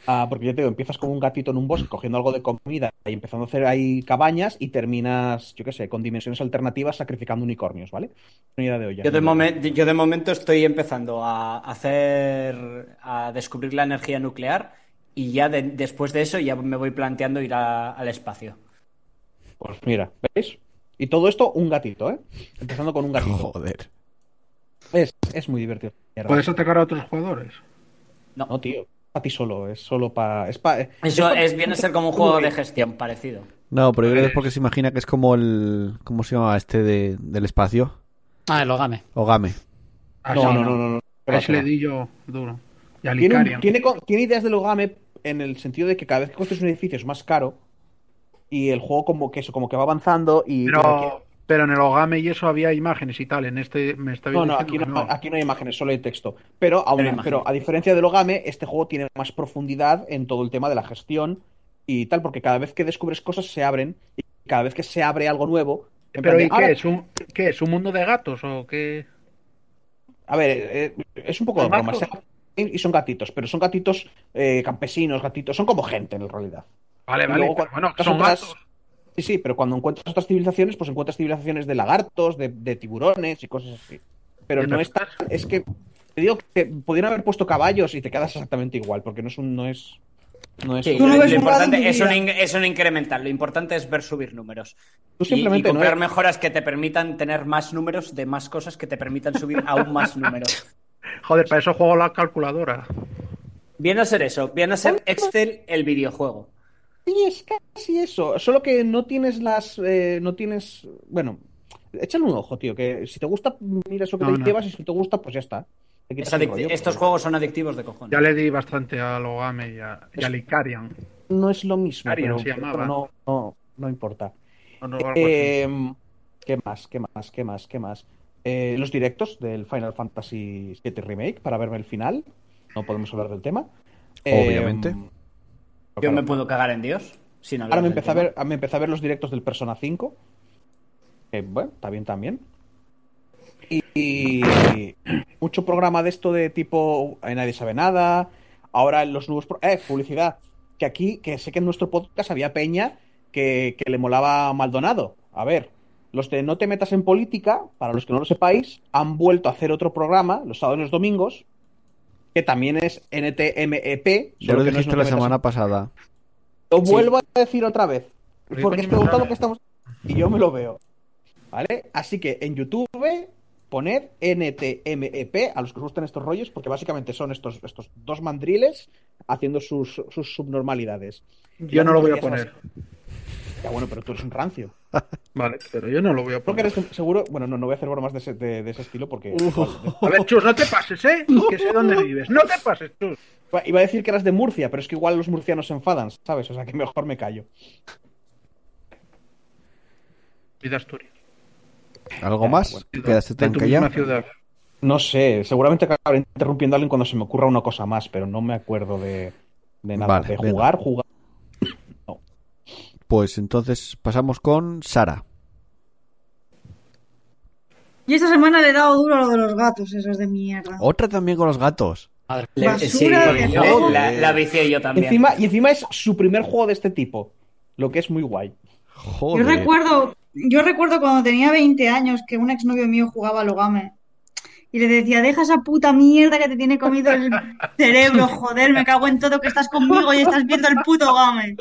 Ah, porque yo te digo, empiezas como un gatito en un bosque cogiendo algo de comida y empezando a hacer ahí cabañas y terminas, yo qué sé, con dimensiones alternativas sacrificando unicornios, ¿vale? Una idea de olla.
Yo de, momen- yo de momento estoy empezando a hacer, a descubrir la energía nuclear y ya de- después de eso ya me voy planteando ir a- al espacio.
Pues mira, ¿veis? Y todo esto un gatito, ¿eh? Empezando con un gatito.
Joder.
Es, es muy divertido. Mierda.
Puedes atacar a otros jugadores.
No, tío. Para ti solo, es solo para. Es pa- eh,
Eso
pa-
es, viene a ser como un juego de gestión parecido.
No, pero yo creo que es porque se imagina que es como el. ¿Cómo se llama este de- del espacio?
Ah, el Ogame.
Ogame.
Ah,
No,
sí,
no, no, no. no.
A ese le di yo duro. Y al
Tiene, un-
Icarian.
tiene co- tiene ideas del Ogame en el sentido de que cada vez que construyes un edificio es más caro y el juego como que eso, como que va avanzando y...
Pero, pero en el Ogame y eso había imágenes y tal. En este me está
No, no, aquí
diciendo
no,
que
aquí no hay imágenes, solo hay texto. Pero, aún,
Pero hay
pero
imágenes.
a diferencia del Ogame, este juego tiene más profundidad en todo el tema de la gestión y tal, porque cada vez que descubres cosas se abren y cada vez que se abre algo nuevo... en plan
Pero
de,
¿y qué
"Ahora
es? ¿Un, ¿Qué es? ¿Un mundo de gatos o qué?
A ver, eh, eh, es un poco de
¿Son
broma.
gatos?
se llama- Y son gatitos, pero son gatitos eh, campesinos, gatitos, son como gente en realidad.
Vale,
Y
vale.
luego
pero
cuando
bueno,
encuentras
son
otras-
gatos.
Sí, sí, pero cuando encuentras otras civilizaciones, pues encuentras civilizaciones de lagartos, de, de tiburones y cosas así. Pero no es tan. Es que. Te digo que podrían haber puesto caballos y te quedas exactamente igual, porque no es un. No es, no es
Sí,
Tú no
lo,
ves
lo
jugada en tu
importante es
vida.
un, in- es un incremental, lo importante es ver subir números.
Tú
Y-
simplemente
y
no
comprar
eres-
mejoras que te permitan tener más números de más cosas que te permitan subir aún más números.
Joder, para eso juego la calculadora.
Viene a ser eso, viene a ser Excel el videojuego.
Sí, es casi eso. Solo que no tienes las. eh, no tienes. Bueno, échale un ojo, tío. Que si te gusta, mira eso que
No,
te
no.
llevas y si te gusta, pues ya está. Te
Es
quitas el
adicti-
rollo,
estos
pero
juegos son adictivos de cojones.
Ya le di bastante al Ogame y, a, y al Icarian.
No es lo mismo.
Arian
Pero,
se llamaba.
pero no, no, no importa.
o no, algo así.
Eh, ¿Qué más? ¿Qué más? ¿Qué más? ¿Qué más? Eh, los directos del Final Fantasy VII Remake para verme el final. No podemos hablar del tema. Eh,
Obviamente.
Yo me puedo cagar en Dios sin hablar
Ahora me
del
empecé, a
tema.
ver, me empecé a ver los directos del Persona 5. Que bueno, está bien también. y, y mucho programa de esto de tipo eh, Nadie sabe nada. Ahora en los nuevos. pro- Eh, publicidad. Que aquí, que sé que en nuestro podcast había Peña que, que le molaba a Maldonado. A ver, los de No te metas en política, para los que no lo sepáis, han vuelto a hacer otro programa los sábados y los domingos, que también es NTMEP.
Ya
E solo
lo
que
dijiste
no es No te
la
metas en-
semana pasada.
Lo vuelvo a decir otra vez,
Pero
porque
coño,
es preguntado
no.
que estamos y yo me lo veo. ¿Vale? Así que en YouTube poned NTMEP E a los que os gustan estos rollos, porque básicamente son estos, estos dos mandriles haciendo sus, sus subnormalidades.
Yo no lo voy a poner.
Ya bueno, pero tú eres un rancio.
Vale, pero yo no lo voy a
Creo que
poner.
eres un- seguro. Bueno, no, no voy a hacer bromas de ese, de, de ese estilo porque.
A ver, Chus, no te pases, ¿eh? Que sé dónde vives. No te pases, Chus.
Iba- Iba a decir que eras de Murcia, pero es que igual los murcianos se enfadan, ¿sabes? O sea que mejor me callo.
Y de Asturias.
¿Algo más? ¿Quedaste
De
tan
tu misma
callado?
ciudad.
No sé, seguramente acabaré interrumpiendo a alguien cuando se me ocurra una cosa más, pero no me acuerdo de, de nada.
Vale,
de
venga.
jugar, jugar.
Pues entonces pasamos con Sara.
Y esta semana le he dado duro a lo de los gatos, esos de mierda.
Otra también con los gatos.
Le-
Basura
sí,
de
le-
juego.
la, la vicié yo también.
Encima, y encima es su primer juego de este tipo, lo que es muy guay.
Joder.
Yo recuerdo, yo recuerdo cuando tenía 20 años que un exnovio mío jugaba a Logame. Y le decía, deja esa puta mierda que te tiene comido el cerebro, joder, me cago en todo que estás conmigo y estás viendo el puto game.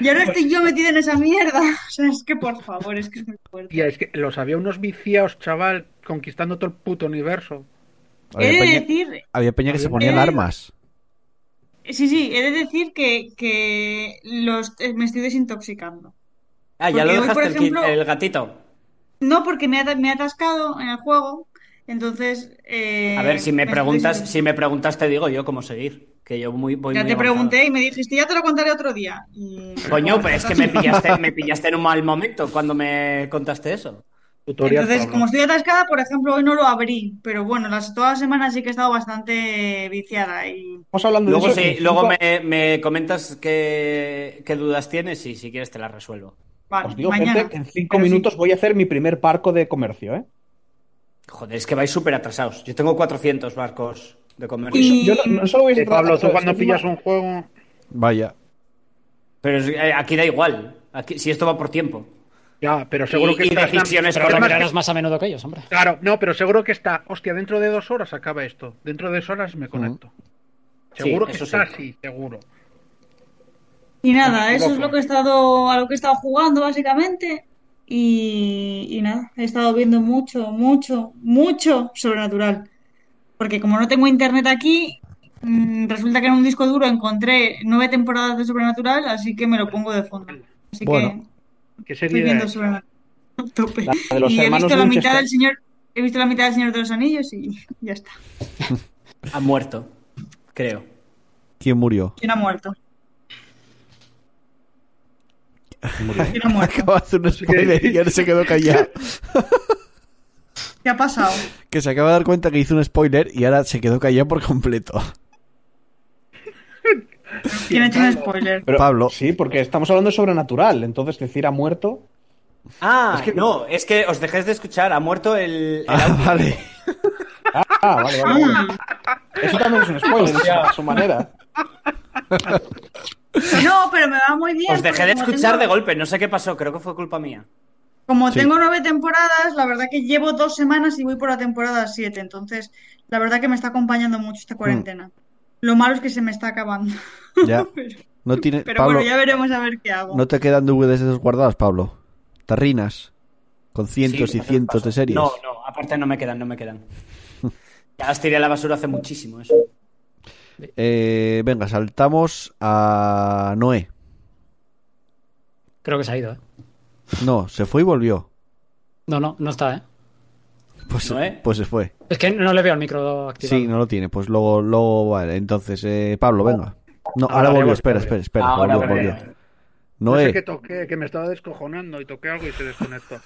Y ahora estoy yo metido en esa mierda. O sea, es que por favor, es que es muy fuerte.
Tía, es que los había unos viciados, chaval, conquistando todo el puto universo.
Había,
He de
peña,
decir,
había peña que se ponía en
Eh.
armas.
sí, sí, he de decir que, que los, eh, me estoy desintoxicando.
Ah, ya
Porque
lo
hoy, por
dejaste el, kit-
ejemplo-
el gatito.
No porque me he, me he atascado en el juego, entonces... eh,
A ver, si me
estoy
preguntas,
desintoxicando.
si me preguntas te digo yo cómo seguir. Que yo muy, voy
Ya
muy
te
avanzado.
pregunté y me dijiste, ya te lo contaré otro día. Y-
Coño, pero es que me pillaste, me pillaste en un mal momento cuando me contaste eso.
Tutorial.
Entonces,
Pablo.
como estoy atascada, por ejemplo, hoy no lo abrí, pero bueno, las, todas las semanas sí que he estado bastante viciada. Y...
Estamos hablando
Luego,
de eso.
sí,
y
luego
cinco-
me, me comentas qué, qué dudas tienes y si quieres te las resuelvo.
Vale,
Os digo,
mañana.
gente, que en cinco
Pero sí.
minutos voy a hacer mi primer barco de comercio, ¿eh?
Joder, es que vais súper atrasados. Yo tengo 400 barcos de comercio.
Y-
Yo no, no solo voy a
Eh,
tratar-
Pablo, tú
es que
cuando
encima-
pillas un juego.
Vaya.
Pero es- eh, aquí da igual. Aquí, si esto va por tiempo.
Ya, pero seguro
Y-
que
y
estás-
decisiones
pero además
correctas.
Eras más a menudo que ellos, hombre.
que- Claro, no, pero seguro que está. Hostia, dentro de dos horas acaba esto. Dentro de dos horas me conecto.
Sí,
Seguro que
eso
está
sí.
así, seguro.
Y
No
nada,
me
eso es
equivoco.
lo que he estado, a lo que he estado jugando básicamente. Y, y nada, he estado viendo mucho, mucho, mucho sobrenatural. Porque como no tengo internet aquí, mm, resulta que en un disco duro encontré nueve temporadas de sobrenatural, así que me lo pongo de fondo. Así
Bueno,
¿Qué
que estoy
sería?
viendo
eh?
sobrenatural. a tope.
La de los
y he
hermanos
visto la mitad
Winchester.
del señor, he visto la mitad del Señor de los Anillos y ya está.
Ha muerto, creo.
¿Quién murió?
¿Quién ha muerto? ¿Quién ha muerto?
Acaba de hacer un spoiler y ya se quedó callado.
¿Qué ha pasado?
Que se acaba de dar cuenta que hizo un spoiler y ahora se quedó callado por completo.
¿Quién ha hecho un spoiler?
Pero-
Pablo.
Sí, porque estamos hablando de sobrenatural, entonces decir ha muerto.
Ah, no, es que os dejéis de escuchar. Ha muerto el. el
Ah,
audio.
vale.
Ah, vale, vale, vale.
Mm.
Eso también es un spoiler, en su- a su manera.
No, pero me va muy bien.
Os dejé
porque
de
como
escuchar
tengo-
de golpe. No sé qué pasó. Creo que fue culpa mía.
Como
Sí.
tengo nueve temporadas, la verdad que llevo dos semanas y voy por la temporada siete. Entonces, la verdad que me está acompañando mucho
Mm.
esta cuarentena. Lo malo es que se me está acabando.
Ya.
Pero,
No tiene...
pero
Pablo,
bueno, ya veremos a ver qué hago.
no te quedan DVDs esos guardados, Pablo. Tarrinas. Con cientos
Sí,
y cientos de series.
No, no, aparte no me quedan, no me quedan. Ya las tiré a la basura hace muchísimo eso.
Eh, venga, saltamos a Noé.
Creo que se ha ido, ¿eh?
No, se fue y volvió.
No, no, no está, ¿eh?
Pues,
¿Noé?
pues se fue.
Es que no le veo el micro activado.
Sí, no lo tiene. Pues luego, luego vale. Entonces, eh, Pablo, venga. No, ahora,
Ahora
volvió.
volvió,
Espera,
volvió.
espera, espera.
Ahora
volvió, eh,
volvió.
volvió.
No
Noé,
sé qué toqué, que me estaba descojonando y toqué algo y se desconectó.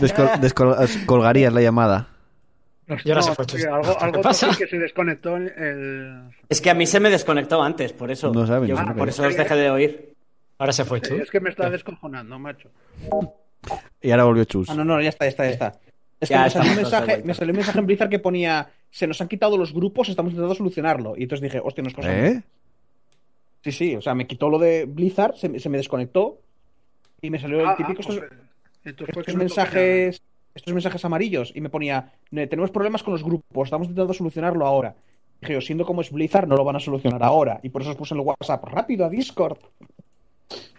descol- descol- colgarías la llamada.
Y ahora se
No,
fue,
tío,
Chus.
algo, algo
pasa?
toqué que se desconectó el- el.
Es que a mí se me desconectó antes, por eso.
No saben,
Yo-
no saben.
por eso os dejé de oír.
Ahora se fue, Chu.
Es que me está descojonando, macho.
Y ahora volvió Chus.
Ah, no, no, ya está, ya está, ya está. Es
Ya
que me
estamos
salió, un
todos de
mensaje,
vuelta.
me salió un mensaje en Blizzard que ponía: Se nos han quitado los grupos, estamos intentando solucionarlo. Y entonces dije: Hostia, no es cosa. mía".
¿Eh?
Sí, sí, o sea, me quitó lo de Blizzard, se, me- se me desconectó y me salió el
Ah,
típico.
ah, pues,
estos-
eh, entonces fue que
estos
no toqué nada.
mensajes estos mensajes amarillos y me ponía "Ne- tenemos problemas con los grupos estamos intentando solucionarlo ahora dije yo siendo como es Blizzard no lo van a solucionar ahora y por eso os puse en el WhatsApp rápido a Discord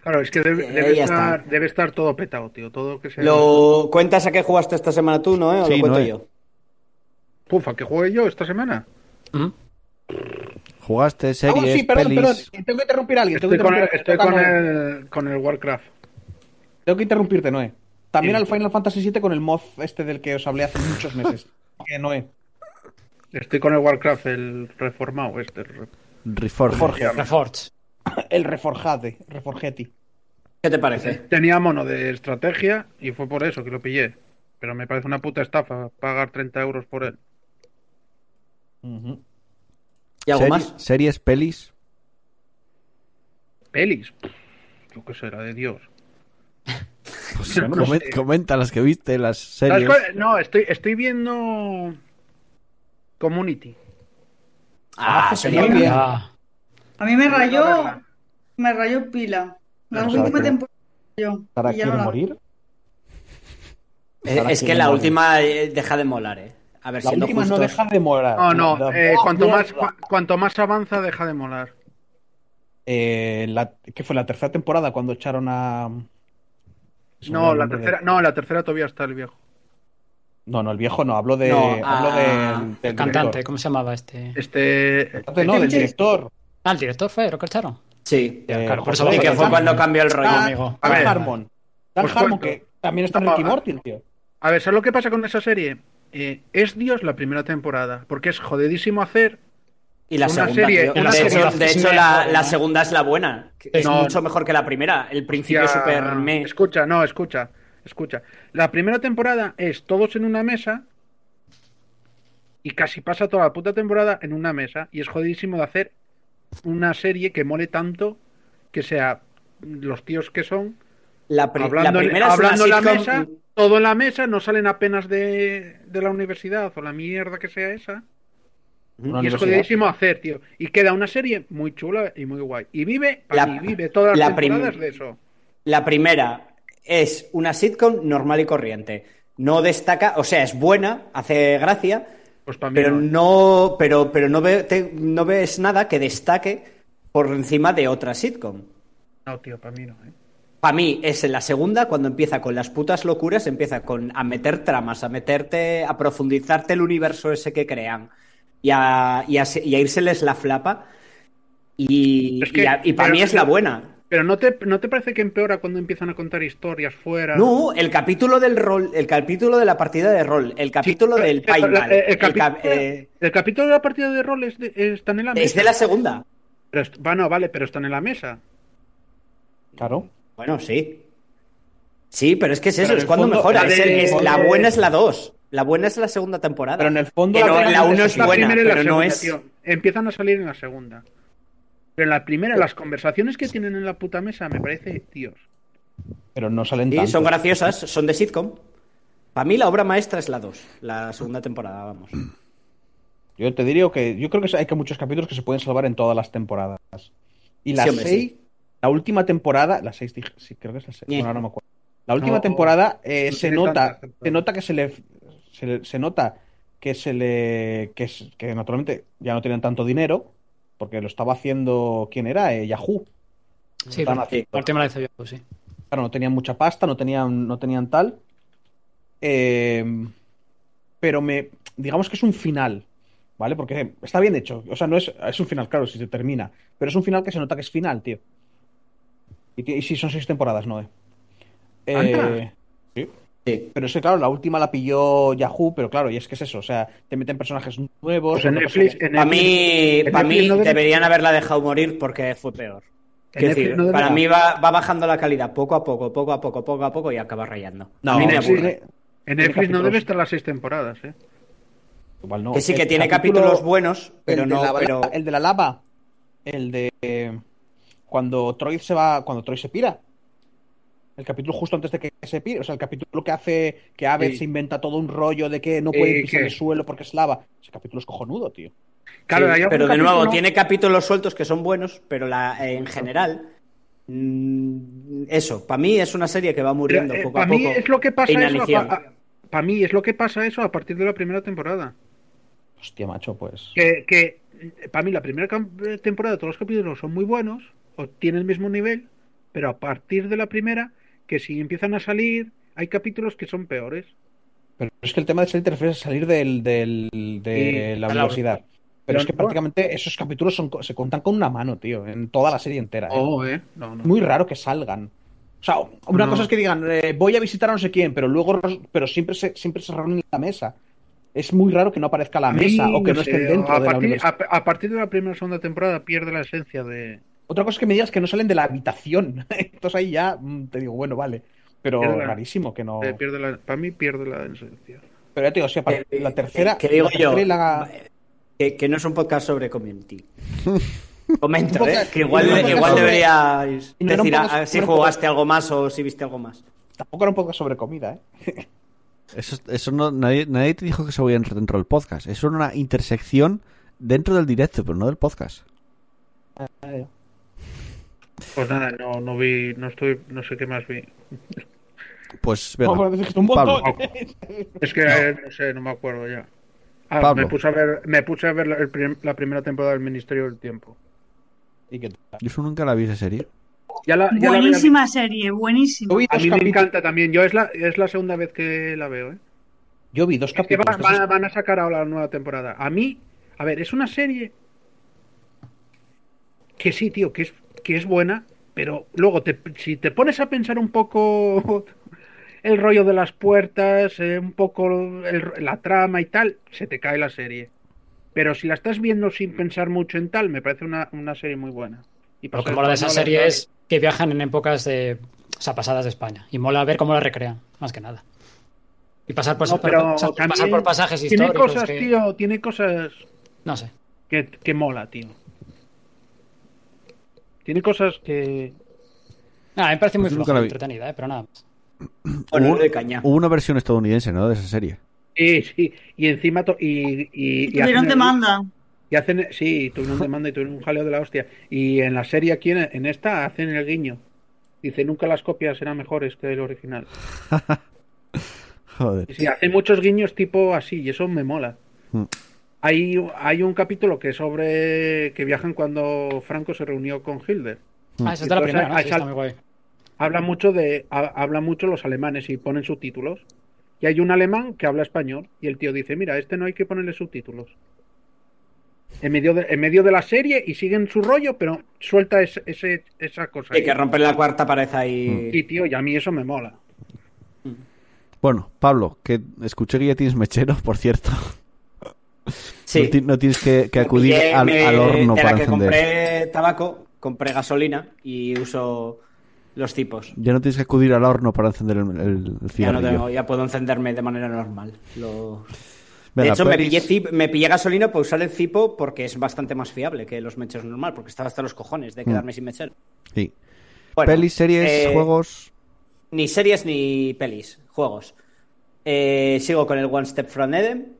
Claro, es que debe,
Eh,
debe
ya
estar,
está.
debe estar todo petado, tío. Todo que sea.
Lo cuentas a qué jugaste esta semana tú, ¿no? eh? ¿O
Sí,
lo cuento
Noé.
yo?
Pufa, que jugué yo esta semana.
¿Jugaste
Ah, bueno,
series,
sí perdón
pelis?
perdón tengo que interrumpir a alguien tengo que
Estoy con, el,
interrumpir a alguien.
estoy
Toca,
con,
Noé.
el, con el Warcraft.
Tengo que interrumpirte Noé también
Sí.
al Final Fantasy VII con el mod este del que os hablé hace muchos meses que Noé
Estoy con el Warcraft, el reformado este. el re-
Reforged.
Reforged.
Reforged.
el reforjade reforgeti
¿Qué te parece?
Tenía mono de estrategia y fue por eso que lo pillé. Pero me parece una puta estafa pagar 30 euros por él.
Ujú.
¿Y algo
Seri-
más?
Series, pelis.
Pelis. pff, Yo qué sé, la de Dios.
Pues,
No
comen-
sé.
comenta las que viste, las
¿Sabes
series.
cuál? No, estoy, estoy viendo Community.
Ah, sería
Muy bien.
Ah,
A mí me
Quiero
rayó,
verla.
me rayó pila. La
Pero
última
Sara,
temporada yo.
Sara
y ya
quiere
no la-
morir
Eh,
Ahora
es
sí,
que la
mola.
última eh, deja de molar, ¿eh? A ver,
la
siendo
última no
justos.
deja de morar
No, no.
La-
eh, cuanto, más,
Mierda.
cua- cuanto más avanza, deja de molar.
eh, la, ¿qué fue la tercera temporada cuando echaron a...
No, la tercera, no, la tercera todavía está el viejo.
No, no, el viejo no, hablo de...
No,
hablo
a-
Ah.
del- del
el cantante,
director.
¿cómo se llamaba este?
Este.
Cantante no, del director.
Ah, el director fue, lo cacharon.
Sí.
Eh,
claro, por eso
Y
lo
que fue
cacharon.
cuando cambió el rollo,
Ah,
amigo.
A
Dan
ver. Ah.
Harmon. Dan
Os
Harmon,
cuento.
que también está en
No,
Ricky
a-
Morty, el tío.
A ver, ¿sabes lo que pasa con esa serie? Eh, es Dios la primera temporada, porque es jodidísimo hacer.
Y la
Una
segunda,
serie-
tío.
una
de
serie
hecho,
es
de hecho,
mejor,
la,
¿no?
la segunda es la buena. que Es
No,
mucho
no.
mejor que la primera. El principio
Ya-
es super me.
Escucha, no, escucha, escucha. La primera temporada es todos en una mesa y casi pasa toda la puta temporada en una mesa y es jodidísimo de hacer una serie que mole tanto que sea los tíos que son
La, pri- la
hablando, en-
primera
hablando
es
en
una
la
sitcom-
mesa, todo en la mesa, no salen apenas de, de la universidad o la mierda que sea esa.
Una
y es
universidad.
jodidísimo hacer, tío. Y queda una serie muy chula y muy guay. Y vive,
La-
para mí, vive todas las
la prim-
temporadas de eso.
La primera es una sitcom normal y corriente. No destaca, o sea, es buena, hace gracia,
Pues para mí
pero
no.
no, pero, pero no, ve- te- no ves nada que destaque por encima de otra sitcom.
No, tío, para mí no. ¿eh?
Para mí es en la segunda cuando empieza con las putas locuras, empieza con a meter tramas, a meterte, a profundizarte el universo ese que crean y a, y a se- y a írseles la flapa. Y,
Es que-
para
pero-
mí es la buena.
Pero no te, ¿no te parece que empeora cuando empiezan a contar historias fuera?
No, el capítulo del rol, el capítulo de la partida de rol, el capítulo
Sí,
del
pero- pero
paintball,
la- el,
el
capítulo,
cap- eh,
el capítulo de la partida de rol es de- está en la mesa.
es de la segunda.
Pero est- bueno, vale, pero están en la mesa.
Claro.
Bueno, sí. Sí, pero es que es eso,
Pero en
es
el
cuando
fondo-
mejora.
la
es
de-
el- es- la
fondo
buena
es-
es la dos. La buena es la segunda temporada.
Pero en el fondo
Que no,
regla
la
del
uno es
desafío-
La
buena,
primera y la
pero no
segunda,
es-
tío. Empiezan a salir en la segunda. Pero en la primera, las conversaciones que tienen en la puta mesa, me parece, tíos.
Pero no salen
Sí,
tanto.
son graciosas, son de sitcom. Para mí la obra maestra es la dos, la segunda temporada, vamos.
Yo te diría que yo creo que hay que muchos capítulos que se pueden salvar en todas las temporadas. Y la
Sí,
6,
hombre,
la última temporada, la 6 sí, creo que es la 6,
Bien.
bueno, ahora no me acuerdo. La última
No,
temporada eh,
no
se
tiene
nota,
tantas temporadas.
se nota que se le, se le- se nota que se le que, es- que naturalmente ya no tienen tanto dinero porque lo estaba haciendo quién era Eh, Yahoo.
Sí,
Están
la
haciendo.
última vez yo, pues sí.
Claro, no tenían mucha pasta, no tenían, no tenían tal. Eh, pero me. Digamos que es un final, ¿vale? Porque está bien hecho. O sea, no es. Es un final, claro, si se termina. Pero es un final que se nota que es final, tío. Y, ti- y sí, son seis temporadas, ¿no? Eh,
¿Tantas?
sí.
Sí.
Pero es que, claro, la última la pilló Yahoo, pero claro, y es que es eso. O sea, te meten personajes nuevos.
Pues en
otros
Netflix,
personajes-
en
Para
Netflix-
mí,
en
pa'
Netflix
mí
no debe-
deberían haberla dejado morir porque fue peor. Quiero
Netflix
decir,
no debería.
para mí va, va bajando la calidad poco a poco, poco a poco, poco a poco y acaba rayando.
No,
a mí me
tiene-
aburre.
en
tiene
Netflix no
capítulos.
debe estar las seis temporadas, ¿eh?
Igual no.
que sí, que
El
tiene
capítulo-
capítulos buenos, pero
el
no,
de la,
pero
el de la lava, el de eh, cuando Troy se va, cuando Troy se pira.
El capítulo justo antes de que se pire, o sea, el capítulo que hace que Abed
Sí.
se inventa todo un rollo de que no
Sí,
puede pisar
que-
el suelo porque es lava. Ese capítulo es cojonudo, tío.
Claro,
Sí,
hay algún
pero de
capítulo-
nuevo, tiene capítulos sueltos que son buenos, pero la, eh, en general. mm, Eso, para mí es una serie que va muriendo poco a
para
poco.
eh, mí es lo que pasa eso.
inanición.
para mí es lo que pasa eso a partir de la primera temporada.
Hostia, macho, pues.
Que, para mí la primera cam- eh, temporada todos los capítulos son muy buenos o tienen el mismo nivel, pero a partir de la primera que si empiezan a salir hay capítulos que son peores.
Pero es que el tema de salir te refieres a salir del, del- de
Sí,
la
a la-
universidad. Pero
Pero
es que
no-
prácticamente esos capítulos son, co- se contan con una mano, tío, en toda la serie entera. ¿eh?
Oh, eh. No, no.
Muy raro que salgan. O sea, una
No.
cosa es que digan, eh, voy a visitar a no sé quién, pero luego, pero siempre se, siempre se reúnen en la mesa. Es muy raro que no aparezca la
A mí,
mesa o que no,
sé,
estén dentro
a
de la
partir,
universidad.
a- a partir de la primera o segunda temporada pierde la esencia de,
Otra cosa es que me digas que no salen de la habitación. Entonces ahí ya mm, te digo, bueno, vale. Pero
Pierde la-
rarísimo que no.
de- pierde la- para mí pierde la esencia.
Pero ya te digo, o sea, para-
Eh,
la tercera.
Que, que digo
la tercera
yo, eh,
y la-
que, que no es un podcast sobre community.
Un
Comento,
podcast-
¿eh? que igual,
un podcast
igual
sobre-
deberíais
No era un
decir a-
podcast-
a- si
no era un
jugaste algo más o si viste algo más.
Tampoco era un poco sobre comida, ¿eh?
Eso, eso no, nadie, nadie te dijo que se voy a entrar dentro del podcast. Eso era una intersección dentro del directo, pero no del podcast.
Pues nada, no, no vi, no estoy, no sé qué más vi.
Pues, venga,
Oh,
Vamos a decir que es un montón.
Pablo,
Es que eh, no sé, no me acuerdo ya. Ah,
Pablo.
me puse a ver, me puse a ver la, el prim- la primera temporada del Ministerio del Tiempo.
Y que-
yo eso nunca la vi esa serie.
Ya la, ya la había-
Buenísima serie, buenísima.
Yo vi
a
dos
mí me
capítulos-
encanta también. Yo es la, es la segunda vez que la veo. ¿eh?
Yo vi dos
Es que
capítulos.
van,
entonces-
van- van a sacar ahora la nueva temporada. A mí, a ver, es una serie que sí, tío, que es, que es buena, pero luego te, si te pones a pensar un poco el rollo de las puertas, eh, un poco el- la trama y tal, se te cae la serie. Pero si la estás viendo sin pensar mucho en tal, me parece una, una serie muy buena. Y
Lo
pasa
que mola de esa
española,
serie
tal.
es que viajan en épocas de, o sea, pasadas de España. Y mola ver cómo la recrean, más que nada. Y pasar pues, por,
No, pero
por- pasar
también
por pasajes
Tiene
históricos.
cosas,
que-
tío, tiene cosas
No sé.
que, que mola, tío. Tiene cosas que,
Nada, Ah, me parece muy
Pues nunca
floja,
la vi.
entretenida, ¿eh? pero nada más.
Bueno,
Hubo-
de caña.
Hubo una versión estadounidense, ¿no? De esa serie.
Sí, sí, y encima to- y, y, y
Tuvieron
hacen-
demanda.
y hacen sí, tuvieron demanda y tuvieron un jaleo de la hostia. Y en la serie aquí en, en esta hacen el guiño. Dice, nunca las copias eran mejores que el original.
Joder.
Y sí, hacen muchos guiños tipo así, y eso me mola.
Mm.
Hay, hay un capítulo que es sobre que viajan cuando Franco se reunió con Hilder.
Mm.
Ah, esa es de la
Entonces,
primera, ¿no?
hay
Sí, está
sal-
muy guay.
Habla mucho de ha- habla mucho los alemanes y ponen subtítulos. Y hay un alemán que habla español y el tío dice, mira, a este no hay que ponerle subtítulos. En medio de, en medio de la serie y siguen su rollo, pero suelta ese, ese- esa cosa.
Sí, que rompen la cuarta pared ahí.
y tío, y a mí eso me mola.
Bueno, Pablo, que escuché que ya tienes mechero, por cierto. No, ti- no tienes que, que acudir
Me pillé,
al,
me-
al horno
de la
para
que
encender.
compré tabaco, compré gasolina y uso los tipos.
Ya no tienes que acudir al horno para encender el, el- el
Ya, no
cigarrillo.
tengo- ya puedo encenderme de manera normal. Lo- de
Venga,
hecho, me
pelis.
pillé, cip- me pillé gasolina para usar el cipo porque es bastante más fiable que los mecheros normal, porque estaba hasta los cojones de quedarme sin mechero.
Sí.
Bueno,
Mm. Pelis, series,
eh,
juegos.
Ni series ni pelis, juegos. Eh, sigo con el One Step From Eden.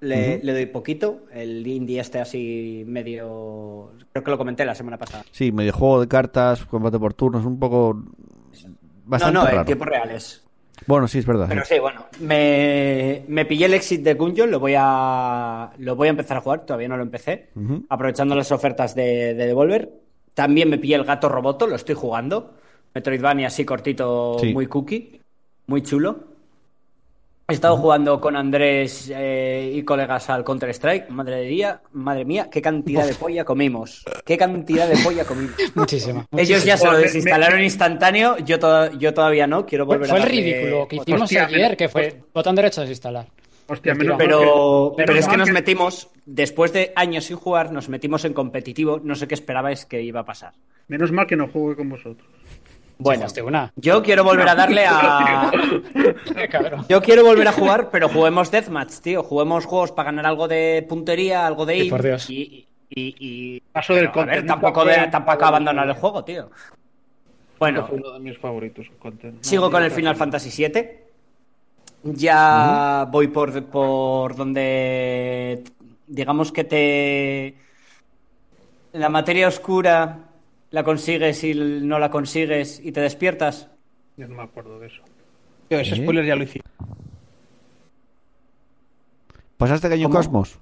Le, le doy poquito. El indie este así medio... Creo que lo comenté la semana pasada.
Sí, medio juego de cartas, combate por turnos, un poco. Bastante
no, no, en
raro. Mm.
tiempos reales.
Bueno, sí, es verdad.
Pero sí, bueno, me, me pillé el exit de Gungeon, lo voy a lo voy a empezar a jugar, todavía no lo empecé,
Ujú.
aprovechando las ofertas de, de Devolver. También me pillé el gato roboto, lo estoy jugando. Metroidvania así cortito,
Sí.
muy cookie, muy chulo. He estado jugando con Andrés eh, y colegas al Counter Strike, madre de día, madre mía, qué cantidad de polla comimos. Qué cantidad de polla comimos.
Muchísima.
Ellos ya se lo desinstalaron instantáneo, yo, to- yo todavía no, quiero
Fue
volver
fue
a
el
darle
ridículo que
otra-
hicimos
Hostia,
ayer,
menos-
que fue botón derecho a desinstalar.
Hostia, menos mal
pero,
que-
pero es que nos
menos mal
metimos, después de años sin jugar, nos metimos en competitivo, no sé qué esperabais que iba a pasar.
Menos mal que no jugué con vosotros.
Bueno,
Hostia, pues una.
yo quiero volver a darle a...
Qué cabrón.
Yo quiero volver a jugar, pero juguemos Deathmatch, tío. Juguemos juegos para ganar algo de puntería, algo de
Sí,
aim,
por Dios.
Y, y- y-
Paso del
pero, a ver,
counter,
tampoco,
nunca
de-
fue-
tampoco abandonar el juego, tío. Bueno,
Fue uno de mis favoritos. content-
Sigo
no,
con el
no,
Final Fantasy VII. Ya voy por, por donde, digamos que te... La materia oscura la consigues y no la consigues y te despiertas.
Yo no me acuerdo de eso.
Tío, ese
¿Eh?
spoiler ya lo hice.
¿Pasaste Caño
¿Cómo?
Cosmos?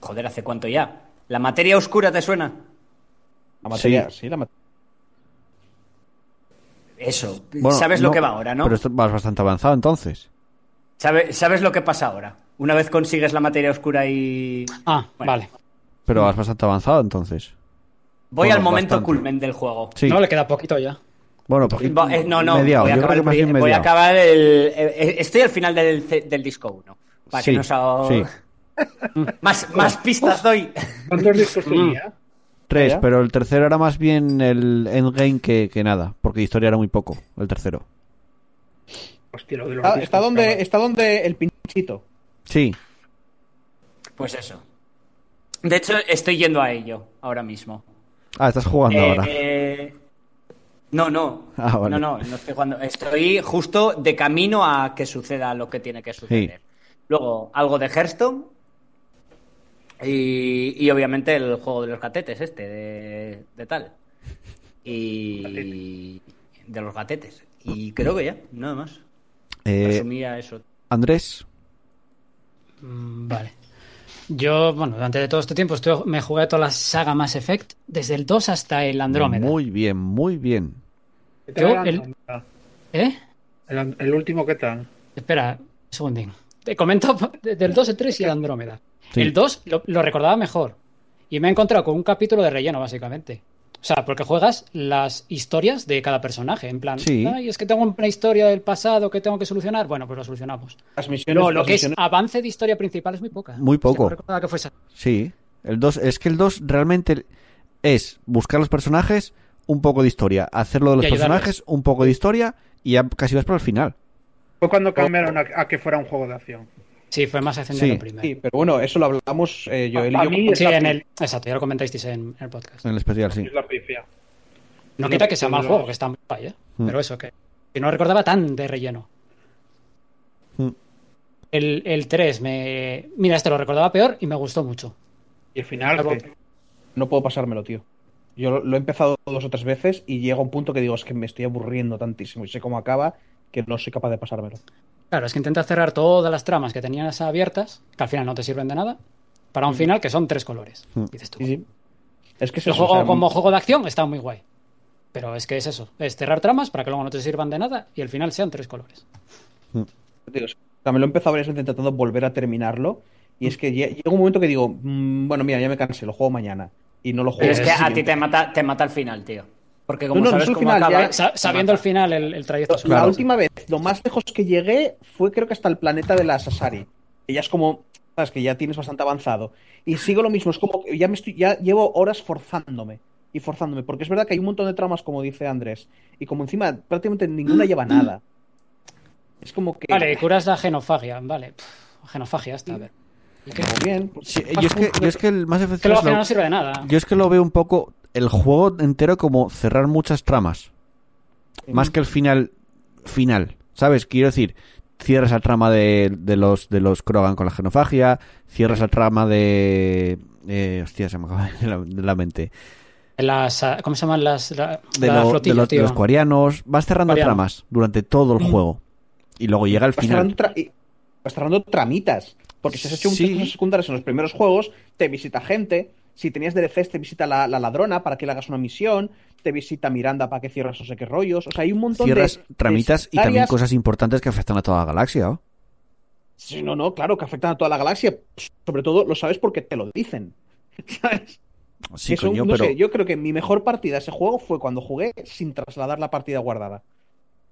Joder, ¿hace cuánto ya? ¿La materia oscura te suena?
La materia, sí, la materia.
Eso.
Bueno,
Sabes lo
no,
que va ahora, ¿no?
Pero esto vas bastante avanzado entonces.
Sabe- sabes lo que pasa ahora. Una vez consigues la materia oscura y...
Ah,
Bueno.
vale.
Pero vas bastante avanzado entonces.
Voy
Bueno,
al momento
bastante.
culmen del juego.
Sí.
No, le queda poquito ya.
Bueno, porque
Va- eh, no, no,
mediado.
voy, a
Yo creo
acabar,
que más
el-
bien
voy a
mediado.
acabar el- eh, estoy al final del, C- del disco 1. Para
Sí,
que no os hago-
sí.
más, más pistas doy.
¿Cuántos discos
Mm.
tenía?
Tres,
¿Ya?
pero el tercero era más bien el endgame que, que nada, porque de historia era muy poco, el tercero.
Hostia, lo de los
Está,
discos,
está donde,
chaval.
está donde el pinchito.
Sí,
Pues eso. De hecho, estoy yendo a ello ahora mismo.
ah, estás jugando
Eh,
ahora.
eh, no, no.
Ah, vale.
No, no, no estoy jugando. Estoy justo de camino a que suceda lo que tiene que suceder. Luego, algo de Hearthstone. Y, y obviamente el juego de los catetes, este, de, de tal. Y. De los gatetes. Y creo que ya, nada más.
Eh,
Resumía eso.
Andrés,
Mm, Vale. Yo, bueno, durante todo este tiempo estuve- me jugué toda la saga Mass Effect, desde el 2 hasta el Andrómeda.
muy bien, muy bien.
¿Qué tal
Yo,
el
el-
Andrómeda?
¿Eh?
El, el último, ¿qué tal?
Espera, un segundín. Te comento de- del 2, el 3 y el Andrómeda.
Sí.
El 2 lo, lo recordaba mejor. Y me he encontrado con un capítulo de relleno, básicamente. O sea, porque juegas las historias de cada personaje. En plan,
Sí.
ay, es que tengo una historia del pasado que tengo que solucionar. Bueno, pues lo solucionamos.
Las
Pero
misiones.
lo
las
que es
misiones-
avance de historia principal es muy poca.
Muy poco.
O sea, no recordaba que fuese-
Sí, el 2, es que el 2 realmente es buscar los personajes, un poco de historia, hacerlo de los
Y ayudarles.
personajes, un poco de historia y ya casi vas para el final.
Fue cuando cambiaron a, a que fuera un juego de acción.
Sí, fue más ascendente
Sí.
lo primero.
Sí, pero bueno, eso lo hablamos eh, Joel y
Pa-
yo.
pa' mí
Sí,
Esa
en el, exacto, ya lo comentasteis en, en el podcast.
En el especial, sí.
Es la pifia.
No
lo-
quita que sea
yo
mal
lo-
juego, que está muy guay, ¿eh?
Mm.
Pero eso, que, que no recordaba tan de relleno.
Mm.
El, el 3, me... mira, este lo recordaba peor y me gustó mucho.
Y el final,
Claro.
¿qué?
No puedo pasármelo, tío. Yo lo, lo he empezado dos o tres veces y llega un punto que digo, es que me estoy aburriendo tantísimo y sé cómo acaba que no soy capaz de pasármelo.
Claro, es que intenta cerrar todas las tramas que tenías abiertas, que al final no te sirven de nada, para un final que son tres colores.
Mm.
Dices tú.
Mm. Sí, sí. Es que es
El
eso,
juego
o sea,
como juego de acción está muy guay. Pero es que es eso, es cerrar tramas para que luego no te sirvan de nada y al final sean tres colores.
tío, o sea, me lo he empezado varias veces intentando volver a terminarlo y es que lle- llega un momento que digo, "Mm, bueno, mira, ya me cansé, lo juego mañana y no lo juego.
eh,
Pero es
el
que a ti
siguiente.
te mata, te mata el final, tío. Porque como
No, no, no
sabes
es el
cómo
final,
acaba,
ya-
Sa-
te
ah.
sabiendo al
mata.
final el, el trayecto.
La
suyo.
última vez, lo más lejos que llegué fue creo que hasta el planeta de la Sasari. Que ya es como, sabes, que ya tienes bastante avanzado. Y sigo lo mismo, es como que ya me estoy, ya llevo horas forzándome y forzándome, porque es verdad que hay un montón de tramas, como dice Andrés, y como encima prácticamente ninguna lleva nada. Es como que
Vale, curas la genofagia, vale. Pff, genofagia está, a ver.
como bien, pues,
Sí, yo, es que, yo es que el Mass Effect
Que luego
3
al final
lo-
no sirve de nada.
yo es que lo veo un poco el juego entero como cerrar muchas tramas. Más que el final final, ¿sabes? Quiero decir, cierras la trama de, de los de los Krogan con la genofagia, cierras la trama de eh, hostia, se me acaba de la, de la mente.
Las, ah, ¿Cómo se llaman las la,
De,
la
lo- de
flotilla,
los, de
tío?
los coreanos, vas cerrando
Coreano.
tramas durante todo el juego. Y luego llega el
vas cerrando,
final.
tra- y- vas cerrando tramitas. Porque si has hecho un
Sí.
cosas secundarias en los primeros juegos, te visita gente. Si tenías DLCs, te visita la, la ladrona para que le hagas una misión. Te visita Miranda para que cierres no sé qué rollos. O sea, hay un montón
Cierras
de. de
tramitas y también
secundarias.
cosas importantes que afectan a toda la galaxia. ¿o?
Sí, no, no, claro, que afectan a toda la galaxia. Sobre todo lo sabes porque te lo dicen. ¿Sabes?
Sí,
Es un-
coño,
no
pero
sé, yo creo que mi mejor partida a ese juego fue cuando jugué sin trasladar la partida guardada.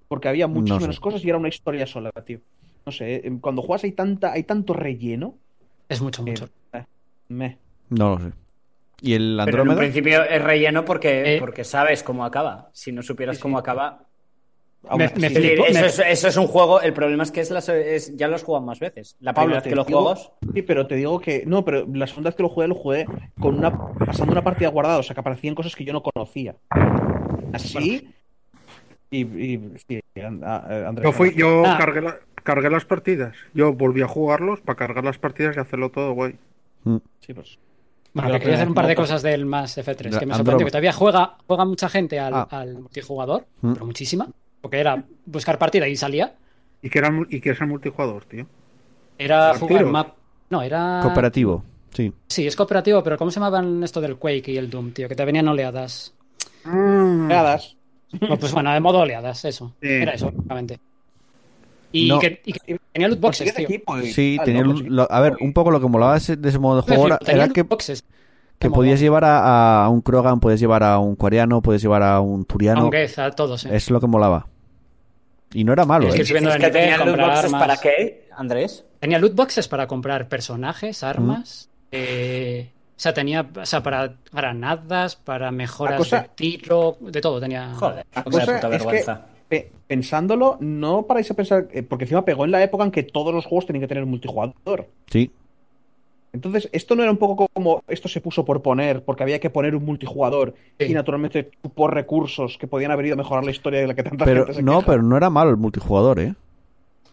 Porque había muchas
No sé.
menos cosas y era una historia sola, tío. No sé, eh, cuando juegas hay tanta, hay tanto relleno.
Es mucho,
Eh,
mucho.
Me.
no lo sé. ¿Y el
Pero en un
Andrómeda?
principio es relleno porque,
Eh.
porque sabes cómo acaba. Si no supieras cómo acaba,
Aún
Me-
así,
me
Es decir,
flipó,
eso,
me-
es, eso es un juego. El problema es que es las- es- ya lo has jugado más veces. La
Pablo,
primera vez
te
que lo
digo-
juegas.
Sí, pero te digo que. No, pero la segunda vez que lo jugué, lo jugué con una, pasando una partida guardada. O sea, que aparecían cosas que yo no conocía. así. Y, y sí, And- a- a- Andrés.
Yo, fui, yo
Ah.
cargué, la- cargué las partidas. Yo volví a jugarlos para cargar las partidas y hacerlo todo, guay.
Sí, pues.
Bueno,
Yo
que quería hacer un par de
creo que-
cosas del Mass Effect 3, que me
Andrómeda.
sorprendió que todavía juega, juega mucha gente al,
Ah.
al multijugador,
Mm.
pero muchísima, porque era buscar partida y salía,
Y que, era, mu- y que es el multijugador, tío.
era
Por
jugar
tiros.
map... No, era...
Cooperativo,
Ah.
sí.
Sí, es cooperativo, pero ¿cómo se llamaban esto del Quake y el Doom, tío? Que te venían oleadas.
Ah.
Pegadas.
Bueno, pues bueno, de modo oleadas, eso.
Sí.
Era eso, básicamente. Y,
No.
que, y que tenía loot boxes,
este
tío.
Pues Sí, tenía
Pues
un- lo- a ver, un poco lo que molaba ese- de ese modo de
Me
juego
refiero,
era,
tenía
era
loot
que,
boxes.
que
como-
podías llevar a, a un Krogan, podías llevar a un coreano, podías llevar a un turiano.
Aunque a todos, ¿eh?
Es lo que molaba. Y no era malo,
Es que
¿eh?
sí. subiendo
Dices
de
que
nivel,
tenían loot
comprar
boxes
armas.
para qué, Andrés?
Tenía loot boxes para comprar personajes, armas. eh, o sea, tenía o sea, para granadas, para mejoras
La cosa-
de tiro, de todo. Tenía.
Joder,
La
una
cosa
puta
es que-
vergüenza.
Pe- pensándolo, no paráis a pensar, eh, porque encima pegó en la época en que todos los juegos tenían que tener multijugador.
Sí.
Entonces, esto no era un poco como esto se puso por poner, porque había que poner un multijugador
Sí.
y naturalmente por recursos que podían haber ido a mejorar la historia de la que tanta
Pero
gente se
no,
queja.
pero no era malo el multijugador, ¿eh?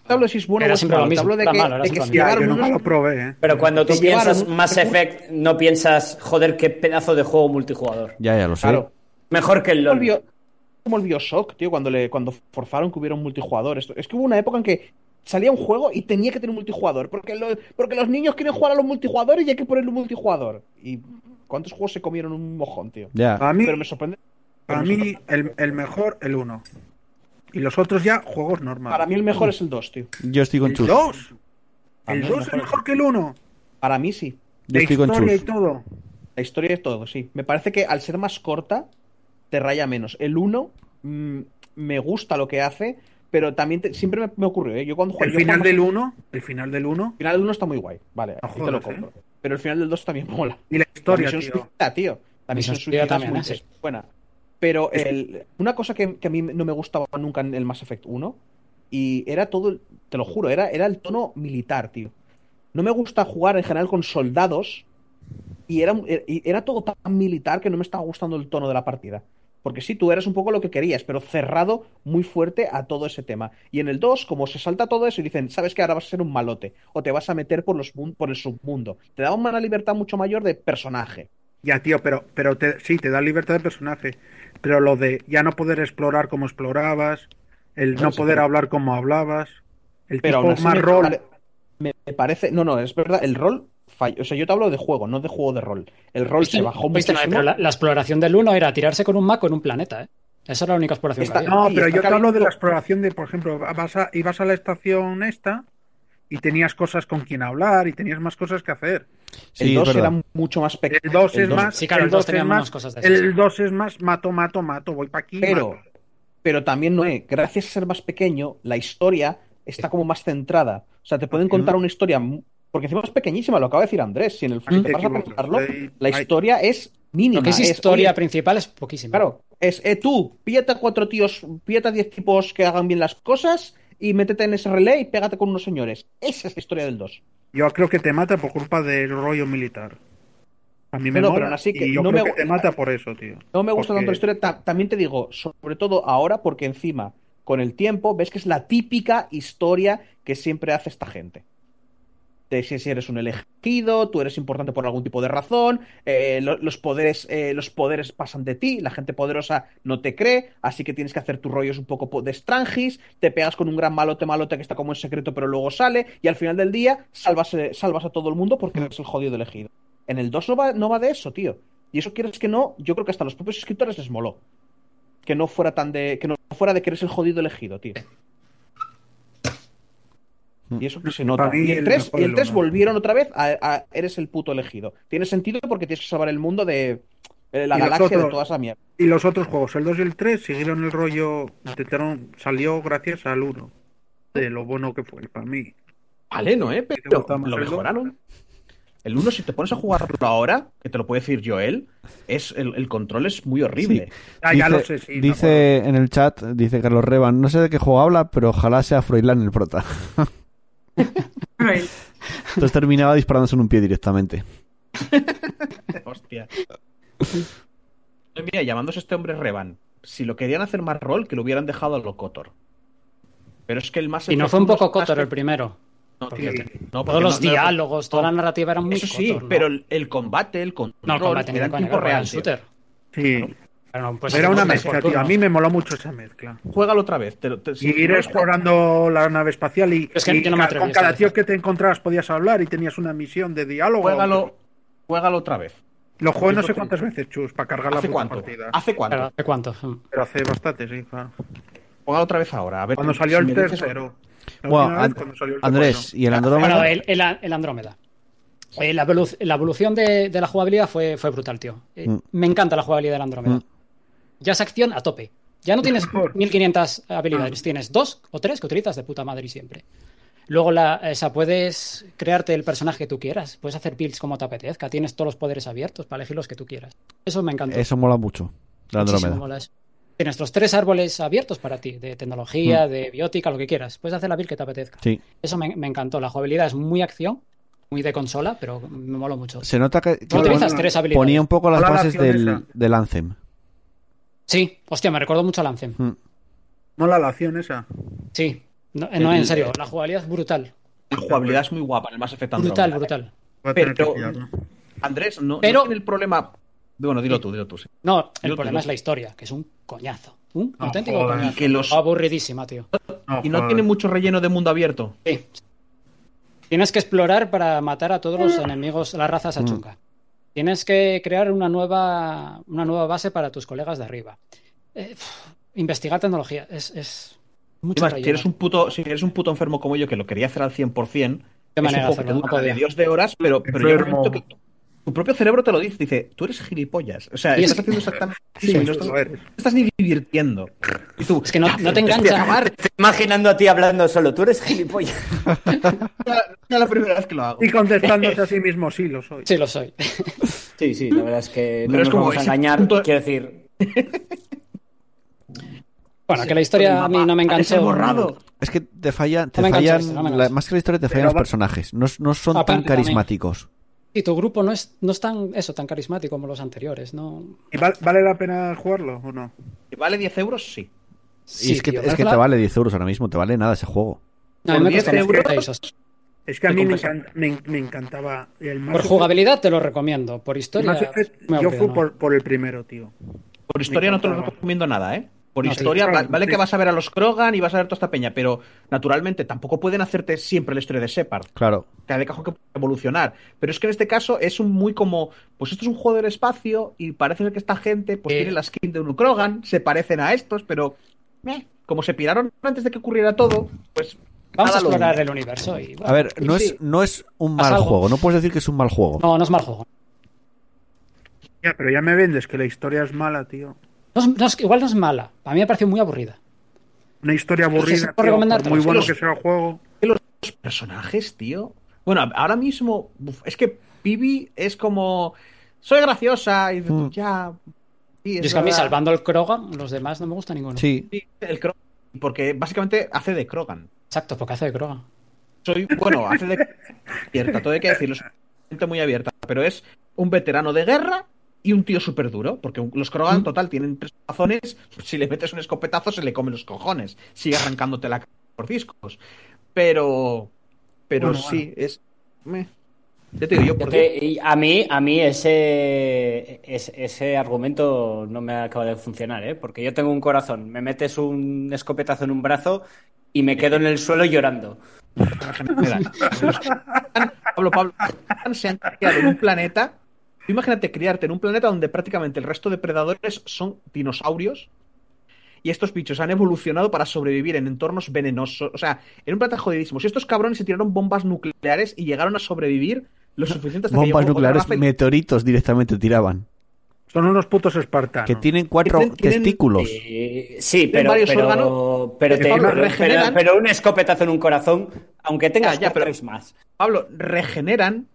No hablo de si es bueno
Era
o es
siempre
malo,
lo
te
mismo,
hablo de
era
que,
malo, era
de que se
siempre lo mismo.
Ya,
llegaron
yo nunca
unos-
lo probé, ¿eh?
Pero cuando tú
Te llevaron
piensas
un-
Mass Effect, no piensas, joder, qué pedazo de juego multijugador.
Ya, ya lo sé.
Claro.
Mejor que el
como el,
LoL.
Bio- como el Bioshock, tío, cuando, le, cuando forzaron que hubiera un multijugador. Esto- es que hubo una época en que salía un juego y tenía que tener un multijugador, porque, lo- porque los niños quieren jugar a los multijugadores y hay que ponerle un multijugador. ¿Y cuántos juegos se comieron un mojón, tío?
Ya.
Para mí,
Pero me sorprende.
para mí el, el mejor, el 1. Y los otros ya, juegos normales.
Para mí el mejor es el 2, tío.
Yo estoy con
el
Chus.
2.
Para
El
mí
2 es mejor que el 1.
Para mí sí.
Yo
La
estoy con
historia y
Chus.
todo.
La historia es todo, sí. Me parece que al ser más corta, te raya menos. El 1 mm, me gusta lo que hace, pero también te- siempre me, me ocurrió, ¿eh? Yo cuando jugué-
El
yo
final
jugaba-
del 1. El final del 1.
El final del 1 está muy guay, vale,
No
ahí te lo
jodas, ¿eh?
compro. Pero el final del 2 también mola.
Y la historia,
la misión
tío.
suicida, tío. La misión suicida
también,
es, muy-
¿eh? Sí.
es buena. Pero el- una cosa que, que a mí no me gustaba nunca en el Mass Effect 1, y era todo, el- te lo juro, era, era el tono militar, tío. No me gusta jugar en general con soldados, y era, y era todo tan militar que no me estaba gustando el tono de la partida. Porque sí, tú eras un poco lo que querías, pero cerrado muy fuerte a todo ese tema. Y en el 2, como se salta todo eso y dicen, sabes que ahora vas a ser un malote, o te vas a meter por, los, mun- por el submundo, te da una libertad mucho mayor de personaje.
Ya, tío, pero, pero te, sí, te da libertad de personaje. Pero lo de ya no poder explorar como explorabas, el no
sí,
poder
pero-
hablar como hablabas, el
Pero aún
tipo
así
más
me,
rol.
pare- me- me parece. No, no, es verdad, el rol falló. O sea, yo te hablo de juego, no de juego de rol. El rol
Viste-
se bajó
viste,
muchísimo.
no, pero la, la exploración del uno era tirarse con un maco en un planeta, ¿eh? Esa era la única exploración
Está-
que había.
No,
Sí,
pero
está
yo te hablo de
cabrito.
la exploración de, por ejemplo, vas a, ibas a la estación esta y tenías cosas con quien hablar y tenías más cosas que hacer.
Sí,
El
es
2 era
verdad.
mucho más pequeño.
El 2
El
es
dos-
más.
sí, claro, el
el
dos
2
tenía
es
menos
más.
cosas de esas.
El 2 es más mato, mato, mato, voy para aquí.
Pero,
mato.
pero también, Noé, gracias a ser más pequeño, la historia está como más centrada. O sea, te pueden contar una historia. mu- Porque encima es pequeñísima, lo acaba de decir Andrés. Si en el
Ahí
fondo
te
te vas a
equivocas,
pensarlo,
ahí-
la
ahí-
historia es mínima.
Lo que es historia
oye,
principal es poquísimo.
Claro, es eh, tú, píllate a cuatro tíos, píllate a diez tipos que hagan bien las cosas y métete en ese relé y pégate con unos señores. Esa es la historia del 2.
Yo creo que te mata por culpa del rollo militar. A mí me
No, no,
mola,
pero aún así que
y yo
no
creo
me-
que te mata por eso, tío.
No me gusta
Porque-
tanto la historia, ta- también te digo, sobre todo ahora, porque encima, con el tiempo, ves que es la típica historia que siempre hace esta gente. De si si eres un elegido, tú eres importante por algún tipo de razón, eh, lo- los, poderes, eh, los poderes pasan de ti, la gente poderosa no te cree, así que tienes que hacer tus rollos un poco po- de estrangis, te pegas con un gran malote malote que está como en secreto pero luego sale, y al final del día salvas, eh, salvas a todo el mundo porque eres el jodido elegido. En el 2 no va, no va de eso, tío. Y eso quieres que no, yo creo que hasta a los propios escritores les moló. Que no fuera tan de. que no fuera de que eres el jodido elegido, tío.
Mm.
Y eso que se nota.
Para mí
Y el
el
3,
mejor
y el
del
3
uno.
volvieron otra vez a, a eres el puto elegido. Tiene sentido porque tienes que salvar el mundo de eh, la
Y los
galaxia de
otros.
toda esa mierda.
Y los otros juegos, el 2 y el 3, siguieron el rollo. Intentaron, salió gracias al 1. De lo bueno que fue para mí.
Vale, no, ¿eh?
te
Pero
gusta más
lo
el dos?
mejoraron. El 1, si te pones a jugarlo ahora, que te lo puede decir Joel, es el, el control es muy horrible.
Ah, ya lo sé, sí. me acuerdo.
dice en el chat, dice Carlos Reban, no sé de qué juego habla, pero ojalá sea Froilán el prota.
Cruel.
Entonces terminaba disparándose en un pie directamente.
Hostia. Mira, llamándose este hombre Revan.
si lo querían hacer más rol, que lo hubieran dejado a lo Cotor. Pero es que el más.
Y no fue un poco
Effect-
Cotor el primero.
No,
porque
tío,
te-
no, porque
Todos los
no- no-
diálogos, toda la
no.
narrativa era muy
Eso sí,
Cotor, ¿no?
pero el, el combate, el control,
No, el combate ni
era en
de coña,
tiempo
era
real.
un
tío.
shooter.
Sí,
Pero no, pues
era
no,
una
pues, por
mezcla, tío. A
turnos.
mí me moló mucho esa mezcla.
Juégalo otra vez. te lo- te- si
Y ir
no-
explorando la nave espacial y,
Es que
y
yo no me
ca-
atreví
con
esta
cada
vez.
tío que te encontrabas podías hablar y tenías una misión de diálogo.
Juégalo, juégalo otra vez.
Lo juego no sé cuántas veces, Chus, para cargar la
¿Hace
puta
cuánto?
partida.
¿Hace cuánto?
Pero ¿hace cuánto? Mm.
Pero hace bastante, sí, claro.
Póngalo otra vez ahora. A ver,
Cuando
si
salió el
me dices-
tercero. La
Bueno,
última vez
An-
cuando salió el
Andrés,
tercero.
¿y el
Ah, Bueno,
Andrómeda?
el, el, el Andrómeda. Eh, la, evolu- la evolución de, de la jugabilidad fue, fue brutal, tío. Eh,
Mm.
Me encanta la jugabilidad del Andrómeda.
Mm.
Ya es acción a tope. Ya no tienes
Mejor.
1500
Ah.
habilidades, tienes dos o tres que utilizas de puta madre y siempre. Luego, la, esa, puedes crearte el personaje que tú quieras, puedes hacer builds como te apetezca, tienes todos los poderes abiertos para elegir los que tú quieras. Eso me encantó.
Eso mola mucho. El
Muchísimo
Andrómeda.
mola eso. Tienes los tres árboles abiertos para ti, de
Mm.
tecnología, de biótica, lo que quieras. Puedes hacer la build que te apetezca.
Sí.
Eso me, me encantó. La jugabilidad es muy acción, muy de consola, pero me moló mucho.
Se nota que, que
Tú utilizas
pon-
tres habilidades.
ponía un poco las
Mola la
bases
acción
del,
esa.
del Anthem.
Sí, hostia, me recordó mucho al Anthem.
Mm.
Mola la acción esa.
Sí. No, eh, no, en serio, la jugabilidad es brutal.
La jugabilidad es muy guapa en el Mass Effect Andromeda.
Brutal, brutal.
Voy a tener
Pero-
que pillarlo.
Andrés, no,
Pero-
no tiene el problema. Bueno, dilo tú, dilo tú. sí.
No, el
Yo-
problema
yo-
es la historia, que es un coñazo. Un
No
auténtico
jodas,
coñazo.
que los-
Aburridísima, tío.
Y no tiene mucho relleno de mundo abierto.
Sí. Tienes que explorar para matar a todos los enemigos, la
Mm.
raza sachunga. Tienes que crear una nueva, una nueva base para tus colegas de arriba. Eh, pf, investigar tecnología es, es mucho
Además,
relleno.
si eres, un puto, si eres un puto enfermo como yo que lo quería hacer al 100%,
Qué
es un
manera de
juego que
hacerlo,
te
no
dura de
podía.
Dios de horas, pero, pero llega un
Enfermo.
momento que tu propio cerebro te lo dice. Dice, tú eres gilipollas. O sea,
Y es-
estás haciendo exactamente lo
Sí,
mismo y
sí,
no estás,
lo eres.
no estás ni divirtiendo. Y tú,
Es que no, no te engancha.
acabar.
Te estoy imaginando a ti hablando solo. Tú eres gilipollas.
no es la primera vez que lo hago.
Y contestándose a sí mismo, sí, lo soy.
Sí, lo soy.
Sí, sí, la verdad es que no
Pero es
nos
como
vamos a
ese
engañar.
punto-
Quiero decir,
Bueno, que la historia a mí no me enganchó.
Parece borrado.
Es que te falla, te
No me engancha
fallan,
esto, no me
la-
engancha.
más que la historia te fallan
Pero
los
va-
personajes. No, no son
Aparte
tan
también.
carismáticos.
Y tu grupo no es, no es tan eso, tan carismático como los anteriores, ¿no?
¿Y val- ¿Vale la pena jugarlo o no?
Que ¿Vale 10 euros? Sí.
y es que,
tío, pues
es que
¿verdad?
te vale 10 euros ahora mismo, te vale nada ese juego.
No, a mí
por
me costó
10
unos
euros.
16 os-
Es que a
Te
mí me,
compensa.
encan- me, me encantaba el Mass
Por
Effect-
jugabilidad te lo recomiendo. Por
el
historia.
Mass Effect,
me
yo
aburrió,
fui
no.
por, por el primero, tío.
Por historia no te lo
encantaba.
recomiendo nada, ¿eh? Por
No, sí.
historia, va-
Claro,
vale
sí.
que vas a ver a los Krogan y vas a ver toda esta peña, pero naturalmente tampoco pueden hacerte siempre la historia de Shepard.
Claro.
Cada cajón que puede evolucionar. Pero es que en este caso es un muy como, pues esto es un juego del espacio y parece ser que esta gente pues
Eh.
tiene la skin de un Krogan, se parecen a estos, pero meh, como se piraron antes de que ocurriera todo, pues
Vamos a
nada lo
explorar
une.
el universo. y, bueno,
A ver, no,
sí.
es, no es un mal
Pasa algo.
juego, no puedes decir que es un mal juego.
No, no es mal juego.
Ya, pero ya me vendes que la historia es mala, tío.
No es- no es- igual no es mala. A mí me pareció muy aburrida.
Una historia
Entonces,
aburrida,
por
tío, por
recomendártelo,
muy
sí,
bueno
los-
que sea el juego.
los personajes, tío. Bueno, ahora mismo, uf, es que Pibi es como. Soy graciosa. Y dices tú,
Mm.
ya. sí,
Yo es que a mí,
verdad.
salvando el Krogan, los demás no me gusta ninguno.
Sí,
Sí, el Krogan, Porque básicamente hace de Krogan.
Exacto, porque hace de Krogan.
Soy, bueno, hace de abierta, todo hay que decirlo. Es gente muy abierta, pero es un veterano de guerra y un tío súper duro, porque un- los Krogan,
Mm.
total, tienen tres corazones. Si le metes un escopetazo, se le comen los cojones. Sigue arrancándote la cara por discos. Pero. Pero
Bueno,
sí, es. meh. Ya te digo, yo
yo
por
que- y a mí, a mí ese, ese, ese argumento no me acaba de funcionar, ¿eh? Porque yo tengo un corazón, me metes un escopetazo en un brazo y me quedo en el suelo llorando.
general. Pablo, Pablo, se han criado en un planeta. Tú Imagínate criarte en un planeta donde prácticamente el resto de predadores son dinosaurios y estos bichos han evolucionado para sobrevivir en entornos venenosos. O sea, en un planeta jodidísimo. Si estos cabrones se tiraron bombas nucleares y llegaron a sobrevivir lo suficiente hasta que llegó
bombas
otra
nucleares,
raza y-
meteoritos directamente tiraban.
Son unos putos espartanos.
Que tienen cuatro
Tienen- tienen-
testículos.
Eh, sí, pero,
varios órganos
pero, pero,
que
te-
encima
pero-
regeneran.
pero- pero un escopetazo en un corazón, aunque tengas
Ya, ya, pero-
tres más.
Pablo, regeneran.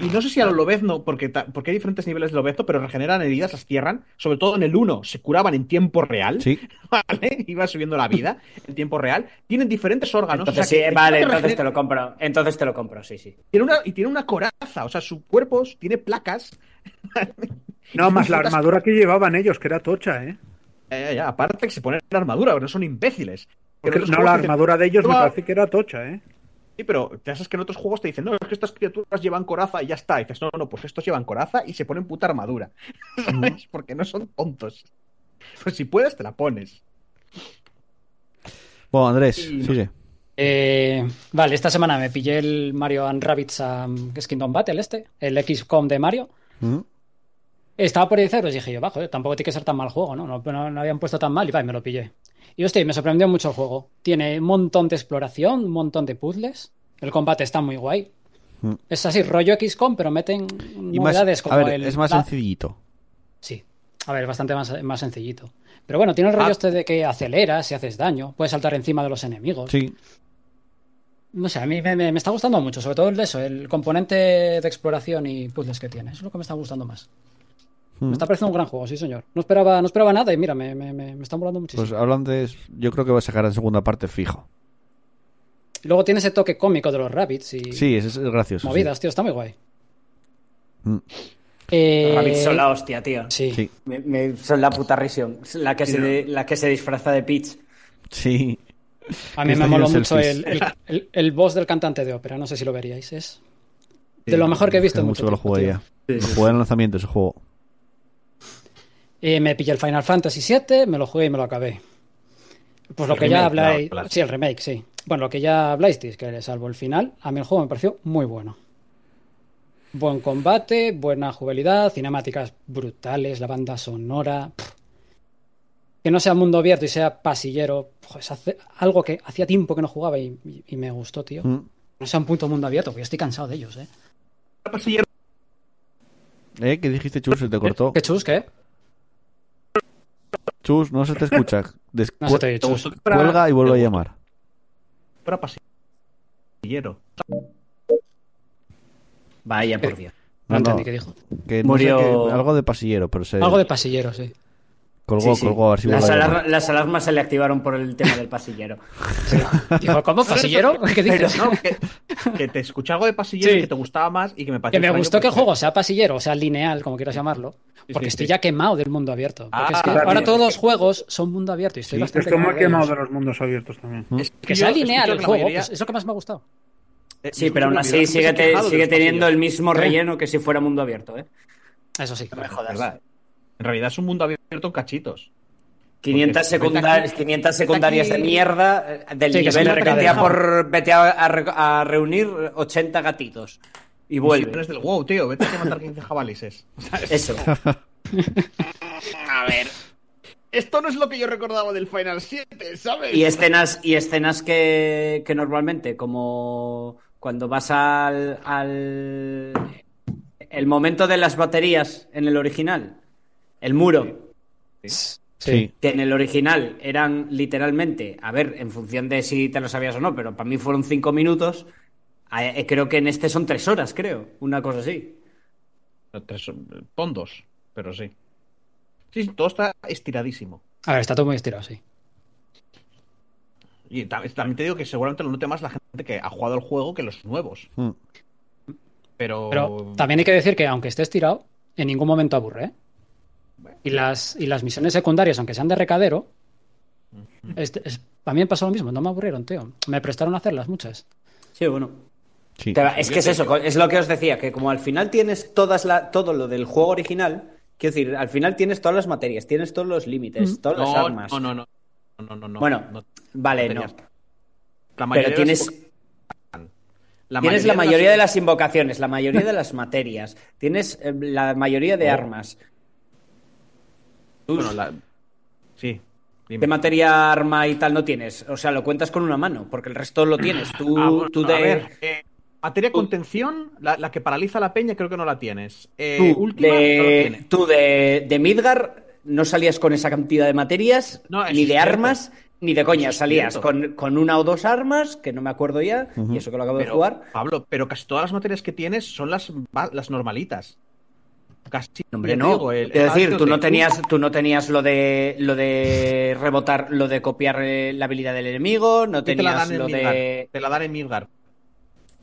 Y no sé si a lo lobezno, porque, ta- porque hay diferentes niveles de lobezno, pero regeneran heridas, las cierran. Sobre todo en el 1, se curaban en tiempo real.
Sí.
¿vale? Iba subiendo la vida en tiempo real. Tienen diferentes órganos.
Entonces,
Ah, o sea, que-
sí, vale,
que
entonces te
regenera-
lo compro. Entonces te lo compro, sí, sí.
tiene una, y tiene una coraza, o sea, su cuerpo tiene placas.
No, más la armadura que llevaban ellos, que era tocha, ¿eh?
Ya, ya, ya. Aparte que se ponen la armadura, pero no son imbéciles. Que en
Porque-
otros
no,
juegos
la
dicen,
armadura de ellos me
"Toma".
parece que era tocha, ¿eh?
Sí, pero te haces que en otros juegos te dicen, no, es que estas criaturas llevan coraza y ya está. Y dices, no, no, pues estos llevan coraza y se ponen puta armadura. ¿Sabes? Porque no son tontos. Pues si puedes, te la pones.
Bueno, Andrés,
Sí, no.
sigue.
Eh, vale, esta semana me pillé el Mario and Rabbids um, que es Kingdom Battle este, el XCOM de Mario.
Ujú.
Estaba por 10 euros, dije yo, bajo, eh, tampoco tiene que ser tan mal juego, ¿no? No, no, no habían puesto tan mal y va, y me lo pillé. Y hostia, y me sorprendió mucho el juego. Tiene un montón de exploración, un montón de puzzles. El combate está muy guay.
Mm.
Es así, rollo XCOM, pero meten
Y más,
novedades como
a ver,
el.
es más
la-
sencillito.
Sí. A ver, es bastante más, más sencillito. Pero bueno, tiene el rollo
Ah.
este de que aceleras y haces daño. Puedes saltar encima de los enemigos.
Sí.
No sé, a mí me, me- me está gustando mucho, sobre todo el de eso, el componente de exploración y puzzles que tiene. Eso es lo que me está gustando más.
Ujú.
Me está pareciendo un gran juego, sí, señor. No esperaba, no esperaba nada y mira, me, me, me, me está molando muchísimo.
Pues hablando de... Yo creo que va a sacar en segunda parte fijo.
Y Luego tiene ese toque cómico de los rabbits y
Pues, Sí, es, es gracioso. sí.
movidas, tío, está muy guay.
Mm.
Eh,
Rabbit son la hostia, tío.
Sí.
Sí.
Me- me- son la puta risión. La que, se, de- la que se disfraza de Peach.
Sí.
A mí
Está
me moló
haciendo
mucho el,
este selfies.
el, el- el boss del cantante de ópera, no sé si lo veríais. Es de lo mejor que he visto
Hace
en
mucho
mucho
que lo
tiempo,
jugué
tío.
ya. Lo jugué en el lanzamiento ese juego.
Eh, me pillé el Final Fantasy VII, me lo jugué y me lo acabé. Pues lo
El
que
remake,
ya habláis.
no, las-
Sí, el remake, sí. Bueno, lo que ya hablasteis, que salvo el final, a mí el juego me pareció muy bueno. Buen combate, buena jugabilidad, cinemáticas brutales, la banda sonora. pff. Que no sea mundo abierto y sea pasillero. jo, es hace- algo que hacía tiempo que no jugaba y, y- y me gustó, tío.
Mm.
No sea un punto mundo abierto, porque yo estoy cansado de ellos, ¿eh?
¿Eh? ¿Qué dijiste, Chus? Se te cortó.
¿Qué eh. chus, qué?
Chus, no se te escucha. Des-
No se te oye, chus.
Cuelga y vuelve a llamar.
Para pasillero.
Vaya, por Dios.
No
No, no,
entendí qué dijo.
que no
Murió-
sé qué- algo de pasillero, pero se
Algo de pasillero, sí.
colgó,
Sí, sí.
colgó. A ver si
las,
vuelve a llamar.
alarma- las alarmas se le activaron por el tema del pasillero.
Dijo, ¿cómo? ¿Pasillero? ¿Qué
Pero
dices?
no, que, que te escuché algo de pasillero
Sí.
que te gustaba más y que me pareció.
Que me
extraño pues,
gustó que el
porque-
juego sea pasillero, o sea lineal, como quieras llamarlo, porque
sí,
estoy
sí.
ya quemado del mundo abierto. Porque
Ah,
es que
vale.
ahora todos los juegos son mundo abierto y estoy
Sí.
bastante
Este
Esto me ha
quemado de
quemado
ellos.
de los mundos abiertos también.
Es ¿eh?
Que
yo
sea
escucho
lineal
que
el
la
juego,
mayoría-
pues es lo que más me ha gustado.
eh,
Sí,
yo escucho que
pero aún
la
así
mayoría se
sigue,
ha
te-
quejado de
sigue
los
teniendo
pasillos.
el mismo
¿Eh?
relleno que si fuera mundo abierto, ¿eh?
Eso sí.
No me jodas.
Verdad. En realidad es un mundo abierto en cachitos.
500,
Porque vete
secunda-
aquí-
500 secundarias
vete aquí-
de mierda eh, del
Sí, que son
nivel
de
vete a,
recadero.
por, vete a, a re- a reunir 80 gatitos y
Y
vuelve.
eres del wow, tío, vete a matar 15 jabalises.
Eso.
A ver. Esto no es lo que yo recordaba del Final 7, ¿sabes?
Y escenas, y escenas que, que normalmente, como cuando vas al, al- El momento de las baterías en el original, el muro,
Sí.
que en el original eran literalmente, a ver, en función de si te lo sabías o no, pero para mí fueron cinco minutos, eh, creo que en este son tres horas, creo, una cosa así.
No, tres, eh, pon dos, pero sí. Sí, sí, todo está estiradísimo.
A ver, está todo muy estirado, sí.
Y ta- también te digo que seguramente lo note más la gente que ha jugado el juego que los nuevos.
Mm.
Pero,
Pero también hay que decir que aunque esté estirado, en ningún momento aburre. ¿eh? Y las, y las misiones secundarias, aunque sean de recadero, este- es- a mí me pasó lo mismo, no me aburrieron, tío. Me prestaron a hacerlas muchas.
Sí, bueno.
Sí.
Te va- es que es eso, es lo que os decía, que como al final tienes todas la, todo lo del juego original, quiero decir, al final tienes todas las materias, tienes todos los límites, todas las
no,
armas.
no, no, no, no, no, no.
Bueno,
no.
vale, no.
Materias. La mayoría
Pero
de
tienes,
las- la
tienes la
de las-
mayoría de las invocaciones, la mayoría de las materias, tienes eh, la mayoría de armas.
Bueno, la- Sí. dime.
De materia, arma y tal no tienes. O sea, lo cuentas con una mano, porque el resto lo tienes. Tú,
Ah, bueno,
tú
a
de...
ver, eh, materia contención, la, la que paraliza a la peña, creo que no la tienes. Eh,
tú
última,
de-
no la tienes.
tú de, de Midgar no salías con esa cantidad de materias,
No, eso
ni
es
de
cierto.
armas, ni de coña.
es
salías
cierto.
con, con una o dos armas, que no me acuerdo ya,
Ujú.
y eso que lo acabo de
Pero,
jugar.
Pablo, pero casi todas las materias que tienes son las, va- las normalitas. Casi.
Hombre,
yo
no.
te digo, el-
Quiero
el-
decir, tú
el-
no tenías, tú no tenías lo de lo de rebotar, lo de copiar eh, la habilidad del enemigo, no
Y te la
tenías
dan en
lo
Midgar.
de.
Te la dan en Midgar.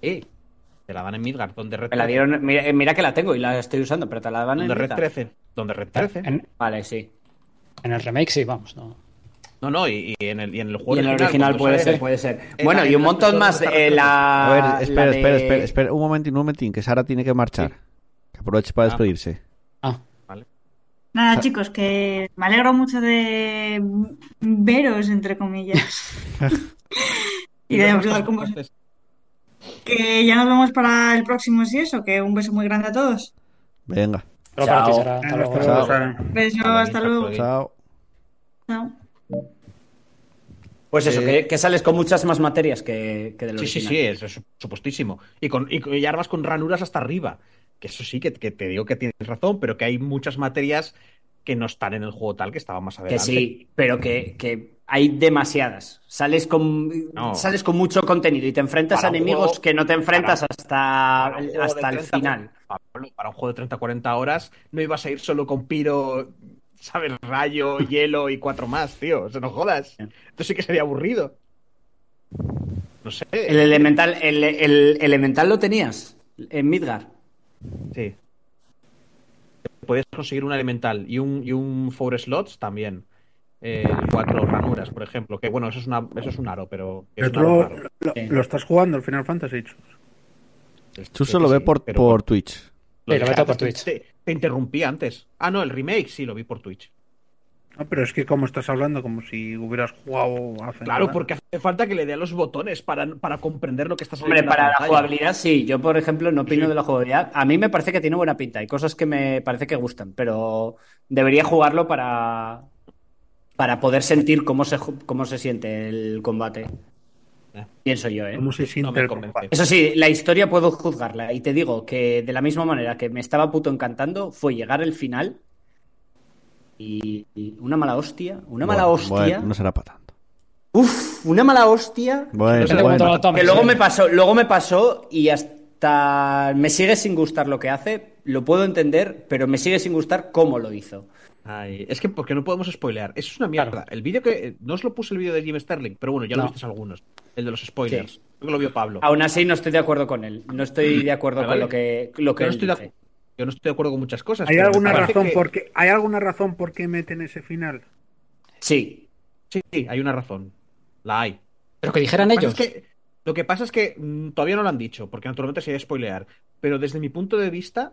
Eh, te la dan en Midgar, donde Red
Me la
13,
dieron, eh, mira, mira que la tengo y la estoy usando, pero te la daban en
donde Red
mitad.
13. Donde Red 13.
En-
Vale, sí.
En el remake sí, vamos, no.
No, no, y, y en, el, y en el
Y
juego
en el original
cuando
puede
sale-
ser, puede ser.
Eh,
Bueno,
la-
y un
la-
montón
todo
más.
está
eh,
A
la,
ver, espera,
la de-
espera, espera, espera. Un momentín, un momentín, que Sara tiene que marchar. Que aproveche para
Ah.
despedirse.
Ah,
Nada, chicos, que me alegro mucho de veros, entre comillas. y de hablar con vosotros.
Entonces,
Que ya nos vemos para el próximo, si eso, que un beso muy grande a todos.
Venga,
solo para ti,
Chao.
Sara.
Chao.
Hasta luego.
O sea,
Beso,
Hasta
hasta
luego,
luego.
Sí.
chao.
Chao.
Pues eso,
Eh,
que, que sales con muchas más materias que, que del
Sí, sí,
original.
sí, es, es supuestísimo. Y con y, y armas con ranuras hasta arriba. Que eso sí, que, que te digo que tienes razón, pero que hay muchas materias que no están en el juego tal, que estaban más
Que
adelante.
sí, pero que, que hay demasiadas. Sales con,
No.
sales con mucho contenido y te enfrentas
Para
a
un
enemigos
juego-
que no te enfrentas hasta,
Para un juego de
hasta el
30,
final.
Pablo, para un juego de 30-40 horas no ibas a ir solo con piro, ¿sabes? Rayo, hielo y cuatro más, tío. Se nos jodas. Esto sí que sería aburrido. No sé.
El elemental, el, el elemental lo tenías en Midgar.
Sí. Puedes conseguir un elemental y un, y un four slots también. Eh, y cuatro ranuras, por ejemplo. Que bueno, eso es, una, eso es un aro, pero.
pero
es
tú
un
lo,
aro raro.
lo- lo estás jugando, el Final Fantasy. Chus.
Chuso
Sí,
lo
sí,
ve por,
pero-
por Twitch.
Sí, lo
dije
meto por
antes, te-
Twitch.
Te, te interrumpí antes. Ah, no, el remake sí lo vi por Twitch.
No, pero es que como estás hablando, como si hubieras jugado hace
Claro,
nada.
porque hace falta que le dé a los botones para, para comprender lo que estás
Hombre,
leyendo en
para la
pantalla.
jugabilidad sí. Yo, por ejemplo, no opino de la jugabilidad. A mí me parece que tiene buena pinta. Hay cosas que me parece que gustan, pero debería jugarlo para, para poder sentir cómo se, ju- cómo se siente el combate.
Eh.
Pienso yo, ¿eh?
¿Cómo se siente
No me
el
convence.
Eso sí, la historia puedo juzgarla y te digo que de la misma manera que me estaba puto encantando fue llegar el final y, y una mala hostia, una mala
Bueno,
hostia,
bueno, no será para tanto.
uf, una mala hostia
Bueno,
Depende cuánto
bueno.
lo tomes,
que luego
¿eh?
me pasó, luego me pasó y hasta me sigue sin gustar lo que hace, lo puedo entender, pero me sigue sin gustar cómo lo hizo.
Ay, es que porque no podemos spoilear. Eso es una mierda.
Claro.
El vídeo que. eh, No os lo puse el vídeo de Jim Sterling, pero bueno, ya lo
No.
visteis algunos. El de los spoilers. Creo que lo vio Pablo.
Aún así no estoy de acuerdo con él, no estoy de acuerdo
Vale,
con
vale.
lo que lo que
yo, no
él
estoy de
dice.
acu- yo no estoy de acuerdo con muchas cosas.
¿Hay
pero me
alguna,
parece
razón
que-
por qué, ¿Hay alguna razón por qué meten ese final?
Sí,
Sí, sí, hay una razón. La hay.
Pero que dijeran
Lo que pasa
ellos.
Pues es que- lo que pasa es que mm, todavía no lo han dicho, porque naturalmente sería spoilear. Pero desde mi punto de vista,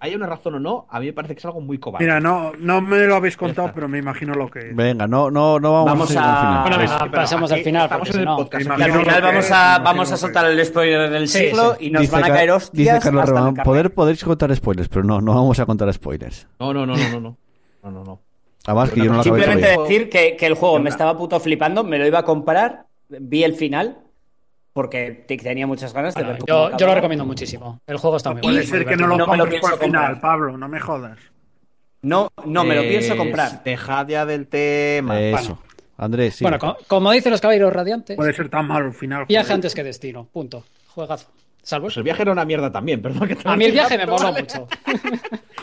hay una razón o no, a mí me parece que es algo muy cobarde.
Mira, no, no me lo habéis contado,
está.
pero me imagino lo que es.
Venga, no, no, no vamos,
Vamos
a seguir
a-
al final.
Bueno,
Pues-
venga, Ah, pasemos al
aquí
final,
Estamos
porque
en
si
el
no-
podcast.
y
Me
al
Imagino
final
lo que
vamos
es,
a
imagino
vamos
lo
a
que
soltar el spoiler del
Sí,
siglo
sí.
y nos van a
Car-
caer hostias
dice Carlos
hasta
Román,
la carne.
poder, podéis contar spoilers, pero no, no vamos a contar spoilers.
No, no, no, no, no, no. No, no, no.
Además que
Pero
yo no lo acabé
Simplemente
todavía.
todavía.
decir que, que el juego me estaba puto flipando, me lo iba a comprar, vi el final porque te- tenía muchas ganas de
Bueno,
ver cómo
yo, yo lo
acababa.
recomiendo muchísimo. El juego está muy bueno.
Puede
muy
ser que
divertido.
no lo
no me lo
compres
pienso
al final,
comprar.
Pablo, no me jodas.
No, no, me lo pienso
Eh,
comprar.
Dejad ya del tema.
Eh.
Eso. Andrés, sí.
Bueno, co- como dicen los caballeros radiantes,
Puede ser tan malo el final.
viaje
joder.
antes que destino. Punto. Juegazo. Salvo.
Pues el viaje era una mierda también, perdón que te
A mí el viaje me mola
Vale.
mucho.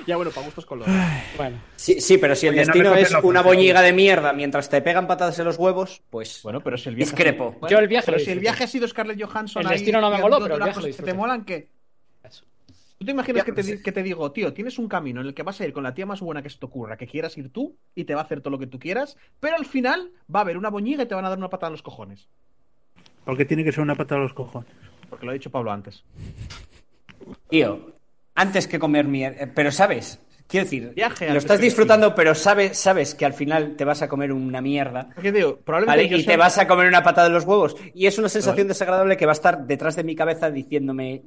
Ya bueno, para gustos colores.
Bueno,
Sí, sí, pero si el
Oye, no me
destino
cortes
es
la
una
frase.
boñiga de mierda mientras te pegan patadas en los huevos, pues
Bueno, pero si el viaje.
Discrepo.
Bueno,
Yo el viaje
Pero
lo
si el
disfruté.
viaje ha sido Scarlett Johansson.
El
ahí
destino no me
haciendo
moló, pero el
las
viaje
cosas
lo
que te
disfruté.
molan que.
eso.
¿Tú te imaginas
Ya,
que, te, di-
sí.
que te digo, tío, tienes un camino en el que vas a ir con la tía más buena que se te ocurra, que quieras ir tú y te va a hacer todo lo que tú quieras, pero al final va a haber una boñiga y te van a dar una patada en los cojones?
Porque tiene que ser una pata a los cojones.
Porque lo ha dicho Pablo antes.
tío, antes que comer mierda. Pero sabes, quiero decir,
Viaje
lo
antes
estás
que
disfrutando, pero sabes, sabes que al final te vas a comer una mierda.
Porque digo, probablemente.
¿vale?
yo
Y
sea-
te vas a comer una patada en los huevos. Y es una sensación desagradable que va a estar detrás de mi cabeza diciéndome.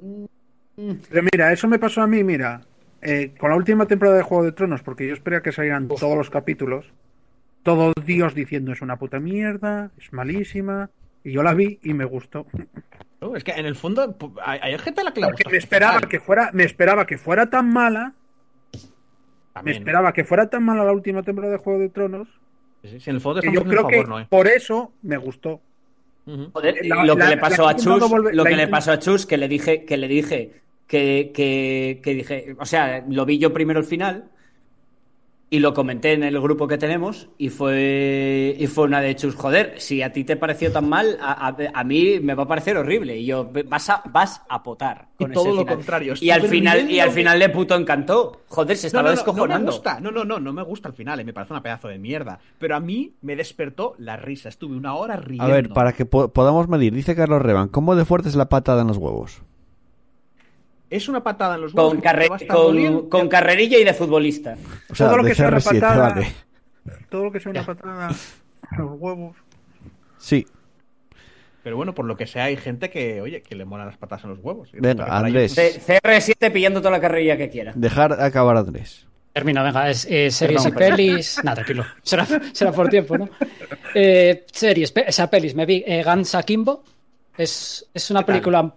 "Mm,
Pero mira, eso me pasó a mí, mira, eh, con la última temporada de Juego de Tronos, porque yo esperé a que salieran todos los capítulos, todos Dios diciendo es una puta mierda, es malísima, y yo la vi y me gustó.
No, es que en el fondo pu- hay, hay gente a la que la
Porque
gusta.
me esperaba que fuera, me esperaba que fuera tan mala, me
También.
esperaba que fuera tan mala la última temporada de Juego de Tronos,
Sí, sí, Si en el fondo
que
estamos
yo
haciendo
creo
un
que
favor, eh? Noé.
por eso me gustó.
Ujú.
Joder,
La-
lo que
la-
le pasó
la
a
gente no
Chus,
vuelve-
lo
la
que le
gente-
pasó a Chus, que le dije, que le dije, que, que, que dije, o sea, lo vi yo primero el final, Y lo comenté en el grupo que tenemos y fue, y fue una de chus, joder, si a ti te pareció tan mal, a, a- a mí me va a parecer horrible. Y yo, vas a, vas a potar.
Y
Con
todo
ese
lo
final.
contrario,
Y al,
estuve
final, y
viendo
al
que-
final le puto encantó. Joder, se
No,
estaba
no, no, no, me
descojonando.
gusta. No, no, no, no me gusta al final, eh, me parece una pedazo de mierda. Pero a mí me despertó la risa, estuve una hora riendo.
A ver, para que po- podamos medir, dice Carlos Reban, ¿cómo de fuerte es la patada en los huevos?
Es una patada en los huevos.
con,
que te
carre-
va a estar doliendo.
con, con carrerilla y de futbolista.
O sea,
Todo lo
de
que sea una
CR7,
patada.
vale.
Todo lo que sea una patada a los huevos.
Sí,
Pero bueno, por lo que sea, hay gente que, oye, que le molan las patas en los huevos. Y
Venga,
resulta que para
Andrés.
ellos-
C- CR7 pillando toda la carrerilla que quiera.
dejar acabar a Andrés.
Termina, venga, es, eh, series
Perdón,
y pelis. Nada, tranquilo. Será, será por tiempo, ¿no? Eh, series, pe- o sea, pelis. Me vi eh, Guns Akimbo. Es, es una película.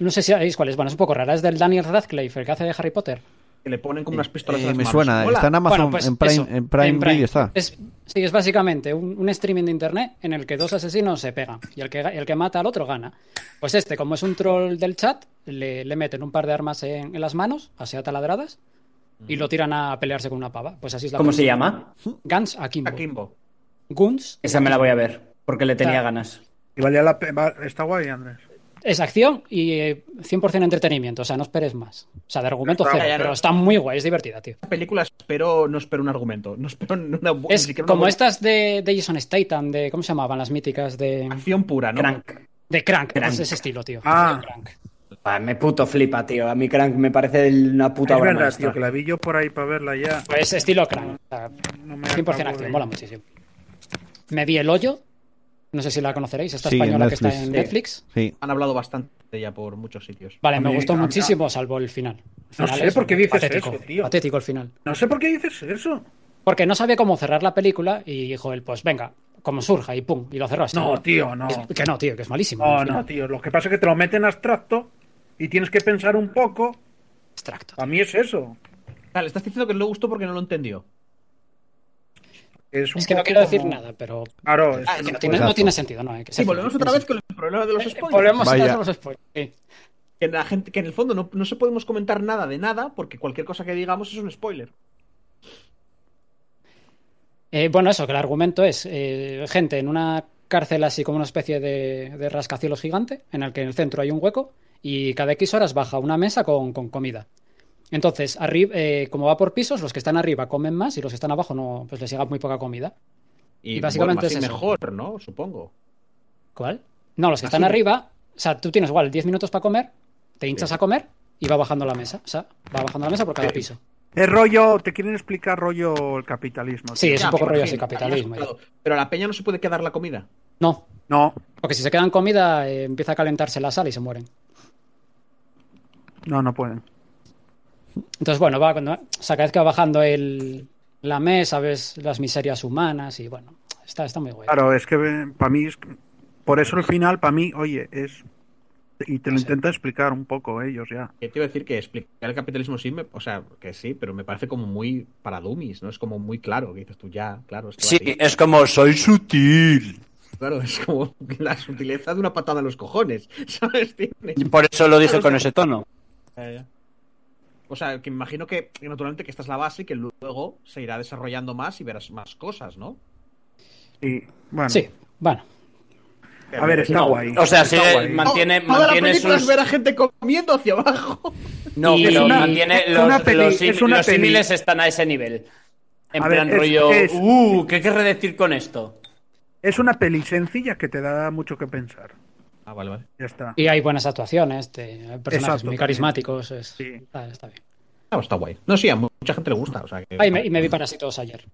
No sé si sabéis cuál es. Bueno, es un poco rara. Es del Daniel Radcliffe, el que hace de Harry Potter.
que le ponen como unas pistolas
Eh,
en las
me
manos.
suena,
Mola.
está en Amazon,
Bueno, pues
en Prime,
eso,
en Prime
en Prime.
Video está.
Es, sí, es básicamente un, un streaming de internet en el que dos asesinos se pegan y el que, el que mata al otro gana. Pues este, como es un troll del chat, le, le meten un par de armas en, en las manos, así ataladradas, y lo tiran a pelearse con una pava. Pues así es la
¿Cómo se
película.
llama?
Guns Akimbo.
Akimbo.
Guns
Esa me la voy a ver, porque le tenía
Claro.
ganas.
Y valía la pe- va- Está guay, Andrés.
es acción y eh, 100% entretenimiento, o sea, no esperes más. O sea, de argumento
Claro,
cero,
ya no-
pero está muy guay, es divertida, tío.
Esta película espero, no espero un argumento. No espero ni una bu- ni
Es
siquiera una
como
buena
estas de, de Jason Statham, de ¿cómo se llamaban las míticas de,
Acción pura, ¿no?
Crank.
de Crank?
Crank.
Pues de ese estilo, tío.
Ah.
Crank.
Ah, me puto flipa, tío. A mí Crank me parece una puta
es
obra
verdad,
maestra.
tío, que la vi yo por ahí para verla ya.
Pues estilo Crank. o sea,
No me
100%
acabo
acción,
de-
mola muchísimo. Me vi El Hoyo, no sé si la conoceréis, esta
Sí, en
española que está
Netflix.
en
Sí.
Netflix.
Sí.
Han hablado bastante de ella por muchos sitios.
Vale, me
Hombre,
gustó
a- a-
muchísimo, salvo el final. El
No
final
sé
es
por qué dices
patético,
eso, tío.
Patético el final.
No sé por qué dices eso.
Porque no sabía cómo cerrar la película y dijo él, pues venga, como surja y pum, y lo cerró así.
No, tío, no.
Es- que no, tío, que es malísimo.
No,
al final.
no, tío. Lo que pasa es que te lo meten abstracto y tienes que pensar un poco.
Extracto.
A mí es eso.
Claro, estás diciendo que no le gustó porque no lo entendió.
Es, un
Es que no
poco
quiero decir
como-
nada, pero
Claro, es-
Ah, es
no,
que
tiene,
exacto.
no tiene sentido, ¿no? eh, que
Sí,
se-
volvemos otra vez con el problema de los spoilers.
Volvemos otra vez
Vaya.
con los spoilers. sí.
Que, la gente, que en el fondo no, no se podemos comentar nada de nada porque cualquier cosa que digamos es un spoiler.
Eh, bueno, eso, que el argumento es eh, gente en una cárcel así como una especie de, de rascacielos gigante, en el que en el centro hay un hueco y cada X horas baja una mesa con, con comida. Entonces, arriba, como va por pisos, los que están arriba comen más y los que están abajo no, pues les llega muy poca comida.
Y,
Y básicamente
bueno, así
es eso.
mejor, ¿no? Supongo.
¿Cuál? No, los que
Así.
están arriba, o sea, tú tienes igual 10 minutos para comer, te hinchas
Sí.
a comer y va bajando la mesa, o sea, va bajando la mesa por cada piso.
es rollo. Te quieren explicar rollo el capitalismo.
Sí,
tío.
es
Ya,
un poco
me
rollo así
imagino,
capitalismo.
claro. Pero a la peña no se puede quedar la comida.
No,
No,
porque si se quedan comida eh, empieza a calentarse la sal y se mueren.
no, no pueden.
Entonces, bueno, va cuando, o sea, cada vez que va bajando el, la mesa, ves las miserias humanas y bueno, está, está muy guay.
Claro, es que para mí es. Por eso el final, para mí, oye, es. Y te lo intenta explicar un poco eh, ellos ya.
Que te iba a decir que explicar el capitalismo sí, me- o sea, que sí, pero me parece como muy para dummies, ¿no? Es como muy claro, que dices tú ya, claro. Es que va así.
es como soy sutil.
Claro, es como la sutileza de una patada en los cojones, ¿sabes? Tiene-
Por eso lo dije con ese tono.
O sea, que me imagino que, que naturalmente que esta es la base y que luego se irá desarrollando más y verás más cosas, ¿no?
Y, bueno,
Sí, bueno,
a ver, está
No,
guay.
o sea, sí, eh,
Está guay.
mantiene,
Oh, Toda la
mantiene
película es
sus...
ver a gente comiendo hacia abajo.
No,
Y-
pero
Es una-
mantiene
es
los,
una peli-
los sim-
es una
los
peli.
símiles están a ese nivel. En
A ver,
plan
es-
rollo,
es-
uh, ¿qué querré decir con esto?
Es una peli sencilla que te da mucho que pensar.
Ah, vale, vale.
Ya está.
y hay buenas actuaciones, te- hay personajes
Exacto,
muy
también.
carismáticos, es-
Sí.
está, está bien.
Ah, está guay. No, sí, a mu- mucha gente le gusta. O sea, que-
Ah, y, me, y me vi Parásitos ayer.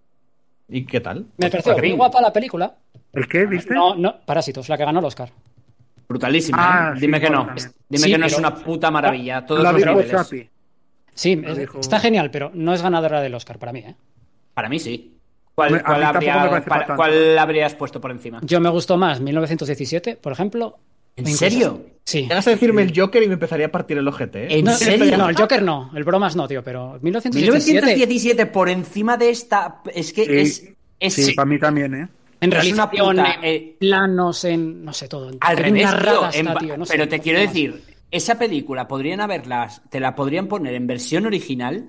¿Y qué tal?
Me pareció
Porque-
muy guapa la película.
¿El qué, viste?
No, no, Parásitos, la que ganó el Oscar.
Brutalísima.
Ah,
¿eh?
sí,
Dime que no.
también.
Dime
Sí,
que no es
pero-
una puta maravilla. Todos
la
los
vi por
niveles.
Chapi.
Sí,
Lo
es-
dijo-
está genial, pero no es ganadora del Oscar para mí, ¿eh?
Para mí sí. ¿Cuál,
Hombre, a
cuál
mí tampoco
habría-
me parece
para-
fatal.
cuál habrías puesto por encima?
Yo me gustó más 1917, por ejemplo.
¿En
Incluso-
serio?
Sí.
Llegas a decirme el Joker y me empezaría a partir el ojete, ¿eh?
¿En
No,
serio?
No, el Joker no, el bromas no, tío, pero 1917
1917 por encima de esta. Es que
Sí,
es. es
Sí, para mí también, ¿eh?
En
Es
realidad,
una puta, eh,
planos, en no sé todo.
Al
Hay
revés,
una
tío,
rada
en
hasta,
ba-
tío, no sé,
pero
no
te
sé
quiero
más.
decir, esa película podrían haberlas, te la podrían poner en versión original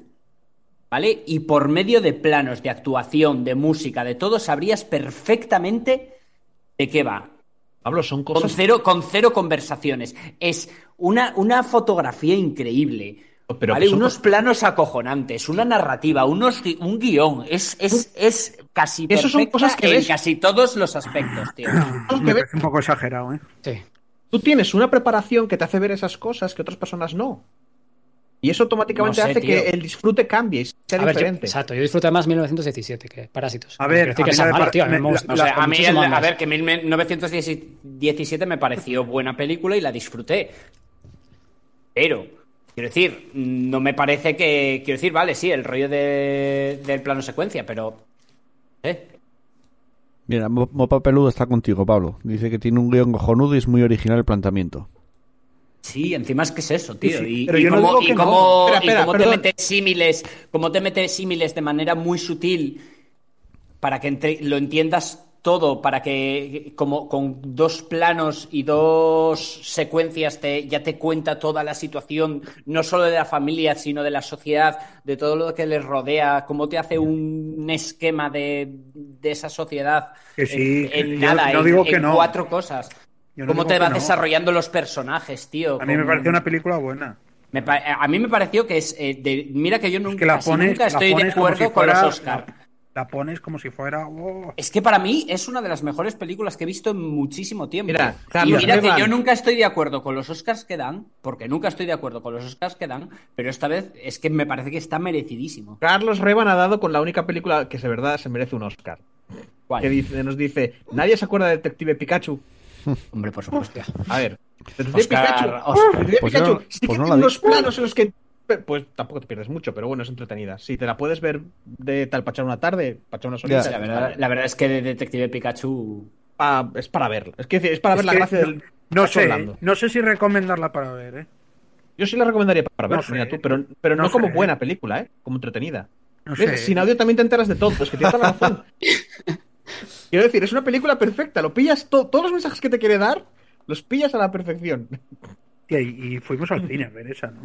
¿Vale? Y por medio de planos, de actuación, de música, de todo, sabrías perfectamente de qué va.
Pablo, son cosas.
Con cero, con cero conversaciones. Es una, una fotografía increíble.
Pero
¿vale?
que son
Unos
cos-
planos acojonantes, una narrativa, unos, gui- un guión. Es, es, es casi
Eso son
perfecta
cosas que
en
ves.
casi todos los aspectos, tío.
Me parece un poco exagerado, ¿eh?
Sí.
Tú tienes una preparación que te hace ver esas cosas que otras personas no. Y eso automáticamente
No sé,
hace
tío.
que el disfrute cambie y sea
A ver, yo-
diferente.
exacto, yo disfruté más 1917 que Parásitos.
A ver,
Quiero decir
a
que
mí
sea
la de
malo,
Par-
tío, a mí
me-
me
O
gusta-
la-
me
sea,
gusta
a mí, el-
muchísimo
a
más.
ver, que 1917 me pareció buena película y la disfruté. Pero, quiero decir, no me parece que. Quiero decir, vale, sí, el rollo de- del plano secuencia, pero. ¿eh?
Mira, Mo- Mopa Peludo está contigo, Pablo. Dice que tiene un guión cojonudo y es muy original el planteamiento.
Sí, encima es que es eso, tío.
Sí, sí,
Y,
pero
y
yo no
cómo,
digo
y
que no.
cómo-
Espera,
y
espera,
cómo te
perdón.
metes símiles, cómo te metes símiles de manera muy sutil para que entre- lo entiendas todo, para que como con dos planos y dos secuencias te, ya te cuenta toda la situación, no solo de la familia, sino de la sociedad, de todo lo que les rodea, cómo te hace un esquema de, de esa sociedad
Que sí,
en,
que
en
yo
nada,
no
en-
digo
en
que no.
cuatro cosas.
Yo no
¿Cómo
digo
te
que
vas
no.
desarrollando los personajes, tío?
A mí me
con-
pareció una película buena.
me pa- a mí me pareció que es. eh, de- mira que yo nunca,
Es que la
casi
pones,
nunca
la
estoy de
pones como
acuerdo
si
con los
fuera-
Oscar. Eh,
La, la pones como si fuera. oh.
Es que para mí es una de las mejores películas que he visto en muchísimo tiempo.
Mira,
y
Carlos,
mira que
Esteban.
yo nunca estoy de acuerdo con los Oscars que dan, porque nunca estoy de acuerdo con los Oscars que dan, pero esta vez es que me parece que está merecidísimo.
Carlos Reban ha dado con la única película que de verdad se merece un Oscar.
¿Cuál?
Que dice- nos dice, nadie se acuerda de Detective Pikachu.
Hombre, por supuesto.
A ver, Detective Pikachu.
Oscar, Oscar.
Detective
Pues
Pikachu
no,
sí
pues
que
no la
tiene
vi.
unos planos en los que... Pues tampoco te pierdes mucho, pero bueno, es entretenida. Si te la puedes ver de tal para echar una tarde, para echar una solita,
Ya.
La verdad, la verdad es que de Detective Pikachu.
pa- es para verla. Es que es para
Es
ver la
que
gracia
no-
del...
No
Pikachu
sé,
hablando.
no sé si recomendarla para ver, ¿eh?
Yo sí la recomendaría para ver,
No sé.
mira tú, pero, pero no,
No
como
sé.
buena película, ¿eh? Como entretenida.
No
¿Ves?
sé.
Sin audio también te enteras de todo, es que tienes toda la razón. Quiero decir, es una película perfecta, lo pillas to- todos los mensajes que te quiere dar, los pillas a la perfección.
Tía, y, y fuimos al cine a ver esa, ¿no?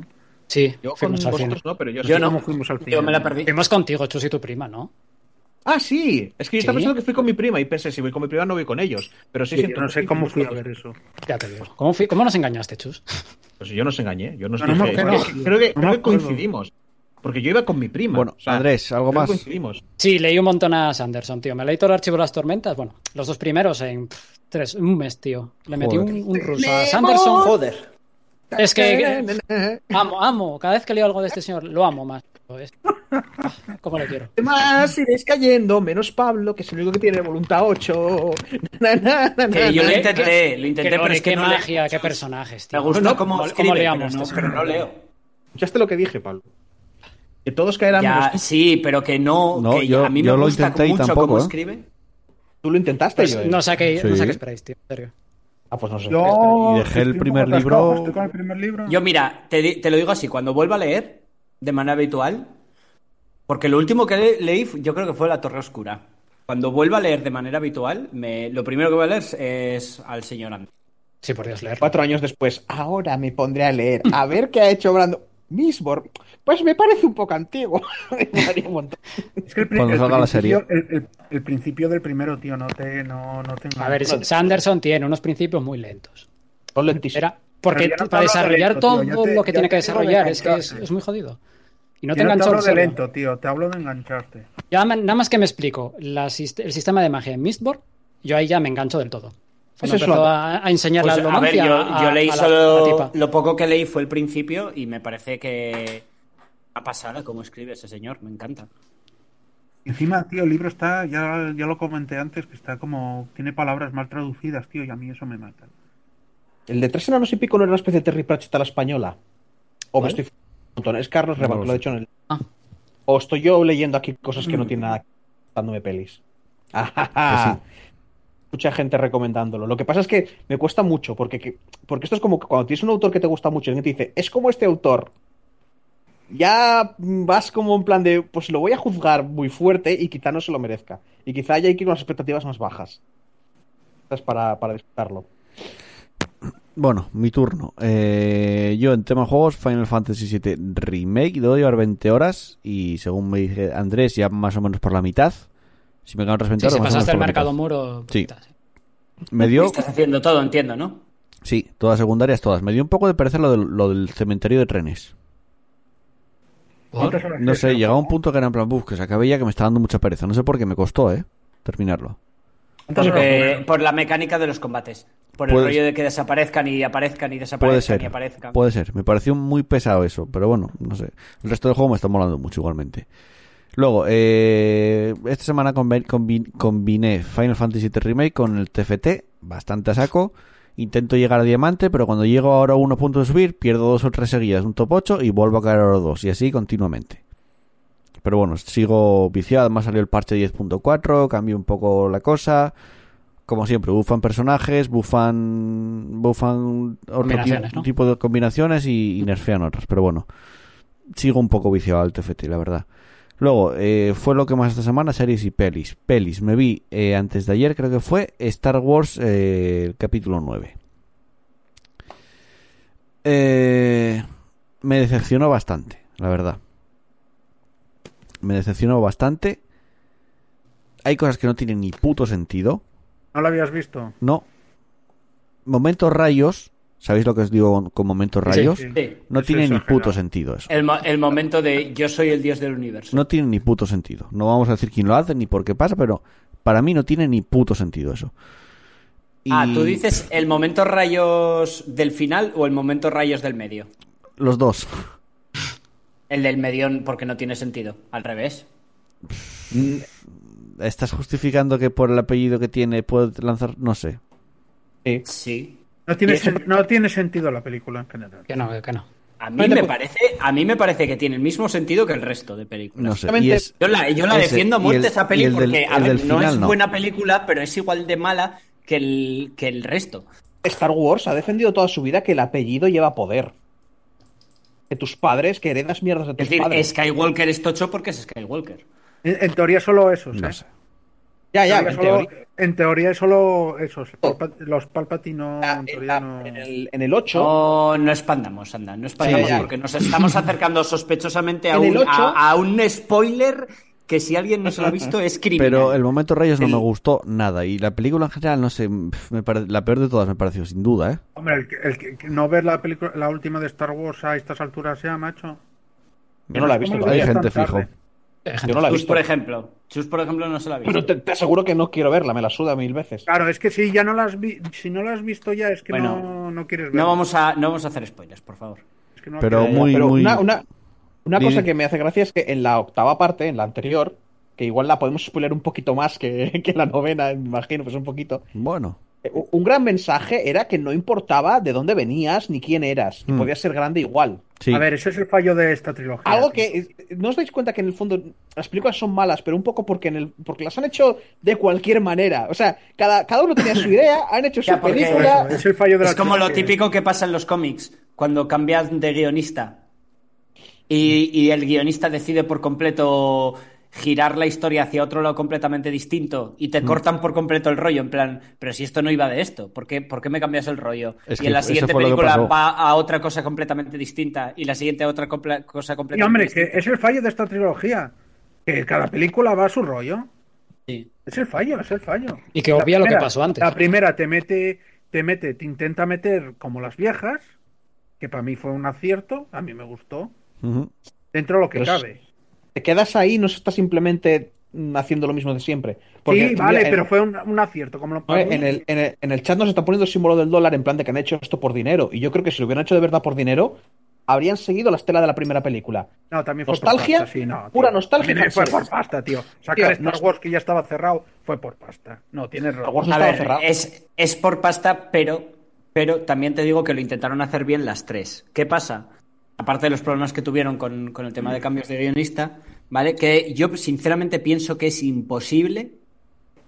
Sí,
Yo con
fuimos al cine.
vosotros no, pero yo,
Yo
sí.
no.
¿Cómo fuimos al cine?
Yo me la perdí.
Fuimos contigo, Chus y tu prima, ¿no?
Ah, sí, es que yo estaba
¿Sí?
pensando que fui con mi prima y pensé, si voy con mi prima no voy con ellos, pero sí,
Sí,
siento-
yo no sé cómo fui a ver eso.
Ya te digo. ¿Cómo, fui- cómo nos engañaste, Chus?
Pues yo no os engañé, yo no os
No, no me
dije-
acuerdo.
creo que- creo que,
No me
creo que
acuerdo.
coincidimos, porque yo iba con mi prima.
Bueno,
o sea,
Andrés, ¿algo
creo que
más?
Coincidimos.
Sí, leí un montón a Sanderson, tío. Me leí todo el archivo de las tormentas. Bueno, los dos primeros en pff, tres, un mes, tío. Le metí
Joder.
un, un ruso a Sanderson.
Joder.
Es que amo, amo. Cada vez que leo algo de este señor, lo amo más. Es- Ah, ¿Cómo le quiero?
Más iréis cayendo, menos Pablo, que es el único que tiene voluntad 8. Na, na, na,
Que
na,
yo lo
na.
intenté, lo intenté,
Qué
pero
lore,
es que
qué
no le-
magia, qué personajes, tío.
Me gustó
No,
cómo
¿cómo-
escribe,
cómo leamos
pero no,
esto?
pero no leo.
¿Escuchaste lo que dije, Pablo? Que todos caerán menos
Ya,
tú.
sí, pero que no,
No,
que
yo-
a mí
yo
me
lo
gusta
intenté y
mucho
tampoco,
cómo
¿eh?
escribe.
Tú lo intentaste,
Pues
yo.
no saquéis, no
Sí.
saquéis Price, tío. En serio.
Ah, pues no sé.
Y dejé el
estoy un
primer
poco
libro-
atascado, pues, estoy con el primer libro.
Yo, mira, te, di- te lo digo así, cuando vuelva a leer, de manera habitual, porque lo último que le- leí fu- yo creo que fue La Torre Oscura. Cuando vuelva a leer de manera habitual, me- lo primero que voy a leer es, es al señor Andrés.
Sí, por Dios, leerlo.
Cuatro años después, ahora me pondré a leer, a ver qué ha hecho Brando. Misbor, pues me parece un poco antiguo. Me daría un montón.
Es que el, pri-
Cuando
el
salga la
principio- El, el- el principio del primero, tío, no te, no, no te
A ver,
engañes.
Sanderson tiene unos principios muy lentos.
Son lentísimos.
Era porque
Pero ya no te
para
hablo de
desarrollar
lento,
todo
tío. Yo te-
lo que tiene
yo te
que
digo de
desarrollar es que es,
engancharte.
es muy jodido. Y no te
Yo no te
enganchas
hablo
en
de
serio.
lento, tío, te hablo de engancharte.
Ya me- nada más que me explico la sist- el sistema de magia en Mistborn, yo ahí ya me engancho del todo.
Ese
Cuando
es
empezó
suave.
a, a enseñar
Pues,
la
a ver,
alomancia
yo,
a-
yo leí
a la- a la
solo...
tipa.
Lo poco que leí fue el principio y me parece que... Ha pasado cómo escribe ese señor, me encanta.
Encima, tío, el libro está, ya, ya lo comenté antes, que está como, tiene palabras mal traducidas, tío, y a mí eso me mata.
El de tres enanos y pico no era una especie de Terry Pratchett a la española. O me
¿Cuál?
estoy. f- Es Carlos Revan,
No lo
que lo ha
sé. Mm.
dicho en el.
Ah.
O estoy yo leyendo aquí cosas que no tienen nada que ver, dándome pelis.
Pues
Ajaja. Mucha gente recomendándolo. Lo que pasa es que me cuesta mucho, porque, que- porque esto es como que cuando tienes un autor que te gusta mucho y alguien te dice, es como este autor. Ya mm, vas como en plan de, pues lo voy a juzgar muy fuerte y quizá no se lo merezca. Y quizá haya que ir con las expectativas más bajas. Esto es para, para disfrutarlo.
Bueno, mi turno. Eh, yo en tema juegos, Final Fantasy VII Remake, debo llevar 20 horas y según me dije Andrés, ya más o menos por la mitad. Si me quedan otras 20
Sí,
horas...
si
más o menos
pasaste el
por la
mercado
mitad.
muro.
Sí.
puta, sí.
Me dio...
Estás haciendo todo, entiendo, ¿no?
Sí, todas secundarias, todas. Me dio un poco de pereza lo del, lo del cementerio de trenes.
¿Cuántas horas
No
es?
sé, llegaba un punto que era en plan, buf, que se acabé ya que me está dando mucha pereza. No sé por qué me costó, ¿eh? Terminarlo.
¿Cuántas horas
Porque-
eh,
juegas?
eh, por la mecánica de los combates. Por el
Puede
rollo de que desaparezcan y aparezcan y desaparezcan
Puede
y
ser.
aparezcan.
Puede ser. Me pareció muy pesado eso, pero bueno, no sé. El resto del juego me está molando mucho igualmente. Luego, eh, esta semana combi- combi- combiné Final Fantasy VII Remake con el TFT, bastante a saco. Intento llegar a diamante, pero cuando llego ahora a uno punto de subir, pierdo dos o tres seguidas, un top 8 y vuelvo a caer a los dos, y así continuamente. Pero bueno, sigo viciado, además salió el parche 10.4, cambié un poco la cosa. Como siempre, bufan personajes, bufan, bufan otro
Combinaciones,
ti-
¿no?
tipo de combinaciones y, y nerfean otras. Pero bueno, sigo un poco viciado al TFT, la verdad. Luego, eh, fue lo que más esta semana, series y pelis. Pelis, me vi eh, antes de ayer, creo que fue, Star Wars, eh, el capítulo 9. Eh, me decepcionó bastante, la verdad. Me decepcionó bastante. Hay cosas que no tienen ni puto sentido.
No lo habías visto.
No. Momentos rayos. ¿Sabéis lo que os digo con, con momentos rayos?
sí.
Sí.
No
Es
tiene ni
exagerado.
puto sentido eso.
El, mo- el momento de yo soy el dios del universo.
No tiene ni puto sentido. No vamos a decir quién lo hace ni por qué pasa, pero para mí no tiene ni puto sentido eso. Y
Ah, tú dices el momento rayos del final o el momento rayos del medio.
Los dos.
El del medio porque no tiene sentido. Al revés.
¿Estás justificando que por el apellido que tiene puede lanzar? No sé.
Sí.
Sí.
No tiene, sen- no tiene sentido la película en general.
Que no, que no.
A mí, me parece, a mí me parece que tiene el mismo sentido que el resto de películas.
No sé. Y
Exactamente.
es-
Yo la, yo la
Ese,
defiendo a
y
muerte
el-
esa
y
peli
el del-
porque a
el
ver,
del
no
final
es
no.
buena película, pero es igual de mala que el, que el resto.
Star Wars ha defendido toda su vida que el apellido lleva poder. Que tus padres, que heredas mierdas de tus
Es decir,
padres.
Skywalker es tocho porque es Skywalker.
En, en teoría solo esos.
No
¿eh?
sé.
Ya, Ah, ya,
En
en
teoría solo-
teoría.
en teoría es solo esos. Palpa- los Palpatine no.
Ah,
en
En,
teoría
la-
no-
en el, en el 8,
No, no expandamos, anda, no expandamos
Sí, sí.
porque nos estamos acercando sospechosamente a
En el
un,
ocho-
a, a un spoiler que si alguien no se lo ha visto es criminal.
Pero el momento Reyes no
El-
me gustó nada. Y la película en general, no sé, pf, me pare- la peor de todas me pareció, sin duda, ¿eh?
Hombre, el, que- el que- que no ver la película, la última de Star Wars a estas alturas ya, macho.
yo no la he visto.
¿Cómo
Hay
veías
todavía.
tan
gente fijo.
tarde?
Hay
Yo
gente-
no la he
Chus,
visto.
por ejemplo. Chus, por ejemplo, no se lo ha visto.
Pero te, te aseguro que no quiero verla, me la suda mil veces.
Claro, es que si ya no las vi, si no las has visto ya es que
Bueno,
no, no quieres ver.
No, vamos a, no vamos a hacer spoilers, por favor.
Es que no
Pero
quieres-
muy-
Eh, Pero una, una- una
Dime.
cosa que me hace gracia es que en la octava parte, en la anterior, que igual la podemos spoiler un poquito más que, que la novena, me imagino, pues un poquito.
Bueno,
Eh, u- Un gran mensaje era que no importaba de dónde venías ni quién eras, y
Mm.
podías ser grande igual.
sí.
A ver, ese es el fallo de esta trilogía.
Algo
tío.
que eh, no os dais cuenta que en el fondo las películas son malas, pero un poco porque en el porque las han hecho de cualquier manera. O sea, cada, cada uno tenía su idea, han hecho su
Ya, porque-
Por
película.
eso, es el fallo de la
Es como lo
trilogía.
típico que pasa en los cómics, cuando cambias de guionista y, y el guionista decide por completo girar la historia hacia otro lado completamente distinto y te
Mm.
cortan por completo el rollo, en plan, pero si esto no iba de esto, ¿por qué, por qué me cambias el rollo?
Es
y
que
en la
eso
siguiente
fue lo que
película
pasó.
va a otra cosa completamente distinta y la siguiente a otra compla- cosa
Y
completamente
hombre, que
distinta.
es el fallo de esta trilogía. Que cada película va a su rollo.
Sí.
Es el fallo, es el fallo.
Y que
La
obvia lo que
primera-
pasó antes.
La primera te mete, te mete, te intenta meter como las viejas, que para mí fue un acierto, a mí me gustó,
Ujú.
dentro de lo que
Pero es-
cabe.
Te quedas ahí, no estás simplemente mm, haciendo lo mismo de siempre. Porque,
sí, vale,
mira, en-
pero fue un, un acierto. Como lo,
A ver, en el, en, el, en el chat nos está poniendo el símbolo del dólar en plan de que han hecho esto por dinero. Y yo creo que si lo hubieran hecho de verdad por dinero, habrían seguido la estela de la primera película.
No, también fue
¿Nostalgia?
por pasta, sí, no, tío.
Pura nostalgia,
También fue
Francés.
por pasta, tío. Sacar
Tío,
Star
nos-
Wars que ya estaba cerrado fue por pasta. No, tienes
Star
razón.
Wars no
A
estaba
ver,
cerrado.
es, es por pasta, pero, pero también te digo que lo intentaron hacer bien las tres. ¿Qué pasa? Aparte de los problemas que tuvieron con, con el tema de cambios de guionista, ¿vale? Que yo sinceramente pienso que es imposible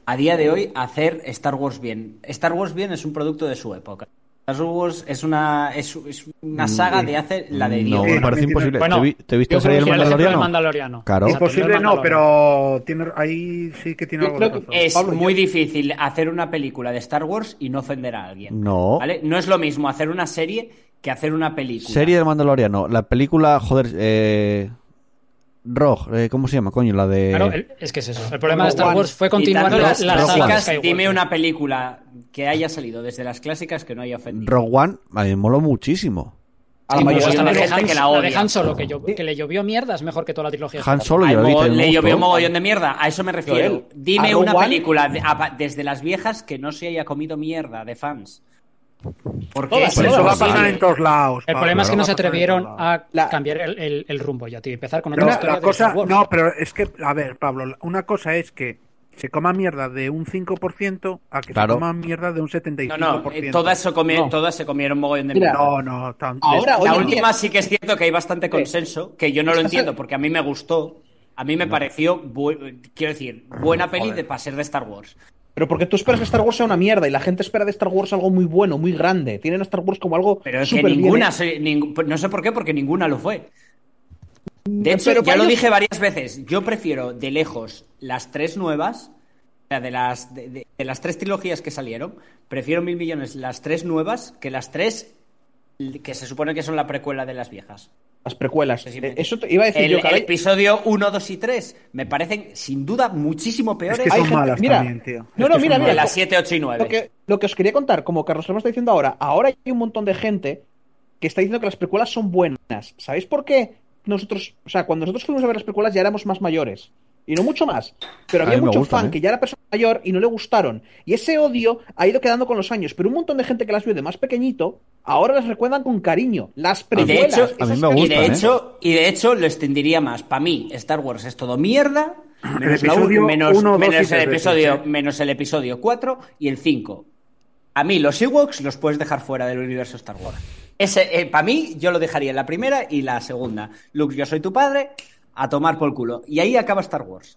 a día de hoy hacer Star Wars bien. Star Wars bien es un producto de su época. Star Wars es una, es, es una saga de hace la
Mm,
de
eh, No,
Dios.
me
Bueno,
parece imposible.
Bueno,
¿Te, vi- te viste
yo
la serie
creo
del
que el ejemplo del
Mandaloriano?
Mandaloriano.
Claro.
Exacto, el
Imposible
del
no,
Mandalorian.
pero tiene, ahí sí que tiene
Yo
algo de
creo que
razón.
Es
Pablo, yo-
muy difícil hacer una película de Star Wars y no ofender a alguien.
No.
¿Vale? No es lo mismo hacer una serie que hacer una película.
Serie del Mandaloriano. La película, joder, eh... Rogue, eh, ¿cómo se llama, coño? La de...
Claro, Ah, el- es que es eso. El problema de Star
One.
Wars fue continuar
Quitando
la, la
las
Rogue
saga
clásicas,
Skywalker.
dime una película que haya salido desde las clásicas que no haya ofendido.
Rogue One, a mí me moló muchísimo.
A la
Sí, pues
mayoría
hasta
de
la de
gente
Han,
que la
la de
odia.
Han Solo, que, yo- que le llovió mierda, es mejor que toda la trilogía.
Han Solo,
Al
yo la vi,
mogo-
también me
le llovió un
gustó.
mogollón de mierda, a eso me refiero.
Joel,
Dime
a Rogue
una
One-
película de- a- desde las viejas que no se haya comido mierda de fans. Porque
Todas,
es
Pero eso va a
imposible.
pasar en todos lados.
El
Pablo,
Ah,
problema es que
va
no se
pasar en
atrevieron
todos lados.
a
La-
cambiar el, el- el rumbo ya, tío. y Empezar con
Pero
otra
la-
historia
la
de
cosa,
Star Wars.
no, pero es que, a ver, Pablo, la- una cosa es que se coma mierda de un 5% a que
Claro.
se coma mierda de un
No,
75%.
no, eh, todas se, comi-
No.
todas se comieron mogollón de
Mira,
mierda.
No, no, tan-
Ahora,
La
hoy en
última
día-
sí que es cierto que hay bastante consenso, que yo no lo entiendo porque a mí me gustó. A mí me pareció, bu- quiero decir, buena peli de, para ser de Star Wars.
Pero porque tú esperas que Star Wars sea una mierda y la gente espera de Star Wars algo muy bueno, muy grande. Tienen a Star Wars como algo
Pero es que
superbién ¿eh?
ninguna,
hecho.
se- ning- no sé por qué, porque ninguna lo fue. De hecho,
Mm, pero
ya
para
lo
ellos-
dije varias veces, yo prefiero de lejos las tres nuevas, o sea, de las, de, de- de las tres trilogías que salieron, prefiero mil millones las tres nuevas que las tres que se supone que son la precuela de las viejas.
las precuelas.
Sí, sí,
Eh,
sí.
Eso te iba a decir
el,
yo,
el
caray.
episodio 1, 2 y 3 me parecen sin duda muchísimo peores
Es que
Hay
son
gente-
malas
mira,
también, tío.
no,
Es
no,
que
mira,
son
que
mira,
malas.
las 7, 8 y 9.
Lo que, lo que os quería contar, como Carlos Lema está diciendo ahora, ahora hay un montón de gente que está diciendo que las precuelas son buenas. ¿Sabéis por qué? Nosotros, o sea, cuando nosotros fuimos a ver las precuelas ya éramos más mayores. Y no mucho más. Pero
A
había
mí me
mucho
gustan,
fan
¿eh?
que ya era persona mayor y no le gustaron. Y ese odio ha ido quedando con los años. Pero un montón de gente que las vio de más pequeñito, ahora las recuerdan con cariño. Las
Y de
precuelas.
hecho,
esas
a mí me
cariño-
y
gustan,
de
¿eh?
hecho, y de hecho lo extendería más. Para mí, Star Wars es todo mierda. Menos, la
episodio
u- menos,
uno, dos
menos
y
el
tres
episodio,
veces, ¿eh?
menos el episodio 4 y el 5. A mí, los Ewoks los puedes dejar fuera del universo Star Wars. Ese, para mí, yo lo dejaría en la primera y la segunda. Luke, yo soy tu padre, a tomar por culo. Y ahí acaba Star Wars.